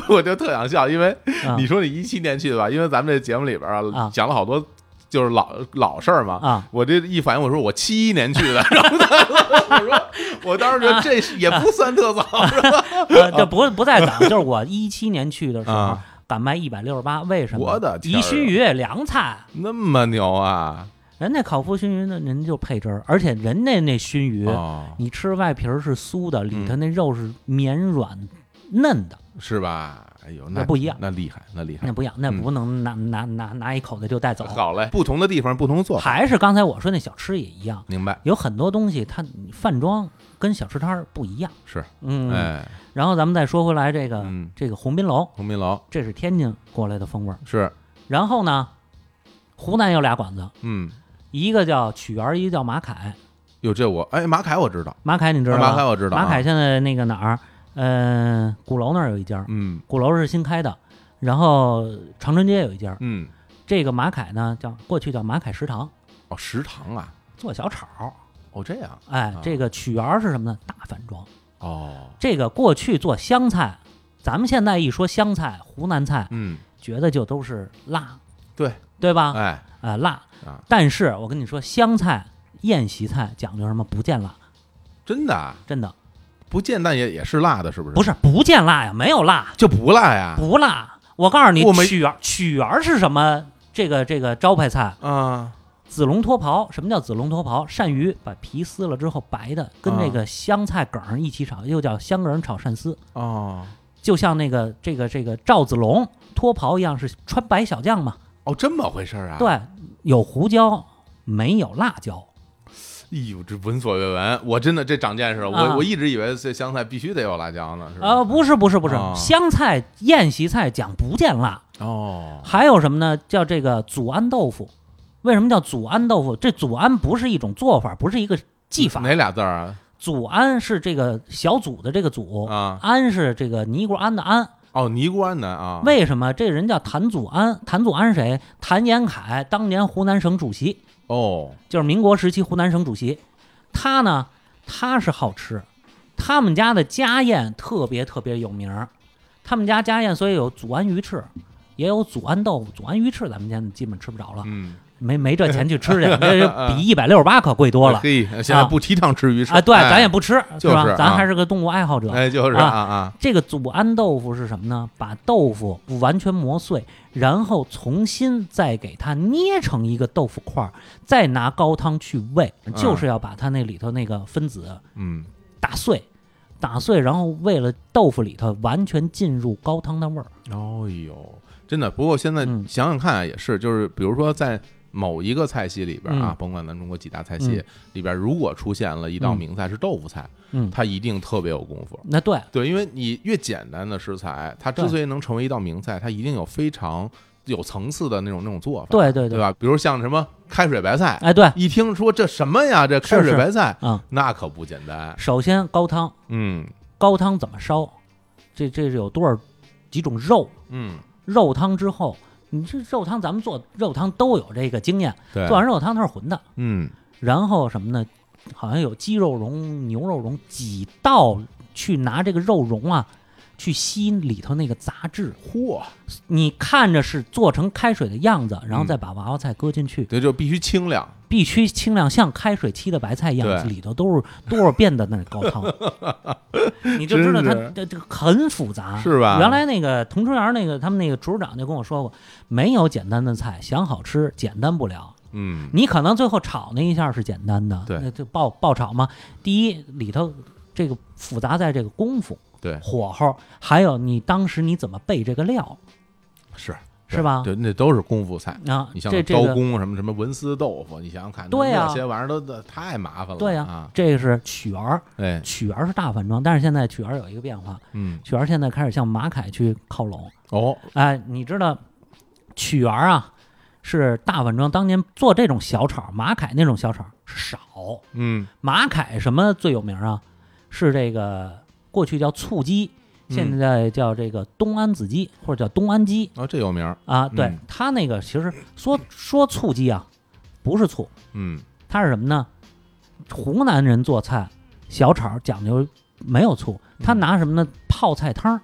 [SPEAKER 1] 我就特想笑，因为 <laughs>
[SPEAKER 6] 啊
[SPEAKER 1] 你说你一七年去的吧，因为咱们这节目里边
[SPEAKER 6] 啊
[SPEAKER 1] 讲了好多就是老老事儿嘛，
[SPEAKER 6] 啊，
[SPEAKER 1] 我这一反应，我说我七一年去的，然后他 <laughs> 我说我当时
[SPEAKER 6] 啊
[SPEAKER 1] 觉得这是也不算特早，是吧？
[SPEAKER 6] 呃，这不不在咱们，就是我一七年去
[SPEAKER 1] <laughs>
[SPEAKER 6] 的时候
[SPEAKER 1] 啊，
[SPEAKER 6] 敢卖一百六十八，为什么？
[SPEAKER 1] 我的天儿啊
[SPEAKER 6] 一熏鱼凉菜，
[SPEAKER 1] 那么牛啊！
[SPEAKER 6] 人那烤麸熏鱼呢，人就配汁儿，而且人家那熏鱼，
[SPEAKER 1] 哦，嗯
[SPEAKER 6] 你吃外皮儿是酥的，里头那肉是绵软嫩的，
[SPEAKER 1] 是吧？哎呦，
[SPEAKER 6] 那不一样
[SPEAKER 1] 那厉害，那厉害
[SPEAKER 6] 那，不一样，那不能拿拿拿拿一口的就带走。
[SPEAKER 1] 嗯好嘞，不同的地方不同的做法，
[SPEAKER 6] 还是刚才我说那小吃也一样，
[SPEAKER 1] 明白？
[SPEAKER 6] 有很多东西它饭庄跟小吃摊儿不一样。
[SPEAKER 1] 是，
[SPEAKER 6] 嗯，
[SPEAKER 1] 哎，
[SPEAKER 6] 然后咱们再说回来这个
[SPEAKER 1] 嗯
[SPEAKER 6] 这个红宾楼，
[SPEAKER 1] 鸿宾楼
[SPEAKER 6] 这是天津过来的风味儿。
[SPEAKER 1] 是，
[SPEAKER 6] 然后呢，湖南有俩馆子，
[SPEAKER 1] 嗯，
[SPEAKER 6] 一个叫曲园，一个叫马凯。
[SPEAKER 1] 哟，这我哎，马凯我知道，
[SPEAKER 6] 马凯你知道吧？
[SPEAKER 1] 马凯我知道，啊
[SPEAKER 6] 马凯，现在那个哪儿？嗯，鼓楼那儿有一家，
[SPEAKER 1] 嗯
[SPEAKER 6] 鼓楼是新开的。然后长春街有一家，
[SPEAKER 1] 嗯，
[SPEAKER 6] 这个马凯呢叫过去叫马凯食堂，
[SPEAKER 1] 哦，食堂啊，
[SPEAKER 6] 做小炒儿。
[SPEAKER 1] 哦这样，
[SPEAKER 6] 哎
[SPEAKER 1] 啊，
[SPEAKER 6] 这个曲园是什么呢？大饭庄。
[SPEAKER 1] 哦，
[SPEAKER 6] 这个过去做湘菜，咱们现在一说湘菜、湖南菜，
[SPEAKER 1] 嗯，
[SPEAKER 6] 觉得就都是辣，
[SPEAKER 1] 对
[SPEAKER 6] 对吧？
[SPEAKER 1] 哎，
[SPEAKER 6] 啊，辣
[SPEAKER 1] 啊。
[SPEAKER 6] 但是我跟你说，湘菜宴席菜讲究什么？不见辣，
[SPEAKER 1] 真的啊
[SPEAKER 6] 真的
[SPEAKER 1] 不见但也也是辣的，是不是？
[SPEAKER 6] 不是不见辣呀，没有辣，
[SPEAKER 1] 就不辣呀，
[SPEAKER 6] 不辣。我告诉你
[SPEAKER 1] 我，没
[SPEAKER 6] 曲园曲园是什么？这个这个招牌菜，
[SPEAKER 1] 啊，
[SPEAKER 6] 紫龙脱袍。什么叫紫龙脱袍？鳝鱼把皮撕了之后白的，跟
[SPEAKER 1] 啊
[SPEAKER 6] 这个香菜梗儿一起炒，又叫香梗儿炒鳝丝。
[SPEAKER 1] 哦。
[SPEAKER 6] 就像那个这个这个赵子龙脱袍一样，是穿白小将嘛？
[SPEAKER 1] 哦，这么回事儿啊？，
[SPEAKER 6] 对，有胡椒，没有辣椒。
[SPEAKER 1] 哎呦，这闻所未闻，我真的这长见识了。我、
[SPEAKER 6] 啊
[SPEAKER 1] 我一直以为这香菜必须得有辣椒呢，是吧？
[SPEAKER 6] 呃，不是不是不是，
[SPEAKER 1] 哦
[SPEAKER 6] 湘菜宴席菜讲不见辣，
[SPEAKER 1] 哦，
[SPEAKER 6] 还有什么呢？叫这个祖安豆腐。为什么叫祖安豆腐？这祖安不是一种做法，不是一个 <laughs> 技法。
[SPEAKER 1] 哪俩字儿啊？
[SPEAKER 6] 祖安是这个小祖的这个祖，
[SPEAKER 1] 啊，
[SPEAKER 6] 安是这个尼姑庵的庵。
[SPEAKER 1] 哦，尼姑庵的啊，
[SPEAKER 6] 为什么这人叫谭祖安？谭祖安是谁？谭延闿当年湖南省主席。
[SPEAKER 1] 哦，
[SPEAKER 6] 就是民国时期湖南省主席，他呢，他是好吃，他们家的家宴特别特别有名儿，他们家家宴所以有祖安鱼翅，也有祖安豆腐，祖安鱼翅咱们现在基本吃不着了，
[SPEAKER 1] 嗯，
[SPEAKER 6] 没没这钱去吃
[SPEAKER 1] <laughs>
[SPEAKER 6] 去，这比一百六十八可贵多了
[SPEAKER 1] 哎嘿，现在不提倡吃鱼翅
[SPEAKER 6] 啊！对，
[SPEAKER 1] 哎
[SPEAKER 6] 咱也不吃，
[SPEAKER 1] 就是
[SPEAKER 6] 吧？
[SPEAKER 1] 啊
[SPEAKER 6] 咱还是个动物爱好者。
[SPEAKER 1] 哎，就是啊啊，
[SPEAKER 6] 这个祖安豆腐是什么呢？把豆腐完全磨碎，然后重新再给它捏成一个豆腐块儿，再拿高汤去煨，就是要把它那里头那个分子
[SPEAKER 1] 嗯，
[SPEAKER 6] 打碎，打碎，然后为了豆腐里头完全进入高汤的味儿。
[SPEAKER 1] 哦呦，真的。不过现在
[SPEAKER 6] 嗯
[SPEAKER 1] 想想看啊，也是，就是比如说在某一个菜系里边啊
[SPEAKER 6] 嗯，
[SPEAKER 1] 甭管咱中国几大菜系里边，如果出现了一道
[SPEAKER 6] 嗯
[SPEAKER 1] 名菜是豆腐菜，
[SPEAKER 6] 嗯，
[SPEAKER 1] 它一定特别有功夫。
[SPEAKER 6] 那对，
[SPEAKER 1] 对，因为你越简单的食材，它之
[SPEAKER 6] 对
[SPEAKER 1] 所以能成为一道名菜，它一定有非常有层次的那种那种做法，
[SPEAKER 6] 对对
[SPEAKER 1] 对
[SPEAKER 6] 对，
[SPEAKER 1] 吧？比如像什么开水白菜，
[SPEAKER 6] 哎对，
[SPEAKER 1] 一听说这什么呀，这开
[SPEAKER 6] 是
[SPEAKER 1] 水
[SPEAKER 6] 是
[SPEAKER 1] 白菜，
[SPEAKER 6] 嗯
[SPEAKER 1] 那可不简单。
[SPEAKER 6] 首先高汤，
[SPEAKER 1] 嗯
[SPEAKER 6] 高汤怎么烧？这这是有多少几种肉？
[SPEAKER 1] 嗯，
[SPEAKER 6] 肉汤之后，你这肉汤咱们做肉汤都有这个经验，
[SPEAKER 1] 对，
[SPEAKER 6] 做完肉汤它是浑的。
[SPEAKER 1] 嗯
[SPEAKER 6] 然后什么呢？好像有鸡肉蓉、牛肉蓉，几道去拿这个肉蓉啊，去吸里头那个杂质。嚯！你看着是做成开水的样子，然后再把娃娃菜搁进去，
[SPEAKER 1] 对，就必须清凉。
[SPEAKER 6] 必须清亮，像开水沏的白菜一样，
[SPEAKER 1] 对
[SPEAKER 6] 里头都是多少遍的那高
[SPEAKER 1] <laughs>
[SPEAKER 6] 汤，你就知道它
[SPEAKER 1] 真是
[SPEAKER 6] 这这个很复杂，
[SPEAKER 1] 是吧
[SPEAKER 6] 原来那个同春园那个他们那个厨师长就跟我说过，没有简单的菜，想好吃简单不了。
[SPEAKER 1] 嗯，
[SPEAKER 6] 你可能最后炒那一下是简单的，
[SPEAKER 1] 对
[SPEAKER 6] 那就爆爆炒嘛。第一里头这个复杂在这个功夫，
[SPEAKER 1] 对
[SPEAKER 6] 火候，还有你当时你怎么备这个料，
[SPEAKER 1] 是
[SPEAKER 6] 是吧
[SPEAKER 1] 对，那都是功夫菜。
[SPEAKER 6] 啊？
[SPEAKER 1] 你像
[SPEAKER 6] 这这
[SPEAKER 1] 刀
[SPEAKER 6] 个
[SPEAKER 1] 工什么什么文思豆腐，你想想看，
[SPEAKER 6] 对呀
[SPEAKER 1] 那些玩意儿都都太麻烦了。
[SPEAKER 6] 对呀
[SPEAKER 1] 啊，
[SPEAKER 6] 这个是曲园儿，
[SPEAKER 1] 哎，
[SPEAKER 6] 曲园儿是大饭庄，但是现在曲园儿有一个变化，
[SPEAKER 1] 嗯，
[SPEAKER 6] 曲园儿现在开始向马凯去靠拢。
[SPEAKER 1] 哦，
[SPEAKER 6] 哎，你知道曲园儿啊，是大碗庄当年做这种小炒，马凯那种小炒是少。
[SPEAKER 1] 嗯，
[SPEAKER 6] 马凯什么最有名啊？是这个过去叫醋鸡，
[SPEAKER 1] 嗯
[SPEAKER 6] 现在叫这个东安子鸡或者叫东安鸡
[SPEAKER 1] 哦，这有名儿，
[SPEAKER 6] 啊。对、
[SPEAKER 1] 嗯
[SPEAKER 6] 他那个其实说说醋鸡啊，不是醋，
[SPEAKER 1] 嗯，
[SPEAKER 6] 它是什么呢？湖南人做菜小炒讲究没有醋，他
[SPEAKER 1] 嗯
[SPEAKER 6] 拿什么呢？泡菜汤儿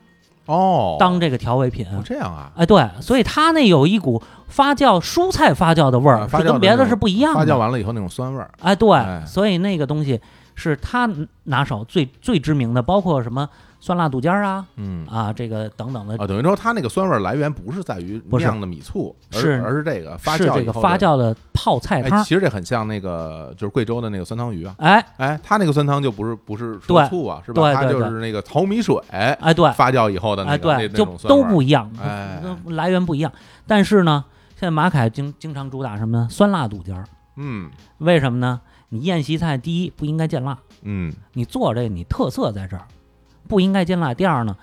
[SPEAKER 1] 哦，
[SPEAKER 6] 当这个调味品。
[SPEAKER 1] 哦这样啊，
[SPEAKER 6] 哎，对，所以它那有一股发酵蔬菜发酵的味
[SPEAKER 1] 啊
[SPEAKER 6] 儿，
[SPEAKER 1] 发
[SPEAKER 6] 是
[SPEAKER 1] 酵的
[SPEAKER 6] 跟别
[SPEAKER 1] 那
[SPEAKER 6] 的
[SPEAKER 1] 种
[SPEAKER 6] 是不一样的。
[SPEAKER 1] 发酵完了以后那种酸味儿，
[SPEAKER 6] 哎，对，
[SPEAKER 1] 哎
[SPEAKER 6] 所以那个东西是他拿手最最知名的，包括什么酸辣肚尖儿啊
[SPEAKER 1] 嗯
[SPEAKER 6] 啊，这个等等的，
[SPEAKER 1] 啊，等于说它那个酸味儿来源不是在于
[SPEAKER 6] 不是
[SPEAKER 1] 酿的米醋，而
[SPEAKER 6] 是
[SPEAKER 1] 而是这个发
[SPEAKER 6] 是
[SPEAKER 1] 酵
[SPEAKER 6] 这
[SPEAKER 1] 以
[SPEAKER 6] 个
[SPEAKER 1] 后
[SPEAKER 6] 发
[SPEAKER 1] 的。
[SPEAKER 6] 酵的泡菜
[SPEAKER 1] 哎，
[SPEAKER 6] 汤。
[SPEAKER 1] 其实这很像那个，就是贵州的那个酸汤鱼啊。
[SPEAKER 6] 哎
[SPEAKER 1] 哎，它那个酸汤就不是不是说
[SPEAKER 6] 对
[SPEAKER 1] 醋啊，是吧？
[SPEAKER 6] 对
[SPEAKER 1] 它
[SPEAKER 6] 对
[SPEAKER 1] 就是那个淘米水
[SPEAKER 6] 哎，对，
[SPEAKER 1] 发酵以后的那
[SPEAKER 6] 哎
[SPEAKER 1] 个那
[SPEAKER 6] 对，
[SPEAKER 1] 那
[SPEAKER 6] 就
[SPEAKER 1] 种酸
[SPEAKER 6] 都
[SPEAKER 1] 味儿
[SPEAKER 6] 不一样，
[SPEAKER 1] 哎
[SPEAKER 6] 都来源不一样。但是呢，现在马凯经经常主打什么呢？酸辣肚尖儿，
[SPEAKER 1] 嗯
[SPEAKER 6] 为什么呢？你宴席菜第一不应该见辣，
[SPEAKER 1] 嗯
[SPEAKER 6] 你做这你特色在这儿，不应该见辣。第二呢，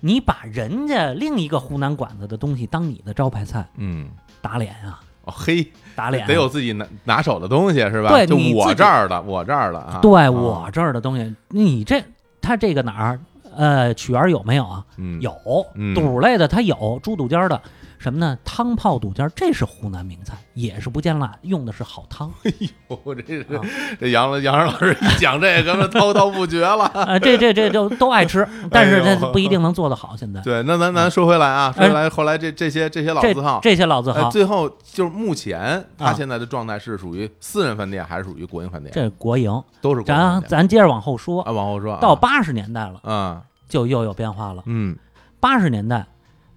[SPEAKER 6] 你把人家另一个湖南馆子的东西当你的招牌菜，
[SPEAKER 1] 嗯，
[SPEAKER 6] 打脸啊，
[SPEAKER 1] 哦嘿，
[SPEAKER 6] 打脸啊、
[SPEAKER 1] 得有自己拿拿手的东西是吧？
[SPEAKER 6] 对
[SPEAKER 1] 就
[SPEAKER 6] 你
[SPEAKER 1] 我
[SPEAKER 6] 自己
[SPEAKER 1] 这儿的，我这儿的啊。
[SPEAKER 6] 对
[SPEAKER 1] 啊
[SPEAKER 6] 我，这儿的东西，你这它这个哪儿？呃，曲园有没有啊？
[SPEAKER 1] 嗯，
[SPEAKER 6] 有
[SPEAKER 1] 嗯
[SPEAKER 6] 肚类的，它有猪肚尖儿的，什么呢？汤泡肚尖儿，这是湖南名菜，也是不见辣，用的是好
[SPEAKER 1] <laughs>
[SPEAKER 6] 汤
[SPEAKER 1] <laughs> 我这是
[SPEAKER 6] 啊
[SPEAKER 1] 这杨了杨老师一讲这个，那滔滔不绝了。 <laughs>
[SPEAKER 6] 啊、这这这就都爱吃，但是
[SPEAKER 1] 哎呦
[SPEAKER 6] 它
[SPEAKER 1] <laughs>
[SPEAKER 6] 不一定能做得好。现在
[SPEAKER 1] 对，那咱咱说回来啊，说
[SPEAKER 6] 哎
[SPEAKER 1] 回来后来这这些这些老
[SPEAKER 6] 这
[SPEAKER 1] 字号，
[SPEAKER 6] 这些老字
[SPEAKER 1] 呃
[SPEAKER 6] 号，
[SPEAKER 1] 最后就是目前他
[SPEAKER 6] 啊
[SPEAKER 1] 现在的状态是属于私人饭店还是属于国营饭店？
[SPEAKER 6] 这国营，
[SPEAKER 1] 都是国营
[SPEAKER 6] 咱
[SPEAKER 1] 饭店。
[SPEAKER 6] 咱接着往后说，
[SPEAKER 1] 啊，往后说啊
[SPEAKER 6] 到八十年代了，
[SPEAKER 1] 嗯
[SPEAKER 6] 就又有变化了。
[SPEAKER 1] 嗯
[SPEAKER 6] 八十年代，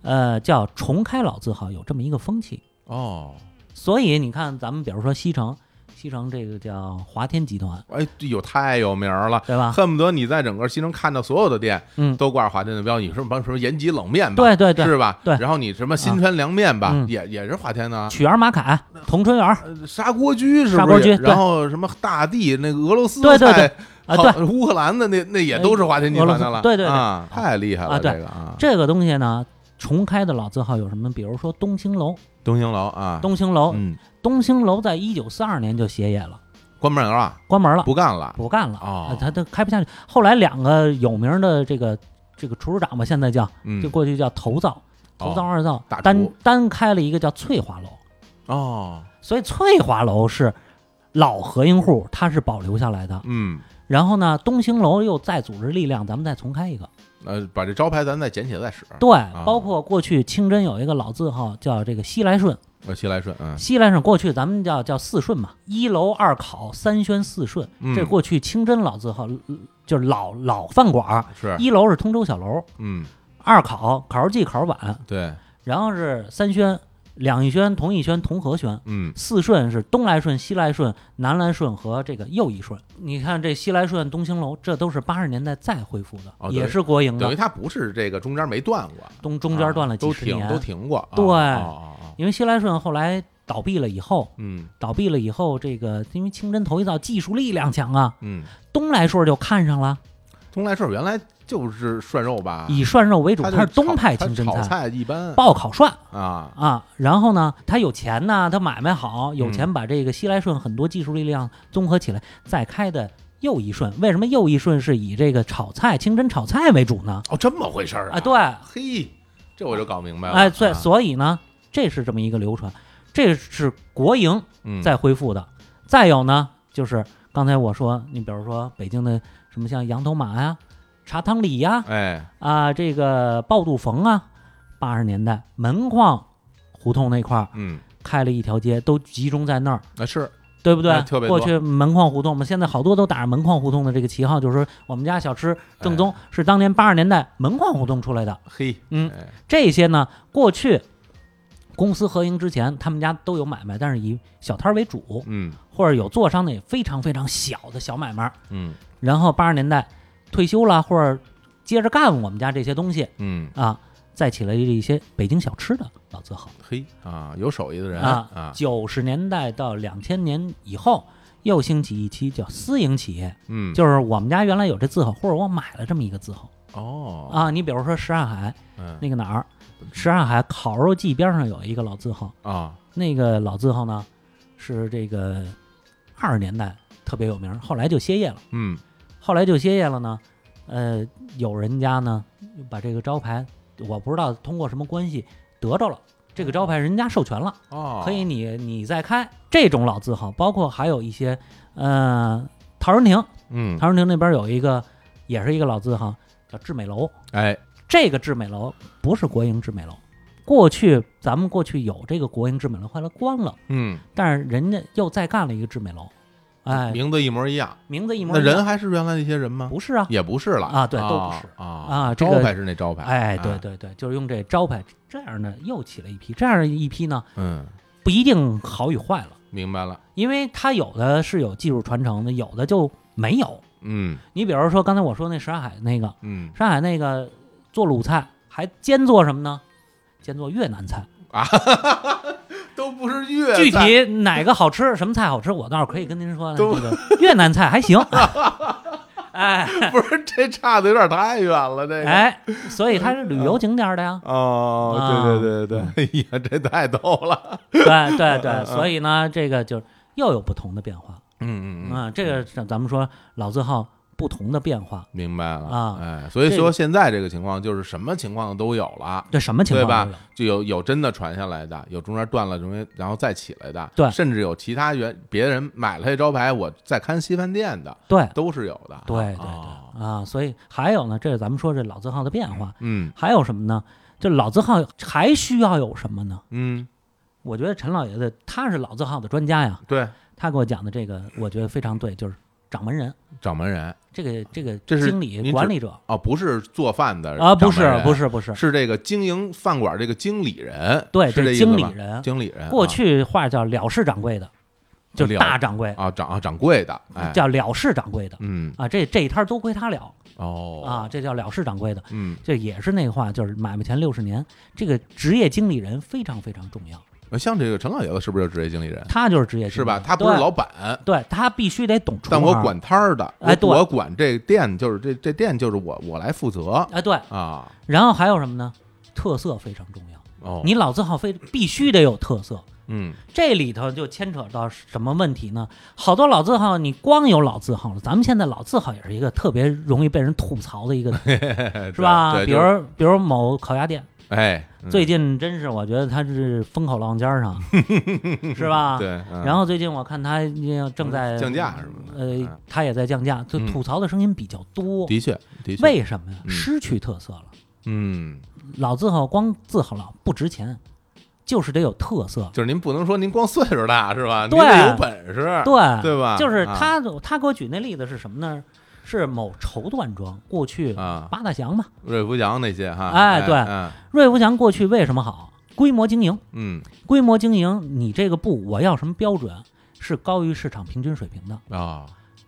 [SPEAKER 6] 呃，叫重开老字号，有这么一个风气。
[SPEAKER 1] 哦，
[SPEAKER 6] 所以你看，咱们比如说西城，西城这个叫华天集团，
[SPEAKER 1] 哎有太有名儿了。
[SPEAKER 6] 对吧？
[SPEAKER 1] 恨不得你在整个西城看到所有的店，
[SPEAKER 6] 啊嗯
[SPEAKER 1] 都挂着华天的标，你说什么什么延吉冷面吧，
[SPEAKER 6] 对对对，
[SPEAKER 1] 是吧？
[SPEAKER 6] 对
[SPEAKER 1] 然后你什么新川凉面吧，
[SPEAKER 6] 嗯
[SPEAKER 1] 也也是华天的啊，
[SPEAKER 6] 曲园马凯、同春园儿
[SPEAKER 1] 呃砂锅居是
[SPEAKER 6] 砂
[SPEAKER 1] 不
[SPEAKER 6] 锅
[SPEAKER 1] 是也？
[SPEAKER 6] 居对
[SPEAKER 1] 然后什么大地那个俄罗斯
[SPEAKER 6] 对对对
[SPEAKER 1] 菜
[SPEAKER 6] 啊，
[SPEAKER 1] 好
[SPEAKER 6] 对
[SPEAKER 1] 乌克兰的那那也都是华天集团的了，
[SPEAKER 6] 俄罗斯对对对
[SPEAKER 1] 啊，太厉害了
[SPEAKER 6] 啊
[SPEAKER 1] 这
[SPEAKER 6] 对
[SPEAKER 1] 个啊，
[SPEAKER 6] 这个东西呢，重开的老字号有什么？比如说东兴楼，
[SPEAKER 1] 东兴楼啊，
[SPEAKER 6] 东兴楼，
[SPEAKER 1] 嗯，
[SPEAKER 6] 东兴楼在一九四二年就歇业了，
[SPEAKER 1] 关门了啊，
[SPEAKER 6] 关门了，
[SPEAKER 1] 不干了，
[SPEAKER 6] 不干了
[SPEAKER 1] 哦
[SPEAKER 6] 啊，他他开不下去。后来两个有名的这个这个厨师长吧，现在叫
[SPEAKER 1] 嗯
[SPEAKER 6] 就，过去叫头灶、头灶
[SPEAKER 1] 哦
[SPEAKER 6] 二灶
[SPEAKER 1] 大，厨
[SPEAKER 6] 单单开了一个叫翠华楼，
[SPEAKER 1] 哦，
[SPEAKER 6] 所以翠华楼是老合营户，它是保留下来的。
[SPEAKER 1] 嗯，
[SPEAKER 6] 然后呢，东兴楼又再组织力量，咱们再重开一个。
[SPEAKER 1] 呃，把这招牌咱再捡起来再使，
[SPEAKER 6] 对，包括过去清真有一个老字号叫这个西来顺，
[SPEAKER 1] 呃，西来顺，嗯
[SPEAKER 6] 西来顺过去咱们叫叫四顺嘛，一楼二烤三轩四顺，
[SPEAKER 1] 嗯
[SPEAKER 6] 这过去清真老字号呃就是老老饭馆儿，
[SPEAKER 1] 嗯是，
[SPEAKER 6] 一楼是通州小楼，
[SPEAKER 1] 嗯，
[SPEAKER 6] 二烤烤肉季、烤肉碗，
[SPEAKER 1] 对，
[SPEAKER 6] 然后是三轩、两义轩、同义轩、同和轩。
[SPEAKER 1] 嗯，
[SPEAKER 6] 四顺是东来顺、西来顺、南来顺和这个右一顺。你看这西来顺、东兴楼，这都是八十年代再恢复的，
[SPEAKER 1] 哦对
[SPEAKER 6] 也是国营
[SPEAKER 1] 等于
[SPEAKER 6] 的。
[SPEAKER 1] 它不是这个中间没断过，
[SPEAKER 6] 中中间断了
[SPEAKER 1] 啊
[SPEAKER 6] 几
[SPEAKER 1] 都
[SPEAKER 6] 十年，
[SPEAKER 1] 停都停过，啊
[SPEAKER 6] 对
[SPEAKER 1] 哦哦哦
[SPEAKER 6] 因为西来顺后来倒闭了以后，
[SPEAKER 1] 嗯
[SPEAKER 6] 倒闭了以后，这个因为清真头一造技术力量强啊，
[SPEAKER 1] 嗯，
[SPEAKER 6] 东来顺就看上了，
[SPEAKER 1] 东来顺原来就是涮肉吧，
[SPEAKER 6] 以涮肉为主，
[SPEAKER 1] 它
[SPEAKER 6] 它是
[SPEAKER 1] 啊炒
[SPEAKER 6] 东派
[SPEAKER 1] 它
[SPEAKER 6] 清真
[SPEAKER 1] 炒菜
[SPEAKER 6] 菜，
[SPEAKER 1] 一般
[SPEAKER 6] 爆烤涮
[SPEAKER 1] 啊，
[SPEAKER 6] 啊。然后呢，他有钱呐，他买卖好，有
[SPEAKER 1] 嗯
[SPEAKER 6] 钱把这个西来顺很多技术力量综合起来，再开的又一顺。为什么又一顺是以这个炒菜清真炒菜为主呢？
[SPEAKER 1] 哦，这么回事儿
[SPEAKER 6] 啊，对，
[SPEAKER 1] 嘿，这我就搞明白了，
[SPEAKER 6] 哎，所
[SPEAKER 1] 啊
[SPEAKER 6] 所以呢，这是这么一个流传，这是国营
[SPEAKER 1] 嗯
[SPEAKER 6] 再恢复的。再有呢，就是刚才我说，你比如说北京的什么像羊头马呀、茶汤里呀
[SPEAKER 1] 哎，
[SPEAKER 6] 啊这个爆肚冯啊，八十年代门框胡同那块儿
[SPEAKER 1] 嗯，
[SPEAKER 6] 开了一条街，都集中在那儿。
[SPEAKER 1] 那是
[SPEAKER 6] 对不对
[SPEAKER 1] 哎？特别多
[SPEAKER 6] 过去门框胡同，我们现在好多都打着门框胡同的这个旗号，就是说我们家小吃正
[SPEAKER 1] 哎
[SPEAKER 6] 宗是当年八十年代门框胡同出来的。
[SPEAKER 1] 嘿，
[SPEAKER 6] 嗯
[SPEAKER 1] 哎，
[SPEAKER 6] 这些呢，过去公私合营之前，他们家都有买卖，但是以小摊儿为主，
[SPEAKER 1] 嗯
[SPEAKER 6] 或者有做商的也非常非常小的小买卖。
[SPEAKER 1] 嗯
[SPEAKER 6] 然后八十年代退休了，或者接着干我们家这些东西
[SPEAKER 1] 嗯，
[SPEAKER 6] 啊，再起了一些北京小吃的老字号。
[SPEAKER 1] 嘿啊，有手艺的人
[SPEAKER 6] 啊
[SPEAKER 1] 啊，
[SPEAKER 6] 九十年代到两千年以后，又兴起一期叫私营企业。
[SPEAKER 1] 嗯，
[SPEAKER 6] 就是我们家原来有这字号，或者我买了这么一个字号
[SPEAKER 1] 哦
[SPEAKER 6] 啊。你比如说什刹海
[SPEAKER 1] 嗯
[SPEAKER 6] 那个哪儿，什刹海烤肉季边上有一个老字号，
[SPEAKER 1] 啊，
[SPEAKER 6] 那个老字号呢是这个二十年代特别有名，后来就歇业了。
[SPEAKER 1] 嗯
[SPEAKER 6] 后来就歇业了呢，呃，有人家呢把这个招牌，我不知道通过什么关系得着了。这个招牌人家授权了，
[SPEAKER 1] 哦，
[SPEAKER 6] 可以你你再开这种老字号，包括还有一些，呃，陶然亭，
[SPEAKER 1] 嗯，
[SPEAKER 6] 陶然亭那边有一个，也是一个老字号，叫致美楼。
[SPEAKER 1] 哎，
[SPEAKER 6] 这个致美楼不是国营致美楼，过去咱们过去有这个国营致美楼，后来关了，
[SPEAKER 1] 嗯，
[SPEAKER 6] 但是人家又再干了一个致美楼，哎，
[SPEAKER 1] 名字一模一样，
[SPEAKER 6] 名字一模
[SPEAKER 1] 那
[SPEAKER 6] 一样
[SPEAKER 1] 人还是原来那些人吗？
[SPEAKER 6] 不是啊，
[SPEAKER 1] 也不是了
[SPEAKER 6] 啊对
[SPEAKER 1] 啊
[SPEAKER 6] 都不是
[SPEAKER 1] 啊
[SPEAKER 6] 啊这
[SPEAKER 1] 招
[SPEAKER 6] 个
[SPEAKER 1] 牌是那招牌，
[SPEAKER 6] 哎，对，对对，就是用这招牌，这样呢又起了一批，这样一批呢
[SPEAKER 1] 嗯，
[SPEAKER 6] 不一定好与坏了，
[SPEAKER 1] 明白了，
[SPEAKER 6] 因为它有的是有技术传承的，有的就没有。
[SPEAKER 1] 嗯
[SPEAKER 6] 你比如说刚才我说那什刹海那个，
[SPEAKER 1] 嗯
[SPEAKER 6] 上海那个做鲁菜还兼做什么呢？兼做越南菜。
[SPEAKER 1] 啊， <laughs> 都不是粤
[SPEAKER 6] 具
[SPEAKER 1] 菜
[SPEAKER 6] 体哪个好吃，什么菜好吃，我倒是可以跟您说。
[SPEAKER 1] 都
[SPEAKER 6] 这个越南菜还行。哎
[SPEAKER 1] <laughs> 不是这差的有点太远了，这个。。
[SPEAKER 6] 哎，所以它是旅游景点的呀啊
[SPEAKER 1] 哦，对对对
[SPEAKER 6] 嗯
[SPEAKER 1] 对对，哎呀，这太逗了，
[SPEAKER 6] 对
[SPEAKER 1] <laughs>
[SPEAKER 6] 对
[SPEAKER 1] 嗯
[SPEAKER 6] 对，所以呢，这个就又有不同的变化
[SPEAKER 1] 嗯嗯嗯，
[SPEAKER 6] 啊。这个是咱们说老字号不同的变化，
[SPEAKER 1] 明白了
[SPEAKER 6] 啊
[SPEAKER 1] 哎，所以
[SPEAKER 6] 这
[SPEAKER 1] 说
[SPEAKER 6] 个
[SPEAKER 1] 现在这个情况就是什么情况都有了。
[SPEAKER 6] 对什么情
[SPEAKER 1] 对吧
[SPEAKER 6] 况都有？
[SPEAKER 1] 就有有真的传下来的，有中间断了中间然后再起来的，
[SPEAKER 6] 对
[SPEAKER 1] 甚至有其他原别人买了这招牌，我再看西饭店的，
[SPEAKER 6] 对
[SPEAKER 1] 都是有的。
[SPEAKER 6] 对对
[SPEAKER 1] 哦
[SPEAKER 6] 对啊！所以还有呢，这是咱们说这老字号的变化。
[SPEAKER 1] 嗯
[SPEAKER 6] 还有什么呢？这老字号还需要有什么呢？
[SPEAKER 1] 嗯，
[SPEAKER 6] 我觉得陈老爷子他是老字号的专家呀，
[SPEAKER 1] 对，
[SPEAKER 6] 他给我讲的这个，我觉得非常对，就是掌门人，
[SPEAKER 1] 掌门人
[SPEAKER 6] 这个这个
[SPEAKER 1] 这是
[SPEAKER 6] 经
[SPEAKER 1] 您指
[SPEAKER 6] 理管理者
[SPEAKER 1] 哦，不是做饭的
[SPEAKER 6] 啊，不
[SPEAKER 1] 掌门
[SPEAKER 6] 是
[SPEAKER 1] 人
[SPEAKER 6] 不，是不是，
[SPEAKER 1] 是这个经营饭馆这个经理人，
[SPEAKER 6] 对，
[SPEAKER 1] 是这
[SPEAKER 6] 是
[SPEAKER 1] 意思
[SPEAKER 6] 经理
[SPEAKER 1] 吧
[SPEAKER 6] 人，
[SPEAKER 1] 经理人啊，
[SPEAKER 6] 过去话叫了事掌柜的，就是
[SPEAKER 1] 了
[SPEAKER 6] 大掌柜，
[SPEAKER 1] 啊掌啊掌柜的，哎，
[SPEAKER 6] 叫了事掌柜的
[SPEAKER 1] 嗯
[SPEAKER 6] 啊，这这一摊儿都归他了
[SPEAKER 1] 哦
[SPEAKER 6] 啊，，这叫了事掌柜的。
[SPEAKER 1] 嗯，
[SPEAKER 6] 这也是那话，就是买卖前六十年，这个职业经理人非常非常重要，
[SPEAKER 1] 像这个陈老爷子是不是就是职业经理人？
[SPEAKER 6] 他就是职业经理
[SPEAKER 1] 哎是吧？
[SPEAKER 6] 人
[SPEAKER 1] 他不是
[SPEAKER 6] 对
[SPEAKER 1] 老板，
[SPEAKER 6] 对他必须得懂厨
[SPEAKER 1] 但我
[SPEAKER 6] 行
[SPEAKER 1] 管摊儿的，
[SPEAKER 6] 哎
[SPEAKER 1] 我
[SPEAKER 6] 对
[SPEAKER 1] 我管这店就是这这店就是我我来负责
[SPEAKER 6] 哎对，
[SPEAKER 1] 啊。
[SPEAKER 6] 然后还有什么呢？特色非常重要，
[SPEAKER 1] 哦，
[SPEAKER 6] 你老字号非必须得有特色。
[SPEAKER 1] 嗯
[SPEAKER 6] 这里头就牵扯到什么问题呢？好多老字号，你光有老字号了，咱们现在老字号也是一个特别容易被人吐槽的一个，
[SPEAKER 1] <laughs>
[SPEAKER 6] 是吧？
[SPEAKER 1] 对
[SPEAKER 6] 比
[SPEAKER 1] 就
[SPEAKER 6] 如
[SPEAKER 1] 是
[SPEAKER 6] 比如某烤鸭店，
[SPEAKER 1] 哎，嗯
[SPEAKER 6] 最近真是我觉得它是风口浪尖
[SPEAKER 1] <laughs>
[SPEAKER 6] 儿上，是吧？
[SPEAKER 1] 对，嗯
[SPEAKER 6] 啊然后最近我看它也正在
[SPEAKER 1] 降价什么的
[SPEAKER 6] 呃
[SPEAKER 1] 嗯，
[SPEAKER 6] 它也在降价，就
[SPEAKER 1] 嗯
[SPEAKER 6] 吐槽的声音比较多。
[SPEAKER 1] 的确的确，
[SPEAKER 6] 为什么呀？
[SPEAKER 1] 嗯
[SPEAKER 6] 失去特色了。
[SPEAKER 1] 嗯，
[SPEAKER 6] 老字号光字号老不值钱，就是得有特色。
[SPEAKER 1] 就是您不能说您光岁数大是吧？
[SPEAKER 6] 对
[SPEAKER 1] 您得有本事，
[SPEAKER 6] 对
[SPEAKER 1] 啊对吧
[SPEAKER 6] 就是
[SPEAKER 1] 啊
[SPEAKER 6] 他、他给我举那例子是什么呢？是某绸缎庄，过去
[SPEAKER 1] 啊，
[SPEAKER 6] 八大祥嘛，
[SPEAKER 1] 瑞福祥那些哈，
[SPEAKER 6] 哎对
[SPEAKER 1] 嗯
[SPEAKER 6] 瑞福祥过去为什么好？规模经营，
[SPEAKER 1] 嗯
[SPEAKER 6] 规模经营，你这个布我要什么标准？是高于市场平均水平的，
[SPEAKER 1] 啊，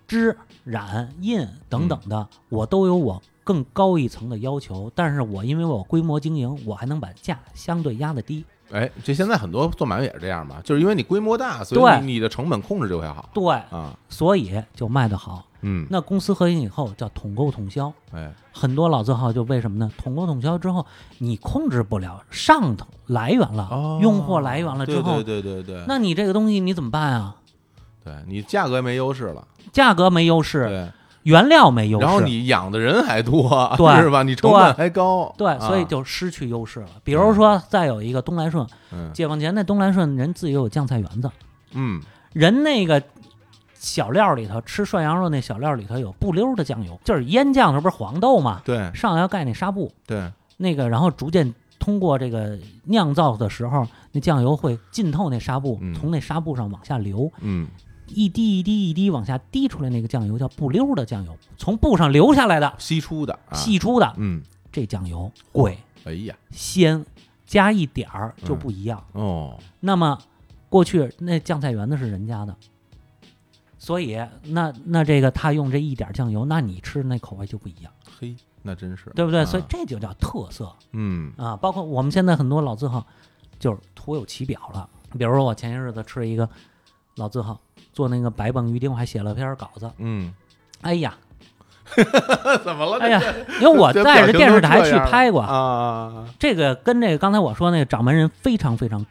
[SPEAKER 6] 织、染、印等等
[SPEAKER 1] 嗯
[SPEAKER 6] 的，我都有我更高一层的要求。但是我因为我规模经营，我还能把价相对压得低。
[SPEAKER 1] 哎，这现在很多做买卖也是这样嘛，就是因为你规模大，所以
[SPEAKER 6] 对
[SPEAKER 1] 你你的成本控制就会好
[SPEAKER 6] 对，
[SPEAKER 1] 啊，
[SPEAKER 6] 所以就卖得好。
[SPEAKER 1] 嗯，
[SPEAKER 6] 那公私合营以后叫统购统销，
[SPEAKER 1] 哎，
[SPEAKER 6] 很多老字号就为什么呢？统购统销之后，你控制不了上头来源了，
[SPEAKER 1] 哦，
[SPEAKER 6] 用货来源了之
[SPEAKER 1] 对
[SPEAKER 6] 后，
[SPEAKER 1] 对对对对，
[SPEAKER 6] 那你这个东西你怎么办啊？
[SPEAKER 1] 对你价格没优势了，
[SPEAKER 6] 价格没优势，
[SPEAKER 1] 对，
[SPEAKER 6] 原料没优势，
[SPEAKER 1] 然后你养的人还多，
[SPEAKER 6] 对
[SPEAKER 1] 是吧？你成本还高，
[SPEAKER 6] 对，
[SPEAKER 1] 啊
[SPEAKER 6] 所以就失去优势了。比如说，再有一个东来顺，
[SPEAKER 1] 嗯
[SPEAKER 6] 解放前那东来顺人自己有酱菜园子，
[SPEAKER 1] 嗯
[SPEAKER 6] 人那个小料里头吃涮羊肉那小料里头有不溜儿的酱油，就是腌酱的时候不是黄豆嘛，
[SPEAKER 1] 对
[SPEAKER 6] 上来要盖那纱布，
[SPEAKER 1] 对，
[SPEAKER 6] 那个然后逐渐通过这个酿造的时候，那酱油会浸透那纱布
[SPEAKER 1] 嗯，
[SPEAKER 6] 从那纱布上往下流，
[SPEAKER 1] 嗯
[SPEAKER 6] 一滴一滴一滴往下滴出来，那个酱油叫不溜儿的酱油，从布上流下来的
[SPEAKER 1] 析出的啊，
[SPEAKER 6] 细出的
[SPEAKER 1] 嗯，
[SPEAKER 6] 这酱油贵
[SPEAKER 1] 哎呀，
[SPEAKER 6] 鲜，加一点儿就不一样。
[SPEAKER 1] 哦，
[SPEAKER 6] 那么过去那酱菜园子是人家的，所以那那这个他用这一点酱油，那你吃那口味就不一样，
[SPEAKER 1] 嘿，那真是，
[SPEAKER 6] 对不对？
[SPEAKER 1] 啊
[SPEAKER 6] 所以这就叫特色
[SPEAKER 1] 嗯
[SPEAKER 6] 啊！包括我们现在很多老字号就是徒有其表了，比如说我前些日子吃了一个老字号做那个白蹦鱼丁，我还写了篇稿子，
[SPEAKER 1] 嗯，
[SPEAKER 6] 哎呀，
[SPEAKER 1] <laughs> 怎么了？
[SPEAKER 6] 哎呀，因为我
[SPEAKER 1] 这
[SPEAKER 6] 带
[SPEAKER 1] 表
[SPEAKER 6] 着
[SPEAKER 1] 情
[SPEAKER 6] 电视
[SPEAKER 1] 都
[SPEAKER 6] 台
[SPEAKER 1] 这
[SPEAKER 6] 去
[SPEAKER 1] 样了
[SPEAKER 6] 拍过，
[SPEAKER 1] 啊，
[SPEAKER 6] 这个跟这个刚才我说那个掌门人非常非常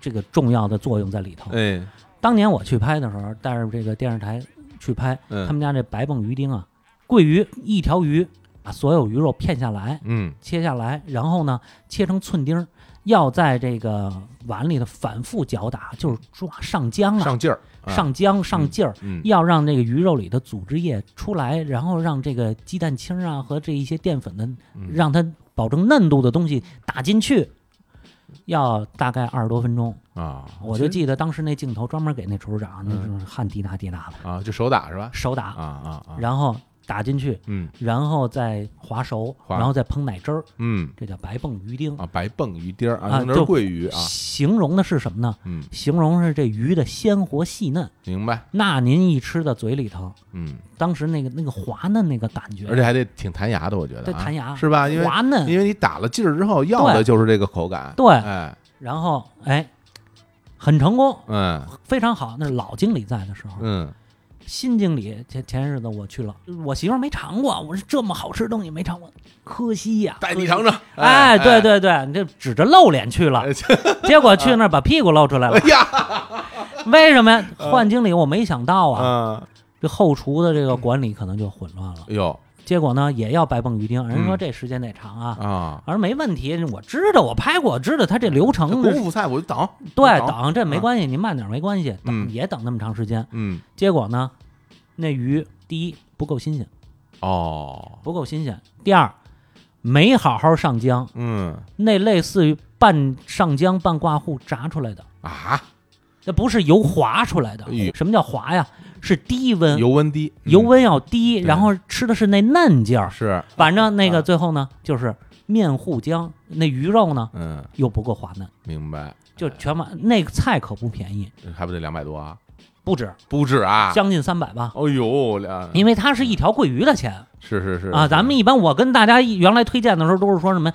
[SPEAKER 6] 这个重要的作用在里头。
[SPEAKER 1] 哎，
[SPEAKER 6] 当年我去拍的时候，带着这个电视台去拍，
[SPEAKER 1] 嗯
[SPEAKER 6] 他们家这白蹦鱼丁啊，桂鱼一条鱼把所有鱼肉片下来，
[SPEAKER 1] 嗯
[SPEAKER 6] 切下来，然后呢切成寸丁儿，要在这个碗里头反复搅打，就是抓上浆啊，
[SPEAKER 1] 上劲儿，啊，
[SPEAKER 6] 上浆上劲儿。
[SPEAKER 1] 嗯
[SPEAKER 6] 要让这个鱼肉里的组织液出来，然后让这个鸡蛋清啊和这一些淀粉的
[SPEAKER 1] 嗯
[SPEAKER 6] 让它保证嫩度的东西打进去，要大概二十多分钟。
[SPEAKER 1] 啊，
[SPEAKER 6] 我就记得当时那镜头专门给那厨师长，那
[SPEAKER 1] 嗯
[SPEAKER 6] 是汗滴答滴答的，
[SPEAKER 1] 啊，就手打是吧？
[SPEAKER 6] 手
[SPEAKER 1] 啊
[SPEAKER 6] 打，
[SPEAKER 1] 啊啊，
[SPEAKER 6] 然后打进去，
[SPEAKER 1] 嗯
[SPEAKER 6] 然后再划熟，
[SPEAKER 1] 划
[SPEAKER 6] 然后再烹奶汁儿，
[SPEAKER 1] 嗯
[SPEAKER 6] 这叫白蹦鱼丁。
[SPEAKER 1] 啊，白蹦鱼丁儿
[SPEAKER 6] 啊
[SPEAKER 1] 啊，用的是
[SPEAKER 6] 就
[SPEAKER 1] 桂鱼啊，
[SPEAKER 6] 形容的是什么呢？
[SPEAKER 1] 嗯，
[SPEAKER 6] 形容是这鱼的鲜活细嫩，
[SPEAKER 1] 明白，
[SPEAKER 6] 那您一吃到嘴里头，
[SPEAKER 1] 嗯，
[SPEAKER 6] 当时那个那个滑嫩那个感觉，
[SPEAKER 1] 而且还得挺弹牙的，我觉得
[SPEAKER 6] 对
[SPEAKER 1] 啊
[SPEAKER 6] 弹牙
[SPEAKER 1] 是吧？因为
[SPEAKER 6] 滑嫩，
[SPEAKER 1] 因为你打了劲儿之后，要的就是这个口感，
[SPEAKER 6] 对
[SPEAKER 1] 哎，
[SPEAKER 6] 然后哎，很成功，
[SPEAKER 1] 嗯
[SPEAKER 6] 非常好。那是老经理在的时候，
[SPEAKER 1] 嗯
[SPEAKER 6] 新经理前前日子我去了，我媳妇儿没尝过，我说这么好吃的东西没尝过，可惜呀、
[SPEAKER 1] <laughs> 带
[SPEAKER 6] 可
[SPEAKER 1] 你
[SPEAKER 6] 惜
[SPEAKER 1] 尝。尝，
[SPEAKER 6] 哎，对，对对，你这指着露脸去了，
[SPEAKER 1] 哎
[SPEAKER 6] <laughs> 结果去那儿把屁股露出来了。
[SPEAKER 1] 哎呀，
[SPEAKER 6] <laughs> 为什么呀？换经理我没想到啊，
[SPEAKER 1] 嗯，
[SPEAKER 6] 这后厨的这个管理可能就混乱了。
[SPEAKER 1] 哎呦
[SPEAKER 6] 结果呢，也要白蹦鱼丁，人说
[SPEAKER 1] 嗯
[SPEAKER 6] 这时间得长啊。
[SPEAKER 1] 啊，
[SPEAKER 6] 我说没问题，我知道，我拍过，我知道他这流
[SPEAKER 1] 这
[SPEAKER 6] 程
[SPEAKER 1] 功
[SPEAKER 6] 是
[SPEAKER 1] 夫菜我就等，
[SPEAKER 6] 对
[SPEAKER 1] 等
[SPEAKER 6] 等，这没
[SPEAKER 1] 啊
[SPEAKER 6] 关系，您慢点没关系，等
[SPEAKER 1] 嗯
[SPEAKER 6] 也等那么长时间。
[SPEAKER 1] 嗯，
[SPEAKER 6] 结果呢，那鱼第一不够新鲜。
[SPEAKER 1] 哦，
[SPEAKER 6] 不够新鲜。第二，没好好上浆，
[SPEAKER 1] 嗯
[SPEAKER 6] 那类似于半上浆半挂糊炸出来的，
[SPEAKER 1] 啊，
[SPEAKER 6] 那不是油滑出来的
[SPEAKER 1] 哎呦。
[SPEAKER 6] 什么叫滑呀？是低温，
[SPEAKER 1] 油温低，嗯
[SPEAKER 6] 油温要低，
[SPEAKER 1] 对
[SPEAKER 6] 然后吃的是那嫩劲儿。
[SPEAKER 1] 是，
[SPEAKER 6] 反正那
[SPEAKER 1] 啊
[SPEAKER 6] 个最后呢，就是面糊浆，那鱼肉呢
[SPEAKER 1] 嗯，
[SPEAKER 6] 又不够滑嫩，
[SPEAKER 1] 明白，
[SPEAKER 6] 就全完。那个菜可不便宜，
[SPEAKER 1] 还不得两百多啊？
[SPEAKER 6] 不止，
[SPEAKER 1] 不止啊，
[SPEAKER 6] 将近三百吧。
[SPEAKER 1] 哦呦，两
[SPEAKER 6] 因为它是一条桂鱼的钱
[SPEAKER 1] 是是是
[SPEAKER 6] 啊，咱们一般我跟大家一原来推荐的时候都是说什么，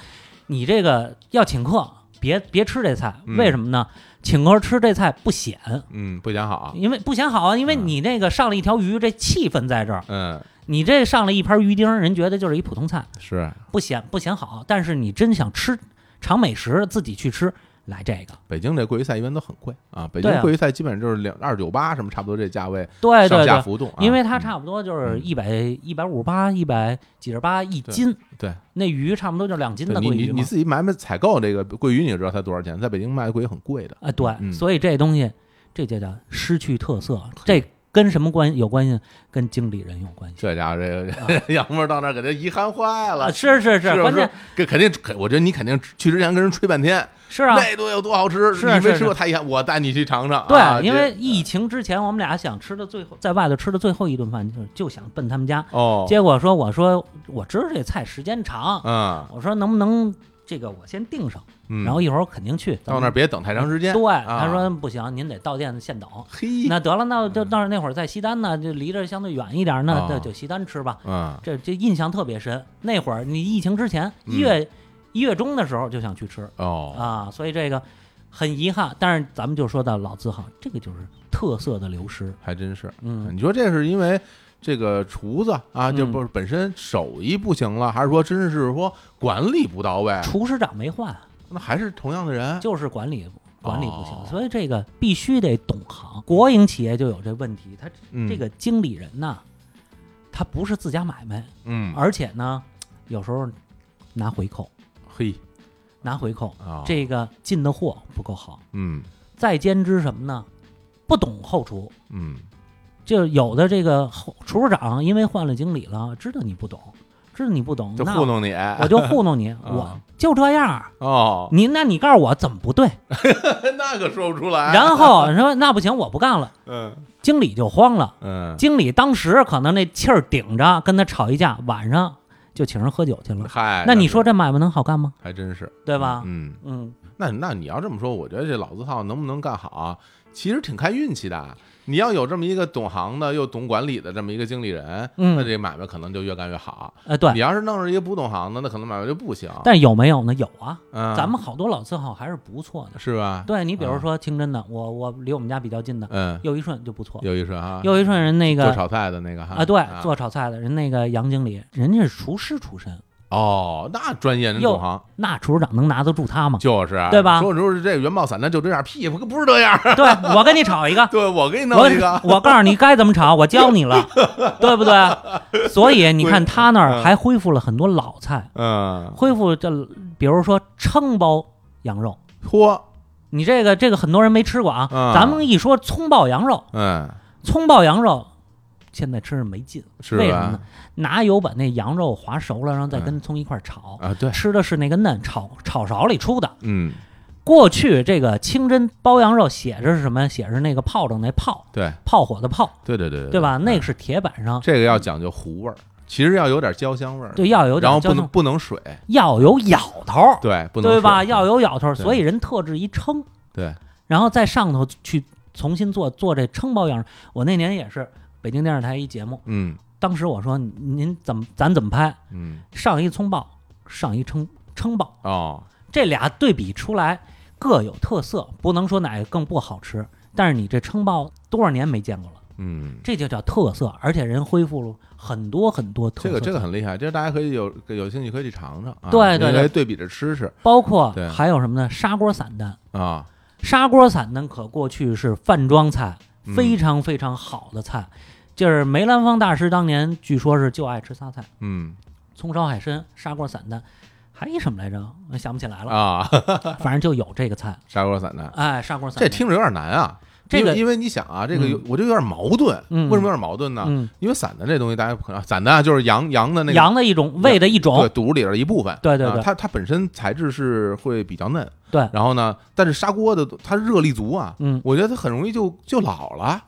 [SPEAKER 6] 你这个要请客，别别吃这菜，
[SPEAKER 1] 嗯
[SPEAKER 6] 为什么呢？请客吃这菜不显，
[SPEAKER 1] 嗯不讲好，
[SPEAKER 6] 因为不显好啊，因为
[SPEAKER 1] 嗯
[SPEAKER 6] 你那个上了一条鱼，这气氛在这儿，
[SPEAKER 1] 嗯
[SPEAKER 6] 你这上了一盘鱼丁，人觉得就是一普通菜，
[SPEAKER 1] 是
[SPEAKER 6] 不显不显好。但是你真想吃尝美食，自己去吃，来这个，
[SPEAKER 1] 北京这桂鱼菜一般都很贵啊，北
[SPEAKER 6] 对
[SPEAKER 1] 京
[SPEAKER 6] 啊
[SPEAKER 1] 桂鱼菜基本上就是两二九八什么差不多这价位
[SPEAKER 6] 对
[SPEAKER 1] 上
[SPEAKER 6] 对
[SPEAKER 1] 下
[SPEAKER 6] 对。
[SPEAKER 1] 浮动啊，
[SPEAKER 6] 因为它
[SPEAKER 1] 嗯
[SPEAKER 6] 差不多就是
[SPEAKER 1] 嗯
[SPEAKER 6] 一百一百五八一百几十八一斤，
[SPEAKER 1] 对，
[SPEAKER 6] 那鱼差不多就两斤
[SPEAKER 1] 对
[SPEAKER 6] 的
[SPEAKER 1] 你
[SPEAKER 6] 桂
[SPEAKER 1] 你
[SPEAKER 6] 鱼
[SPEAKER 1] 你
[SPEAKER 6] 嘛。
[SPEAKER 1] 自己买买采购这个桂鱼，你就知道它多少钱，在北京卖的桂鱼很贵的，
[SPEAKER 6] 啊，对，
[SPEAKER 1] 嗯
[SPEAKER 6] 所以这东西这就叫失去特色，这跟什么关有关系？跟经理人有关系。
[SPEAKER 1] 这家伙这个 <laughs> 洋们到那儿给他遗憾坏
[SPEAKER 6] 啊，
[SPEAKER 1] 了。
[SPEAKER 6] 是是
[SPEAKER 1] 是
[SPEAKER 6] 关键
[SPEAKER 1] 这肯定，肯我觉得你肯定去之前跟人吹半天，
[SPEAKER 6] 是啊，
[SPEAKER 1] 那东西有多好吃，
[SPEAKER 6] 是
[SPEAKER 1] 你没
[SPEAKER 6] 是
[SPEAKER 1] 吃过太遗憾，我带你去尝尝。
[SPEAKER 6] 对，
[SPEAKER 1] 啊
[SPEAKER 6] 因
[SPEAKER 1] 这
[SPEAKER 6] 为疫情之前我们俩想吃的最后，在外头吃的最后一顿饭，就是就想奔他们家，
[SPEAKER 1] 哦，
[SPEAKER 6] 结果说我说我知道这菜时间长，
[SPEAKER 1] 嗯
[SPEAKER 6] 我说能不能这个我先定上，
[SPEAKER 1] 嗯，
[SPEAKER 6] 然后一会儿我肯定去。
[SPEAKER 1] 到那儿别等太长时间。
[SPEAKER 6] 对，
[SPEAKER 1] 啊
[SPEAKER 6] 他说不行，您得到店现等。
[SPEAKER 1] 嘿，
[SPEAKER 6] 那得了，那就到那会儿在西单呢，就离这相对远一点，那
[SPEAKER 1] 啊
[SPEAKER 6] 那就西单吃吧。
[SPEAKER 1] 嗯
[SPEAKER 6] 这这印象特别深。那会儿你疫情之前
[SPEAKER 1] 嗯
[SPEAKER 6] 一月一、月中的时候就想去吃
[SPEAKER 1] 哦，
[SPEAKER 6] 啊，所以这个很遗憾。但是咱们就说到老字号，这个就是特色的流失。
[SPEAKER 1] 还真是。
[SPEAKER 6] 嗯，
[SPEAKER 1] 你说这是因为这个厨子啊，就
[SPEAKER 6] 嗯
[SPEAKER 1] 不是本身手艺不行了，还是说真是说管理不到位？
[SPEAKER 6] 厨师长没换，
[SPEAKER 1] 那还是同样的人
[SPEAKER 6] 就是管理管理不行，
[SPEAKER 1] 哦
[SPEAKER 6] 所以这个必须得懂行。国营企业就有这问题，他
[SPEAKER 1] 嗯
[SPEAKER 6] 这个经理人呐，他不是自家买卖，
[SPEAKER 1] 嗯，
[SPEAKER 6] 而且呢，有时候拿回扣，
[SPEAKER 1] 嘿
[SPEAKER 6] 拿回扣，
[SPEAKER 1] 啊，
[SPEAKER 6] 这个进的货不够好。
[SPEAKER 1] 嗯
[SPEAKER 6] 再兼之什么呢？不懂后厨，
[SPEAKER 1] 嗯
[SPEAKER 6] 就有的这个后厨师长因为换了经理了，知道你不懂，知道你不懂，
[SPEAKER 1] 就
[SPEAKER 6] 那
[SPEAKER 1] 糊弄你哎啊
[SPEAKER 6] 我就
[SPEAKER 1] <laughs>
[SPEAKER 6] 糊弄你，我就这样儿。
[SPEAKER 1] 哦，哎
[SPEAKER 6] 你那你告诉我怎么不对，
[SPEAKER 1] 那可说不出来。
[SPEAKER 6] 然后说那不行，我不干了，
[SPEAKER 1] 嗯
[SPEAKER 6] 经理就慌了。
[SPEAKER 1] 嗯，
[SPEAKER 6] 经理当时可能那气儿顶着，跟他吵一架，晚上就请人喝酒去了。
[SPEAKER 1] 嗨，
[SPEAKER 6] 那你说这买卖能好干吗？
[SPEAKER 1] 还真是
[SPEAKER 6] 对吧？
[SPEAKER 1] 嗯，
[SPEAKER 6] 嗯，
[SPEAKER 1] 那那你要这么说，我觉得这老字号能不能干好啊，其实挺看运气的。你要有这么一个懂行的又懂管理的这么一个经理人，
[SPEAKER 6] 嗯
[SPEAKER 1] 那这买卖可能就越干越好。
[SPEAKER 6] 呃，对
[SPEAKER 1] 你。要是弄着一个不懂行的，那可能买卖就不行。
[SPEAKER 6] 但有没有呢？有啊，
[SPEAKER 1] 嗯，
[SPEAKER 6] 咱们好多老字号还是不错的。
[SPEAKER 1] 是吧？
[SPEAKER 6] 对你比
[SPEAKER 1] 啊
[SPEAKER 6] 如说清真的，我我离我们家比较近的
[SPEAKER 1] 嗯，
[SPEAKER 6] 又一顺就不错。
[SPEAKER 1] 有一说啊，
[SPEAKER 6] 又一顺人那
[SPEAKER 1] 做
[SPEAKER 6] 个
[SPEAKER 1] 炒菜的那个哈
[SPEAKER 6] 啊，对，做炒菜的人那个杨经理，人家是厨师出身，
[SPEAKER 1] 哦，那专业人
[SPEAKER 6] 又
[SPEAKER 1] 懂行？
[SPEAKER 6] 那厨师长能拿得住他 <laughs> 吗
[SPEAKER 1] 就是
[SPEAKER 6] 对吧
[SPEAKER 1] 说说这元宝散弹就这样，屁股不是这样。
[SPEAKER 6] 对我跟你吵一
[SPEAKER 1] <laughs>
[SPEAKER 6] 个，
[SPEAKER 1] 对我给你弄
[SPEAKER 6] 我
[SPEAKER 1] 一个，
[SPEAKER 6] 我告诉你该怎么炒，我教你
[SPEAKER 1] <laughs>
[SPEAKER 6] 了，对不对？所以你看他那儿还恢复了很多老菜，
[SPEAKER 1] 嗯，
[SPEAKER 6] <laughs> 恢复这比如说蛏包羊肉，
[SPEAKER 1] 嚯，
[SPEAKER 6] 你这个这个很多人没吃过啊，
[SPEAKER 1] 嗯
[SPEAKER 6] 咱们一说葱爆羊肉，
[SPEAKER 1] 嗯，
[SPEAKER 6] 葱爆羊肉。现在吃着没劲，
[SPEAKER 1] 是
[SPEAKER 6] 为什么呢
[SPEAKER 1] 吧？？
[SPEAKER 6] 拿油把那羊肉划熟了，然后再跟葱一块儿炒，
[SPEAKER 1] 嗯啊，对，
[SPEAKER 6] 吃的是那个嫩，炒炒勺里出的。
[SPEAKER 1] 嗯，
[SPEAKER 6] 过去这个清真包羊肉写着是什么？写着那个炮仗那炮，
[SPEAKER 1] 对，
[SPEAKER 6] 炮火的炮，
[SPEAKER 1] 对对对对
[SPEAKER 6] 对吧？那
[SPEAKER 1] 嗯
[SPEAKER 6] 个是铁板上，
[SPEAKER 1] 这个要讲究糊味儿，其实要有点焦香味儿，
[SPEAKER 6] 对，要有
[SPEAKER 1] 然
[SPEAKER 6] 点
[SPEAKER 1] 后
[SPEAKER 6] 交
[SPEAKER 1] 不
[SPEAKER 6] 通
[SPEAKER 1] 能不能水，
[SPEAKER 6] 要有咬头儿，
[SPEAKER 1] 对，不能
[SPEAKER 6] 对吧？
[SPEAKER 1] 水
[SPEAKER 6] 要有咬头儿，
[SPEAKER 1] 对
[SPEAKER 6] 所以人特制一撑，
[SPEAKER 1] 对，
[SPEAKER 6] 然后在上头去重新做做这撑包羊肉。我那年也是北京电视台一节目，
[SPEAKER 1] 嗯
[SPEAKER 6] 当时我说您怎么咱怎么拍，
[SPEAKER 1] 嗯，
[SPEAKER 6] 上一葱爆，上一撑撑爆，
[SPEAKER 1] 哦，
[SPEAKER 6] 这俩对比出来各有特色，不能说哪个更不好吃，但是你这撑爆多少年没见过了。
[SPEAKER 1] 嗯。
[SPEAKER 6] 这就叫特色，而且人恢复了很多很多特色
[SPEAKER 1] 这
[SPEAKER 6] 菜，
[SPEAKER 1] 个这个很厉害，这个大家可以有有兴趣可以去尝尝啊，
[SPEAKER 6] 对对
[SPEAKER 1] 你
[SPEAKER 6] 对
[SPEAKER 1] 可以对比着吃吃
[SPEAKER 6] 包括
[SPEAKER 1] 对
[SPEAKER 6] 还有什么呢？砂锅散蛋，
[SPEAKER 1] 啊，
[SPEAKER 6] 砂锅散蛋可过去是饭庄菜，
[SPEAKER 1] 嗯
[SPEAKER 6] 非常非常好的菜，就是梅兰芳大师当年据说是就爱吃仨菜：
[SPEAKER 1] 嗯
[SPEAKER 6] 葱烧海参、砂锅散蛋，还一什么来着？我想不起来了，
[SPEAKER 1] 啊，
[SPEAKER 6] 反正就有这个菜。
[SPEAKER 1] 砂锅散弹，
[SPEAKER 6] 哎，砂锅散
[SPEAKER 1] 这
[SPEAKER 6] 蛋，
[SPEAKER 1] 听着有点难啊。
[SPEAKER 6] 这
[SPEAKER 1] 因为
[SPEAKER 6] 个
[SPEAKER 1] 因为你想啊，这个有我就有点矛盾，
[SPEAKER 6] 嗯
[SPEAKER 1] 为什么有点矛盾呢？
[SPEAKER 6] 嗯，
[SPEAKER 1] 因为散的这东西大家不可能，散的啊就是羊羊啊的那个
[SPEAKER 6] 羊的一种，胃的一
[SPEAKER 1] 对
[SPEAKER 6] 种，
[SPEAKER 1] 肚里边的一部分，
[SPEAKER 6] 对对对
[SPEAKER 1] 啊它它本身材质是会比较嫩，
[SPEAKER 6] 对
[SPEAKER 1] 然后呢，但是砂锅的它热力足啊，
[SPEAKER 6] 嗯
[SPEAKER 1] 我觉得它很容易就就老了，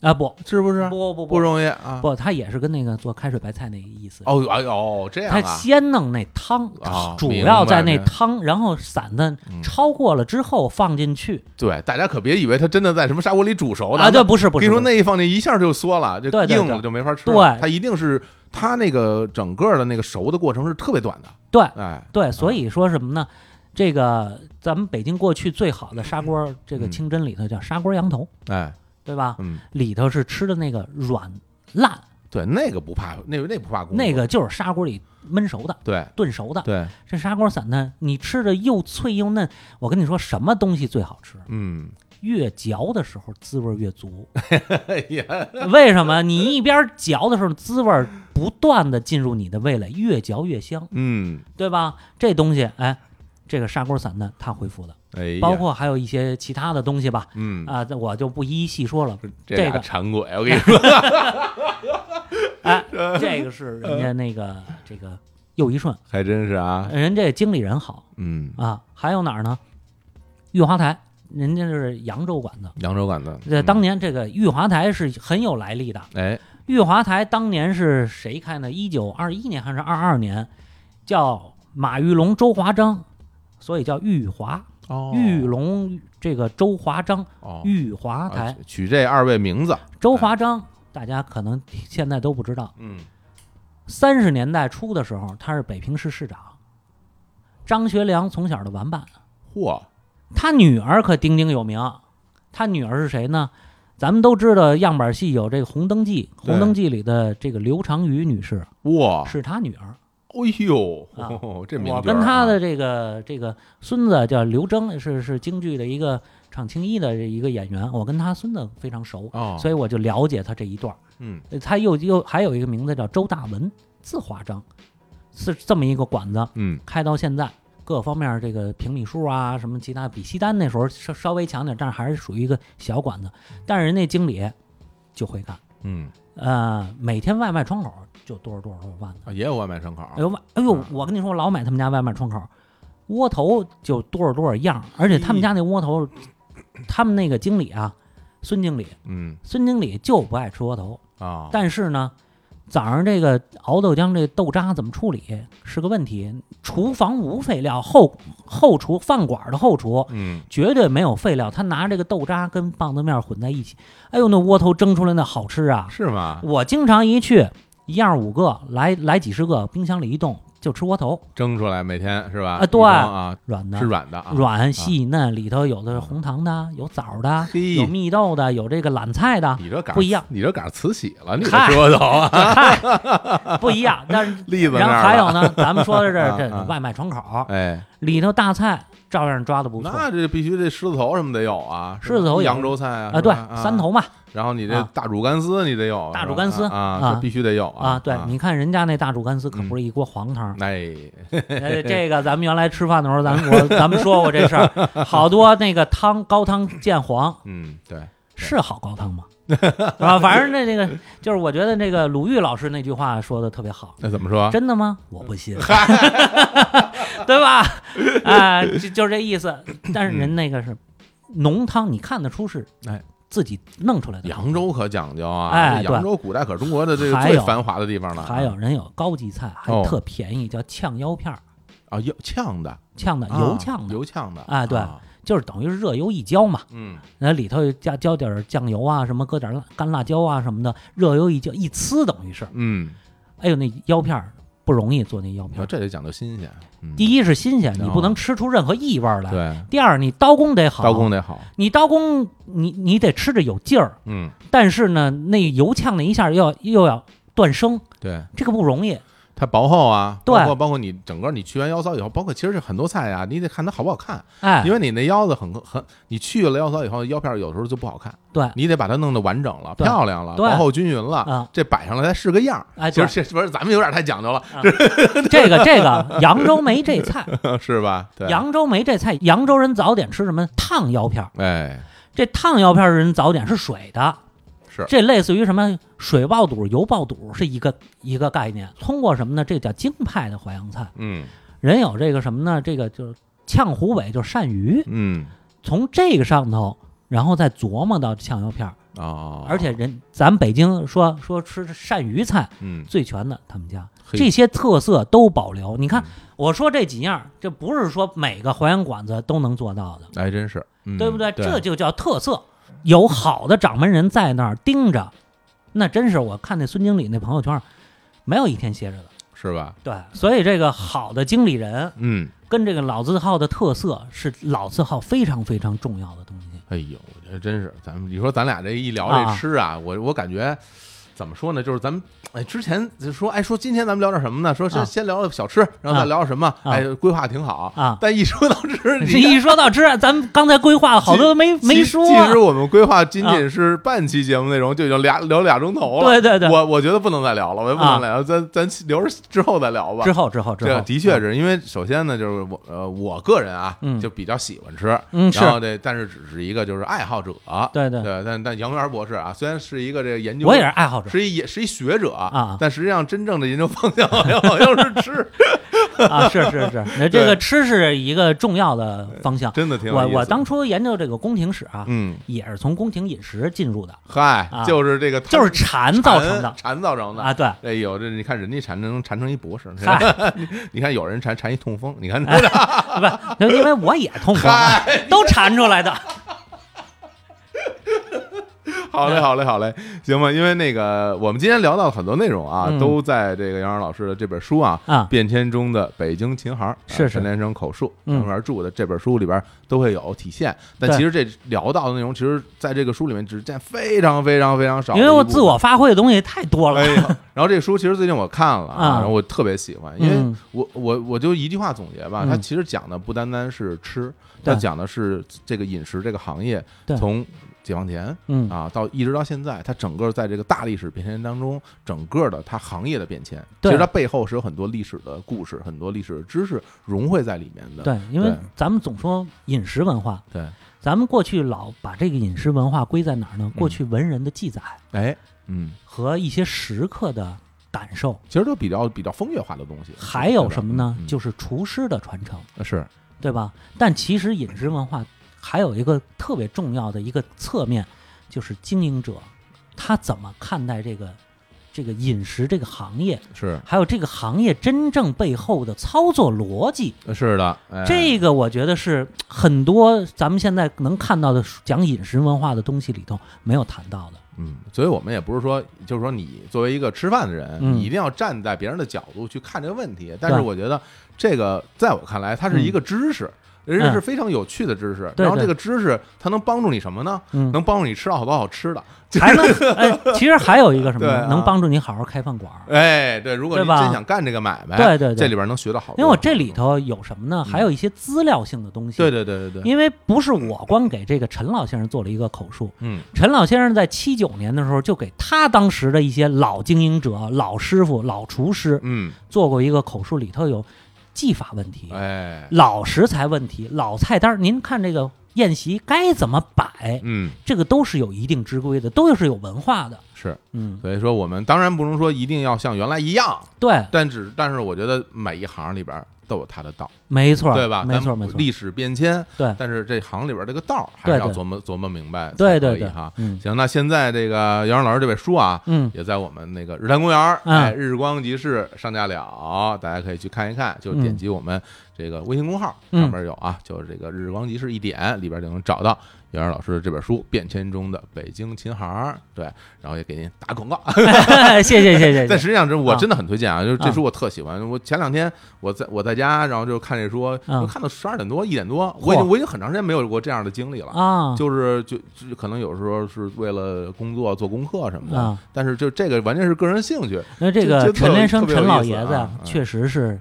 [SPEAKER 6] 啊不
[SPEAKER 1] 是不是？
[SPEAKER 6] 不不
[SPEAKER 1] 嗯不容易啊。
[SPEAKER 6] 不，它也是跟那个做开水白菜那个意思。
[SPEAKER 1] 哦，哎呦，这样
[SPEAKER 6] 他
[SPEAKER 1] 啊，
[SPEAKER 6] 先弄那汤
[SPEAKER 1] 哦，
[SPEAKER 6] 主
[SPEAKER 1] 明
[SPEAKER 6] 要在
[SPEAKER 1] 白
[SPEAKER 6] 那
[SPEAKER 1] 明白
[SPEAKER 6] 汤，然后散的
[SPEAKER 1] 嗯
[SPEAKER 6] 超过了之后放进去
[SPEAKER 1] 对，大家可别以为它真的在什么砂锅里煮熟的
[SPEAKER 6] 啊，对，不是不
[SPEAKER 1] 跟
[SPEAKER 6] 是，
[SPEAKER 1] 你说
[SPEAKER 6] 不是
[SPEAKER 1] 那一放进一下就缩了，就
[SPEAKER 6] 对对
[SPEAKER 1] 硬
[SPEAKER 6] 对
[SPEAKER 1] 了就没法吃了。
[SPEAKER 6] 对
[SPEAKER 1] 它一定是它那个整个的那个熟的过程是特别短的，
[SPEAKER 6] 对
[SPEAKER 1] 哎，
[SPEAKER 6] 对，所以说什么呢？这个咱们北京过去最好的砂锅，这个
[SPEAKER 1] 嗯
[SPEAKER 6] 清真里头叫砂锅羊头，
[SPEAKER 1] 哎，
[SPEAKER 6] 对吧？
[SPEAKER 1] 嗯，
[SPEAKER 6] 里头是吃的那个软烂，
[SPEAKER 1] 对，那个不怕，那个那个不怕功夫，
[SPEAKER 6] 那个就是砂锅里焖熟的、
[SPEAKER 1] 对
[SPEAKER 6] 炖熟的。
[SPEAKER 1] 对，
[SPEAKER 6] 这砂锅散呢，你吃的又脆又嫩，我跟你说，什么东西最好吃？ <laughs>
[SPEAKER 1] 嗯，
[SPEAKER 6] 越嚼的时候滋味
[SPEAKER 1] <laughs>
[SPEAKER 6] 越足。
[SPEAKER 1] 哎呀，
[SPEAKER 6] 为什么？你一边嚼的时候，滋味儿不断的进入你的味蕾，越嚼越香，
[SPEAKER 1] 嗯，
[SPEAKER 6] 对吧？这东西，哎，这个砂锅散呢，它恢复的，
[SPEAKER 1] 哎呀，
[SPEAKER 6] 包括还有一些其他的东西吧，
[SPEAKER 1] 嗯
[SPEAKER 6] 啊，这我就不一一细
[SPEAKER 1] <laughs>
[SPEAKER 6] 说了。
[SPEAKER 1] 这
[SPEAKER 6] 这
[SPEAKER 1] 俩
[SPEAKER 6] 个
[SPEAKER 1] 馋鬼，我跟你
[SPEAKER 6] <laughs>
[SPEAKER 1] 说，
[SPEAKER 6] 哎，这个是人家那个
[SPEAKER 1] 嗯
[SPEAKER 6] 这个又一顺，
[SPEAKER 1] 还真是啊，
[SPEAKER 6] 人这经理人好
[SPEAKER 1] 嗯，
[SPEAKER 6] 啊。还有哪儿呢？玉华台，人家是扬州馆子。
[SPEAKER 1] 扬州馆子，
[SPEAKER 6] 这
[SPEAKER 1] 嗯
[SPEAKER 6] 当年这个玉华台是很有来历的，
[SPEAKER 1] 哎，
[SPEAKER 6] 玉华台当年是谁开呢？一九二一年还是二二年？叫马玉龙、周华章，所以叫玉华。
[SPEAKER 1] 哦
[SPEAKER 6] 玉龙这个周华章，
[SPEAKER 1] 哦，
[SPEAKER 6] 玉华台、
[SPEAKER 1] 啊取这二位名字，
[SPEAKER 6] 周华章，大家可能现在都不知道。
[SPEAKER 1] 嗯，
[SPEAKER 6] 三十年代初的时候，他是北平市市长，张学良从小的玩伴。
[SPEAKER 1] 嚯，
[SPEAKER 6] 他女儿可鼎鼎有名，他女儿是谁呢？咱们都知道样板戏有这个《红灯记》，《红灯记》里的这个刘长瑜女士
[SPEAKER 1] 哇，
[SPEAKER 6] 是他女儿。
[SPEAKER 1] 哎呦，
[SPEAKER 6] 啊
[SPEAKER 1] 哦这名角儿
[SPEAKER 6] 我
[SPEAKER 1] 啊
[SPEAKER 6] 跟他的这个这个孙子叫刘铮，是是京剧的一个场青衣的一个演员，我跟他孙子非常熟，
[SPEAKER 1] 哦，
[SPEAKER 6] 所以我就了解他这一段儿。
[SPEAKER 1] 嗯，
[SPEAKER 6] 呃他又又还有一个名字叫周大文，字华章，是这么一个馆子，
[SPEAKER 1] 嗯
[SPEAKER 6] 开到现在。各方面这个平米数啊，什么其他比西单那时候稍稍微强点儿，但是还是属于一个小馆子。但是人家经理就会干，
[SPEAKER 1] 嗯，
[SPEAKER 6] 呃，每天外卖窗口就多少多少多少万的。
[SPEAKER 1] 啊也有外卖窗口，
[SPEAKER 6] 哎呦，哎呦，我跟你说，我老买他们家外卖窗口，窝头就多少多少样儿，而且他们家那窝头，他们那个经理啊，孙经理，
[SPEAKER 1] 嗯
[SPEAKER 6] 孙经理就不爱吃窝头，
[SPEAKER 1] 啊，
[SPEAKER 6] 但是呢，早上这个熬豆浆这豆渣怎么处理是个问题，厨房无废料，后后厨饭馆的后厨。
[SPEAKER 1] 嗯
[SPEAKER 6] 绝对没有废料，他拿这个豆渣跟棒子面混在一起，哎呦，那窝头蒸出来那好吃啊！
[SPEAKER 1] 是吗？
[SPEAKER 6] 我经常一去，一样五个，来来几十个，冰箱里一冻就吃窝头，
[SPEAKER 1] 蒸出来每天是吧？
[SPEAKER 6] 啊对
[SPEAKER 1] 一缸啊，
[SPEAKER 6] 软的，
[SPEAKER 1] 是软的啊，啊
[SPEAKER 6] 软细嫩，里头有的是红糖的，有枣的，
[SPEAKER 1] 嘿
[SPEAKER 6] 有蜜豆的，有这个榄菜
[SPEAKER 1] <laughs>
[SPEAKER 6] 的，
[SPEAKER 1] 你这赶上
[SPEAKER 6] 不一样，
[SPEAKER 1] 你这赶上慈禧了，你这
[SPEAKER 6] 嗨
[SPEAKER 1] 说头
[SPEAKER 6] <laughs>
[SPEAKER 1] 啊，
[SPEAKER 6] 不一样。但是，
[SPEAKER 1] 栗子那
[SPEAKER 6] 然后
[SPEAKER 1] 儿
[SPEAKER 6] 还
[SPEAKER 1] 了
[SPEAKER 6] 有呢，咱们说的
[SPEAKER 1] 啊
[SPEAKER 6] 这
[SPEAKER 1] <laughs>
[SPEAKER 6] 这
[SPEAKER 1] 啊
[SPEAKER 6] 外卖窗口
[SPEAKER 1] 哎，
[SPEAKER 6] 里头大菜照样抓的不错
[SPEAKER 1] 那这必须这狮子头什么得有啊，
[SPEAKER 6] 狮子头有
[SPEAKER 1] 扬州菜啊，
[SPEAKER 6] 啊，
[SPEAKER 1] 是
[SPEAKER 6] 对
[SPEAKER 1] 吧，
[SPEAKER 6] 三，头嘛
[SPEAKER 1] 啊然后你这
[SPEAKER 6] 啊
[SPEAKER 1] 大煮干丝你得有，
[SPEAKER 6] 大
[SPEAKER 1] 是吧
[SPEAKER 6] 煮干丝
[SPEAKER 1] 啊
[SPEAKER 6] 啊
[SPEAKER 1] 这必须得有
[SPEAKER 6] 啊，对，你看人家那大煮干丝可
[SPEAKER 1] 嗯
[SPEAKER 6] 不是一锅黄汤，
[SPEAKER 1] 哎， <laughs>
[SPEAKER 6] 呃，这个咱们原来吃饭的时候，咱们我咱们说过这事儿，好多那个汤高汤见黄
[SPEAKER 1] 嗯，对，
[SPEAKER 6] 是好高汤
[SPEAKER 1] <laughs>
[SPEAKER 6] 吗？是吧？反正那这个就是，我觉得那个鲁豫老师那句话说的特别好，
[SPEAKER 1] 那怎么说？
[SPEAKER 6] 真的吗？我不
[SPEAKER 1] <laughs>
[SPEAKER 6] 信， <laughs> 对吧？啊、就就是这意思。但是人那个是浓汤，你看得出是
[SPEAKER 1] 嗯哎
[SPEAKER 6] 自己弄出来的。
[SPEAKER 1] 扬州可讲究啊，
[SPEAKER 6] 哎
[SPEAKER 1] 这扬州古代可是中国的这个
[SPEAKER 6] 还
[SPEAKER 1] 最
[SPEAKER 6] 有
[SPEAKER 1] 繁华的地方了啊。
[SPEAKER 6] 还有人有高级菜，还
[SPEAKER 1] 哦
[SPEAKER 6] 特便宜，叫炝腰片儿，
[SPEAKER 1] 啊，油呛的，
[SPEAKER 6] 炝的
[SPEAKER 1] 啊
[SPEAKER 6] 油炝的，
[SPEAKER 1] 油呛的
[SPEAKER 6] 哎对
[SPEAKER 1] 啊
[SPEAKER 6] 就是等于是热油一浇嘛。
[SPEAKER 1] 嗯，
[SPEAKER 6] 那里头加浇点儿酱油啊，什么搁点儿辣干辣椒啊什么的，热油一浇一呲，等于是，
[SPEAKER 1] 嗯，
[SPEAKER 6] 哎呦，那腰片儿不容易做那腰
[SPEAKER 1] 你
[SPEAKER 6] 片
[SPEAKER 1] 说
[SPEAKER 6] 儿。
[SPEAKER 1] 啊这得讲究新鲜。嗯
[SPEAKER 6] 第一是新鲜，你
[SPEAKER 1] 哦
[SPEAKER 6] 不能吃出任何异味儿来。
[SPEAKER 1] 对，
[SPEAKER 6] 第二，你刀工得好，
[SPEAKER 1] 刀工得好。
[SPEAKER 6] 你刀工你你得吃着有劲儿，
[SPEAKER 1] 嗯，
[SPEAKER 6] 但是呢，那油呛那一下又要又要断生，
[SPEAKER 1] 对，
[SPEAKER 6] 这个不容易。
[SPEAKER 1] 它薄厚啊，
[SPEAKER 6] 对
[SPEAKER 1] 包括包括你整个你去完腰骚以后，包括其实很多菜啊，你得看它好不好看，
[SPEAKER 6] 哎
[SPEAKER 1] 因，为你那腰子很很，你去了腰骚以后，腰片儿有时候就不好看，
[SPEAKER 6] 对，
[SPEAKER 1] 你得把它弄得完整了、
[SPEAKER 6] 对
[SPEAKER 1] 漂亮了、
[SPEAKER 6] 对
[SPEAKER 1] 薄厚均匀了
[SPEAKER 6] 啊，
[SPEAKER 1] 这摆上来才是个样儿。
[SPEAKER 6] 哎，
[SPEAKER 1] 其
[SPEAKER 6] 对
[SPEAKER 1] 实，这不是咱们有点太讲究了，
[SPEAKER 6] 这
[SPEAKER 1] <laughs>
[SPEAKER 6] 个这个扬州没这菜，
[SPEAKER 1] 是吧？对，
[SPEAKER 6] 扬州没这菜，扬州人早点吃什么烫腰片儿。
[SPEAKER 1] 哎，
[SPEAKER 6] 这烫腰片儿人早点是水的，
[SPEAKER 1] 是
[SPEAKER 6] 这类似于什么水爆肚、油爆肚是一个一个概念。通过什么呢？这叫京派的淮扬菜，
[SPEAKER 1] 嗯
[SPEAKER 6] 人有这个什么呢？这个就是呛湖北，就是鳝鱼，
[SPEAKER 1] 嗯，
[SPEAKER 6] 从这个上头，然后再琢磨到呛油片儿。
[SPEAKER 1] 哦，
[SPEAKER 6] 而且人咱北京说说吃鳝鱼菜
[SPEAKER 1] 嗯，
[SPEAKER 6] 最全的，他们家
[SPEAKER 1] 嘿
[SPEAKER 6] 这些特色都保留。你看
[SPEAKER 1] 嗯，
[SPEAKER 6] 我说这几样儿，这不是说每个淮扬馆子都能做到的。
[SPEAKER 1] 哎，真是，嗯
[SPEAKER 6] 对不对？
[SPEAKER 1] 对，
[SPEAKER 6] 这就叫特色。有好的掌门人在那儿盯着，那真是我看那孙经理那朋友圈儿，没有一天歇着的。
[SPEAKER 1] 是吧？
[SPEAKER 6] 对，所以这个好的经理人
[SPEAKER 1] 嗯，
[SPEAKER 6] 跟这个老字号的特色是老字号非常非常重要的东西。
[SPEAKER 1] 哎呦，我觉得真是，咱们你说咱俩这一聊
[SPEAKER 6] 啊
[SPEAKER 1] 这吃啊，我我感觉怎么说呢？就是咱们哎，之前就说哎说今天咱们聊点什么呢？说先
[SPEAKER 6] 啊
[SPEAKER 1] 先聊聊小吃，然后再
[SPEAKER 6] 啊
[SPEAKER 1] 聊聊什么？哎，规划挺好
[SPEAKER 6] 啊
[SPEAKER 1] 但一说到
[SPEAKER 6] <laughs>
[SPEAKER 1] 吃，
[SPEAKER 6] 这
[SPEAKER 1] 你
[SPEAKER 6] 一说到吃，咱们刚才规划了好多都没
[SPEAKER 1] 其
[SPEAKER 6] 没说。啊
[SPEAKER 1] 其实我们规划仅仅是半期节目内容，就已经俩聊俩钟头了。
[SPEAKER 6] 对对对，
[SPEAKER 1] 我我觉得不能再聊了，我也不能再聊，咱咱留着之后再聊吧
[SPEAKER 6] 之。后之后之
[SPEAKER 1] 这
[SPEAKER 6] 后，
[SPEAKER 1] 啊
[SPEAKER 6] 啊
[SPEAKER 1] 的确是因为首先呢，就是我呃我个人啊，
[SPEAKER 6] 嗯
[SPEAKER 1] 就比较喜欢吃，
[SPEAKER 6] 嗯是
[SPEAKER 1] 然后这但是只是一个就是爱好者，
[SPEAKER 6] 对对，
[SPEAKER 1] 对，但但杨元博士啊，虽然是一个这个研究，
[SPEAKER 6] 我也是
[SPEAKER 1] <laughs>
[SPEAKER 6] 爱好者
[SPEAKER 1] 是一也是一学者
[SPEAKER 6] 啊
[SPEAKER 1] 但实际上真正的研究方向 <laughs> 好像好像是吃， <laughs>
[SPEAKER 6] 啊，是是是，那这个吃是一个重要的方向。
[SPEAKER 1] 真的挺有
[SPEAKER 6] 我
[SPEAKER 1] 意思
[SPEAKER 6] 我当初研究这个宫廷史啊，
[SPEAKER 1] 嗯，
[SPEAKER 6] 也是从宫廷饮食进入的，
[SPEAKER 1] 嗨，
[SPEAKER 6] 啊
[SPEAKER 1] 就是这个
[SPEAKER 6] 就
[SPEAKER 1] 就是
[SPEAKER 6] 馋造成的
[SPEAKER 1] 馋造成的
[SPEAKER 6] 啊。。对， <laughs>
[SPEAKER 1] 哎呦，这你看人家馋能馋成一博士，你看
[SPEAKER 6] 嗨，
[SPEAKER 1] <laughs> 你看有人馋馋一痛风，你看这
[SPEAKER 6] 哎 <laughs> 不是，因为我也
[SPEAKER 1] <laughs>
[SPEAKER 6] 痛风啊，都馋出来的。
[SPEAKER 1] 好嘞，好嘞，好嘞，行吧。因为那个我们今天聊到了很多内容啊，
[SPEAKER 6] 嗯
[SPEAKER 1] 都在这个杨洋老师的这本书啊，
[SPEAKER 6] 啊
[SPEAKER 1] 变迁中的北京琴行》啊
[SPEAKER 6] 是是
[SPEAKER 1] 陈连生口述
[SPEAKER 6] 嗯
[SPEAKER 1] 陈元著的这本书里边都会有体现。但
[SPEAKER 6] 对
[SPEAKER 1] 其实这聊到的内容，其实在这个书里面只见非常非常非常少的
[SPEAKER 6] 因
[SPEAKER 1] 一部分，
[SPEAKER 6] 为我自我发挥的东西太多了
[SPEAKER 1] 哎。呀， <laughs> 然后这书其实最近我看了
[SPEAKER 6] 啊
[SPEAKER 1] 然后我特别喜欢，因为
[SPEAKER 6] 嗯
[SPEAKER 1] 我我我就一句话总结吧，
[SPEAKER 6] 嗯
[SPEAKER 1] 它其实讲的不单单是吃，它
[SPEAKER 6] 对
[SPEAKER 1] 讲的是这个饮食这个行业
[SPEAKER 6] 对
[SPEAKER 1] 从解放前
[SPEAKER 6] 嗯
[SPEAKER 1] 啊到一直到现在，它整个在这个大历史变迁当中，整个的它行业的变迁，其
[SPEAKER 6] 对
[SPEAKER 1] 实它背后是有很多历史的故事，很多历史的知识融汇在里面的。
[SPEAKER 6] 对，因为
[SPEAKER 1] 对
[SPEAKER 6] 咱们总说饮食文化，
[SPEAKER 1] 对，
[SPEAKER 6] 咱们过去老把这个饮食文化归在哪儿呢？
[SPEAKER 1] 嗯
[SPEAKER 6] 过去文人的记载
[SPEAKER 1] 哎，嗯，
[SPEAKER 6] 和一些食客的感受，
[SPEAKER 1] 其实都比较比较风月化的东嗯西。
[SPEAKER 6] 还有什么呢？
[SPEAKER 1] 对吧
[SPEAKER 6] 就是厨师的传承，
[SPEAKER 1] 嗯是
[SPEAKER 6] 对吧？但其实饮食文化还有一个特别重要的一个侧面，就是经营者他怎么看待这个这个饮食这个行业，
[SPEAKER 1] 是
[SPEAKER 6] 还有这个行业真正背后的操作逻辑。
[SPEAKER 1] 是的，哎
[SPEAKER 6] 这个我觉得是很多咱们现在能看到的讲饮食文化的东西里头没有谈到的。
[SPEAKER 1] 嗯，所以我们也不是说，就是说你作为一个吃饭的人，
[SPEAKER 6] 嗯
[SPEAKER 1] 你一定要站在别人的角度去看这个问题。但是
[SPEAKER 6] 对嗯
[SPEAKER 1] 我觉得这个在我看来，它是一个知识。人家是非常有趣的知识，
[SPEAKER 6] 对
[SPEAKER 1] 然后
[SPEAKER 6] 对
[SPEAKER 1] 这个知识它能帮助你什么呢？
[SPEAKER 6] 嗯，
[SPEAKER 1] 能帮助你吃到好多好吃的。
[SPEAKER 6] 还能哎，其实还有一个什么
[SPEAKER 1] 对
[SPEAKER 6] 呢
[SPEAKER 1] 啊？
[SPEAKER 6] 能帮助你好好开饭馆儿。
[SPEAKER 1] <laughs> 哎，对，如果你
[SPEAKER 6] 对吧
[SPEAKER 1] 真想干这个买卖，
[SPEAKER 6] 对对对
[SPEAKER 1] 这里边能学到好多。
[SPEAKER 6] 因为我这里头有什么呢？还有一些资料性的东
[SPEAKER 1] 嗯
[SPEAKER 6] 西。
[SPEAKER 1] 对，对对对对，
[SPEAKER 6] 因为不是我光给这个陈老先生做了一个口述，
[SPEAKER 1] 嗯，
[SPEAKER 6] 陈老先生在七九年的时候就给他当时的一些老经营者、老师傅、老厨师
[SPEAKER 1] 嗯，
[SPEAKER 6] 做过一个口述，里头有技法问题。
[SPEAKER 1] 哎，
[SPEAKER 6] 老食材问题、老菜单儿，您看这个宴席该怎么摆，
[SPEAKER 1] 嗯，
[SPEAKER 6] 这个都是有一定之规的，都是有文化的。
[SPEAKER 1] 是，
[SPEAKER 6] 嗯，
[SPEAKER 1] 所以说我们当然不能说一定要像原来一样，
[SPEAKER 6] 对，
[SPEAKER 1] 但只但是我觉得每一行里边都有它的道，
[SPEAKER 6] 没错儿，
[SPEAKER 1] 对吧？
[SPEAKER 6] 没错儿，
[SPEAKER 1] 咱
[SPEAKER 6] 没
[SPEAKER 1] 们
[SPEAKER 6] 错儿，
[SPEAKER 1] 历史变迁，
[SPEAKER 6] 对
[SPEAKER 1] 但是这行里边这个道儿还是
[SPEAKER 6] 对
[SPEAKER 1] 要
[SPEAKER 6] 对
[SPEAKER 1] 琢磨琢磨明白才可以，
[SPEAKER 6] 对对对，
[SPEAKER 1] 哈。
[SPEAKER 6] 嗯
[SPEAKER 1] 行，那现在这个杨老师这本书啊， <laughs>
[SPEAKER 6] 嗯，
[SPEAKER 1] 也在我们那个日坛公园儿，
[SPEAKER 6] 嗯
[SPEAKER 1] 哎，日光集市上架了，大家可以去看一看，就点击我们这个微信公号
[SPEAKER 6] 嗯
[SPEAKER 1] 上面有啊，就是这个日光集市一点里边就能找到袁老师这本书《变迁中的北京琴行儿》，对，然后也给您打广告。
[SPEAKER 6] 谢谢谢谢
[SPEAKER 1] 但
[SPEAKER 6] 谢
[SPEAKER 1] 实
[SPEAKER 6] 谢，
[SPEAKER 1] 际上，这我
[SPEAKER 6] 啊
[SPEAKER 1] 真的很推荐啊，就是这
[SPEAKER 6] 啊
[SPEAKER 1] 书我特喜欢。我前两天我在我在家，然后就看这书，
[SPEAKER 6] 嗯
[SPEAKER 1] 我看到十二点多一点多，我已经
[SPEAKER 6] 嚯
[SPEAKER 1] 我已经很长时间没有过这样的经历了。
[SPEAKER 6] 啊，
[SPEAKER 1] 就是就就可能有时候是为了工作做功课什么的，
[SPEAKER 6] 啊
[SPEAKER 1] 但是就这个完全是个人兴趣，
[SPEAKER 6] 那这
[SPEAKER 1] 这
[SPEAKER 6] 个
[SPEAKER 1] 这特
[SPEAKER 6] 陈
[SPEAKER 1] 有特
[SPEAKER 6] 连生
[SPEAKER 1] 别有
[SPEAKER 6] 陈老
[SPEAKER 1] 意思
[SPEAKER 6] 爷子
[SPEAKER 1] 啊
[SPEAKER 6] 啊
[SPEAKER 1] 嗯
[SPEAKER 6] 确实是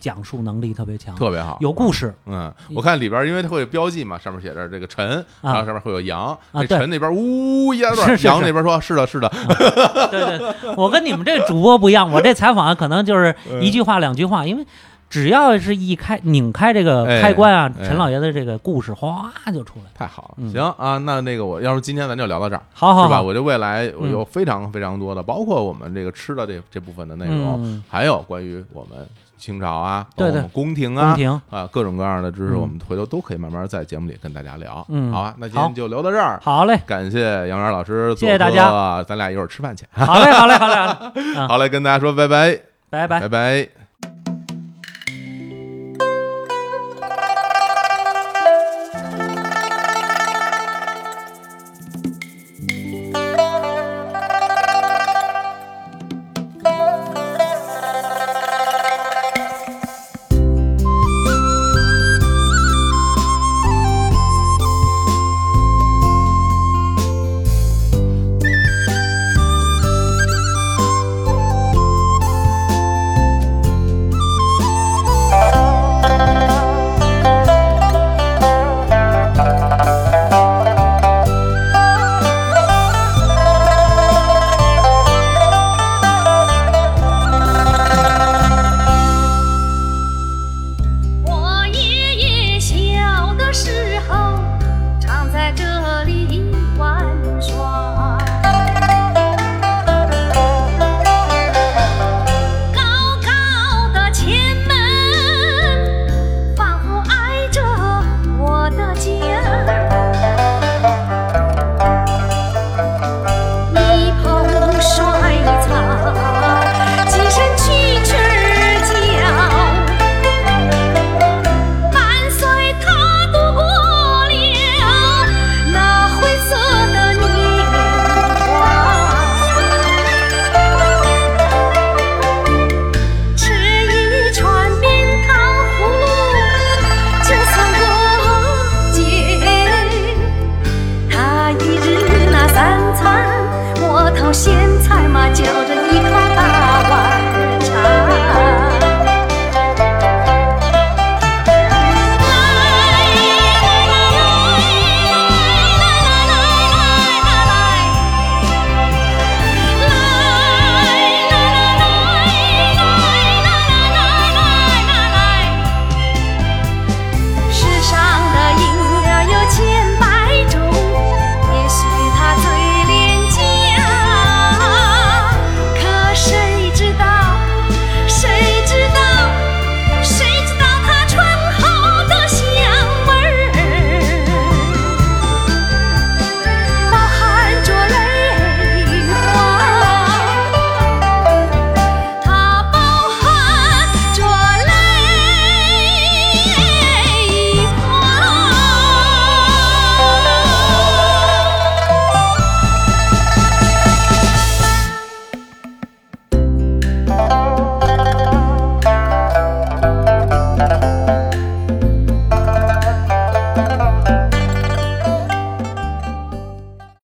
[SPEAKER 6] 讲述能力特别强，
[SPEAKER 1] 特别好。
[SPEAKER 6] 有
[SPEAKER 1] <laughs>
[SPEAKER 6] 故事，
[SPEAKER 1] 嗯，我看里边儿因为它会有标记嘛，上面写着这个陈，然后上面会有羊，那
[SPEAKER 6] 啊对
[SPEAKER 1] 陈那边呜一大段，
[SPEAKER 6] 是是
[SPEAKER 1] 羊
[SPEAKER 6] 是
[SPEAKER 1] 那边说是的，是的，
[SPEAKER 6] 对对对，我跟你们这主播不一
[SPEAKER 1] <laughs>
[SPEAKER 6] 样，我这采访啊可能就是
[SPEAKER 1] 嗯
[SPEAKER 6] 一句话两句话，因为只要是一开拧开这个
[SPEAKER 1] 哎
[SPEAKER 6] 开关啊，
[SPEAKER 1] 哎
[SPEAKER 6] 陈老爷子这个故事哗就出来了。
[SPEAKER 1] 太好了。
[SPEAKER 6] 嗯
[SPEAKER 1] 行啊，那那个我要是今天咱就聊到这儿，
[SPEAKER 6] 好好
[SPEAKER 1] 是吧？
[SPEAKER 6] 好，
[SPEAKER 1] 我这未来我
[SPEAKER 6] 嗯
[SPEAKER 1] 有非常非常多的，包括我们这个吃的这这部分的内容，
[SPEAKER 6] 嗯，
[SPEAKER 1] 还有关于我们清朝啊，包括
[SPEAKER 6] 对
[SPEAKER 1] 我
[SPEAKER 6] 对
[SPEAKER 1] 们宫廷
[SPEAKER 6] 宫
[SPEAKER 1] 啊。
[SPEAKER 6] 廷，
[SPEAKER 1] 啊，各种各样的知识，
[SPEAKER 6] 嗯
[SPEAKER 1] 我们回头都可以慢慢在节目里跟大家聊。
[SPEAKER 6] 嗯
[SPEAKER 1] 好吧，啊那今天
[SPEAKER 6] 好
[SPEAKER 1] 就聊到这儿，
[SPEAKER 6] 好嘞，
[SPEAKER 1] 感谢杨元老师，
[SPEAKER 6] 谢谢大家，
[SPEAKER 1] 咱俩一会儿吃饭去。 <laughs>
[SPEAKER 6] 好嘞，好嘞，好嘞，好嘞
[SPEAKER 1] 好嘞，跟大家说拜拜，
[SPEAKER 6] 拜拜
[SPEAKER 1] 拜。拜。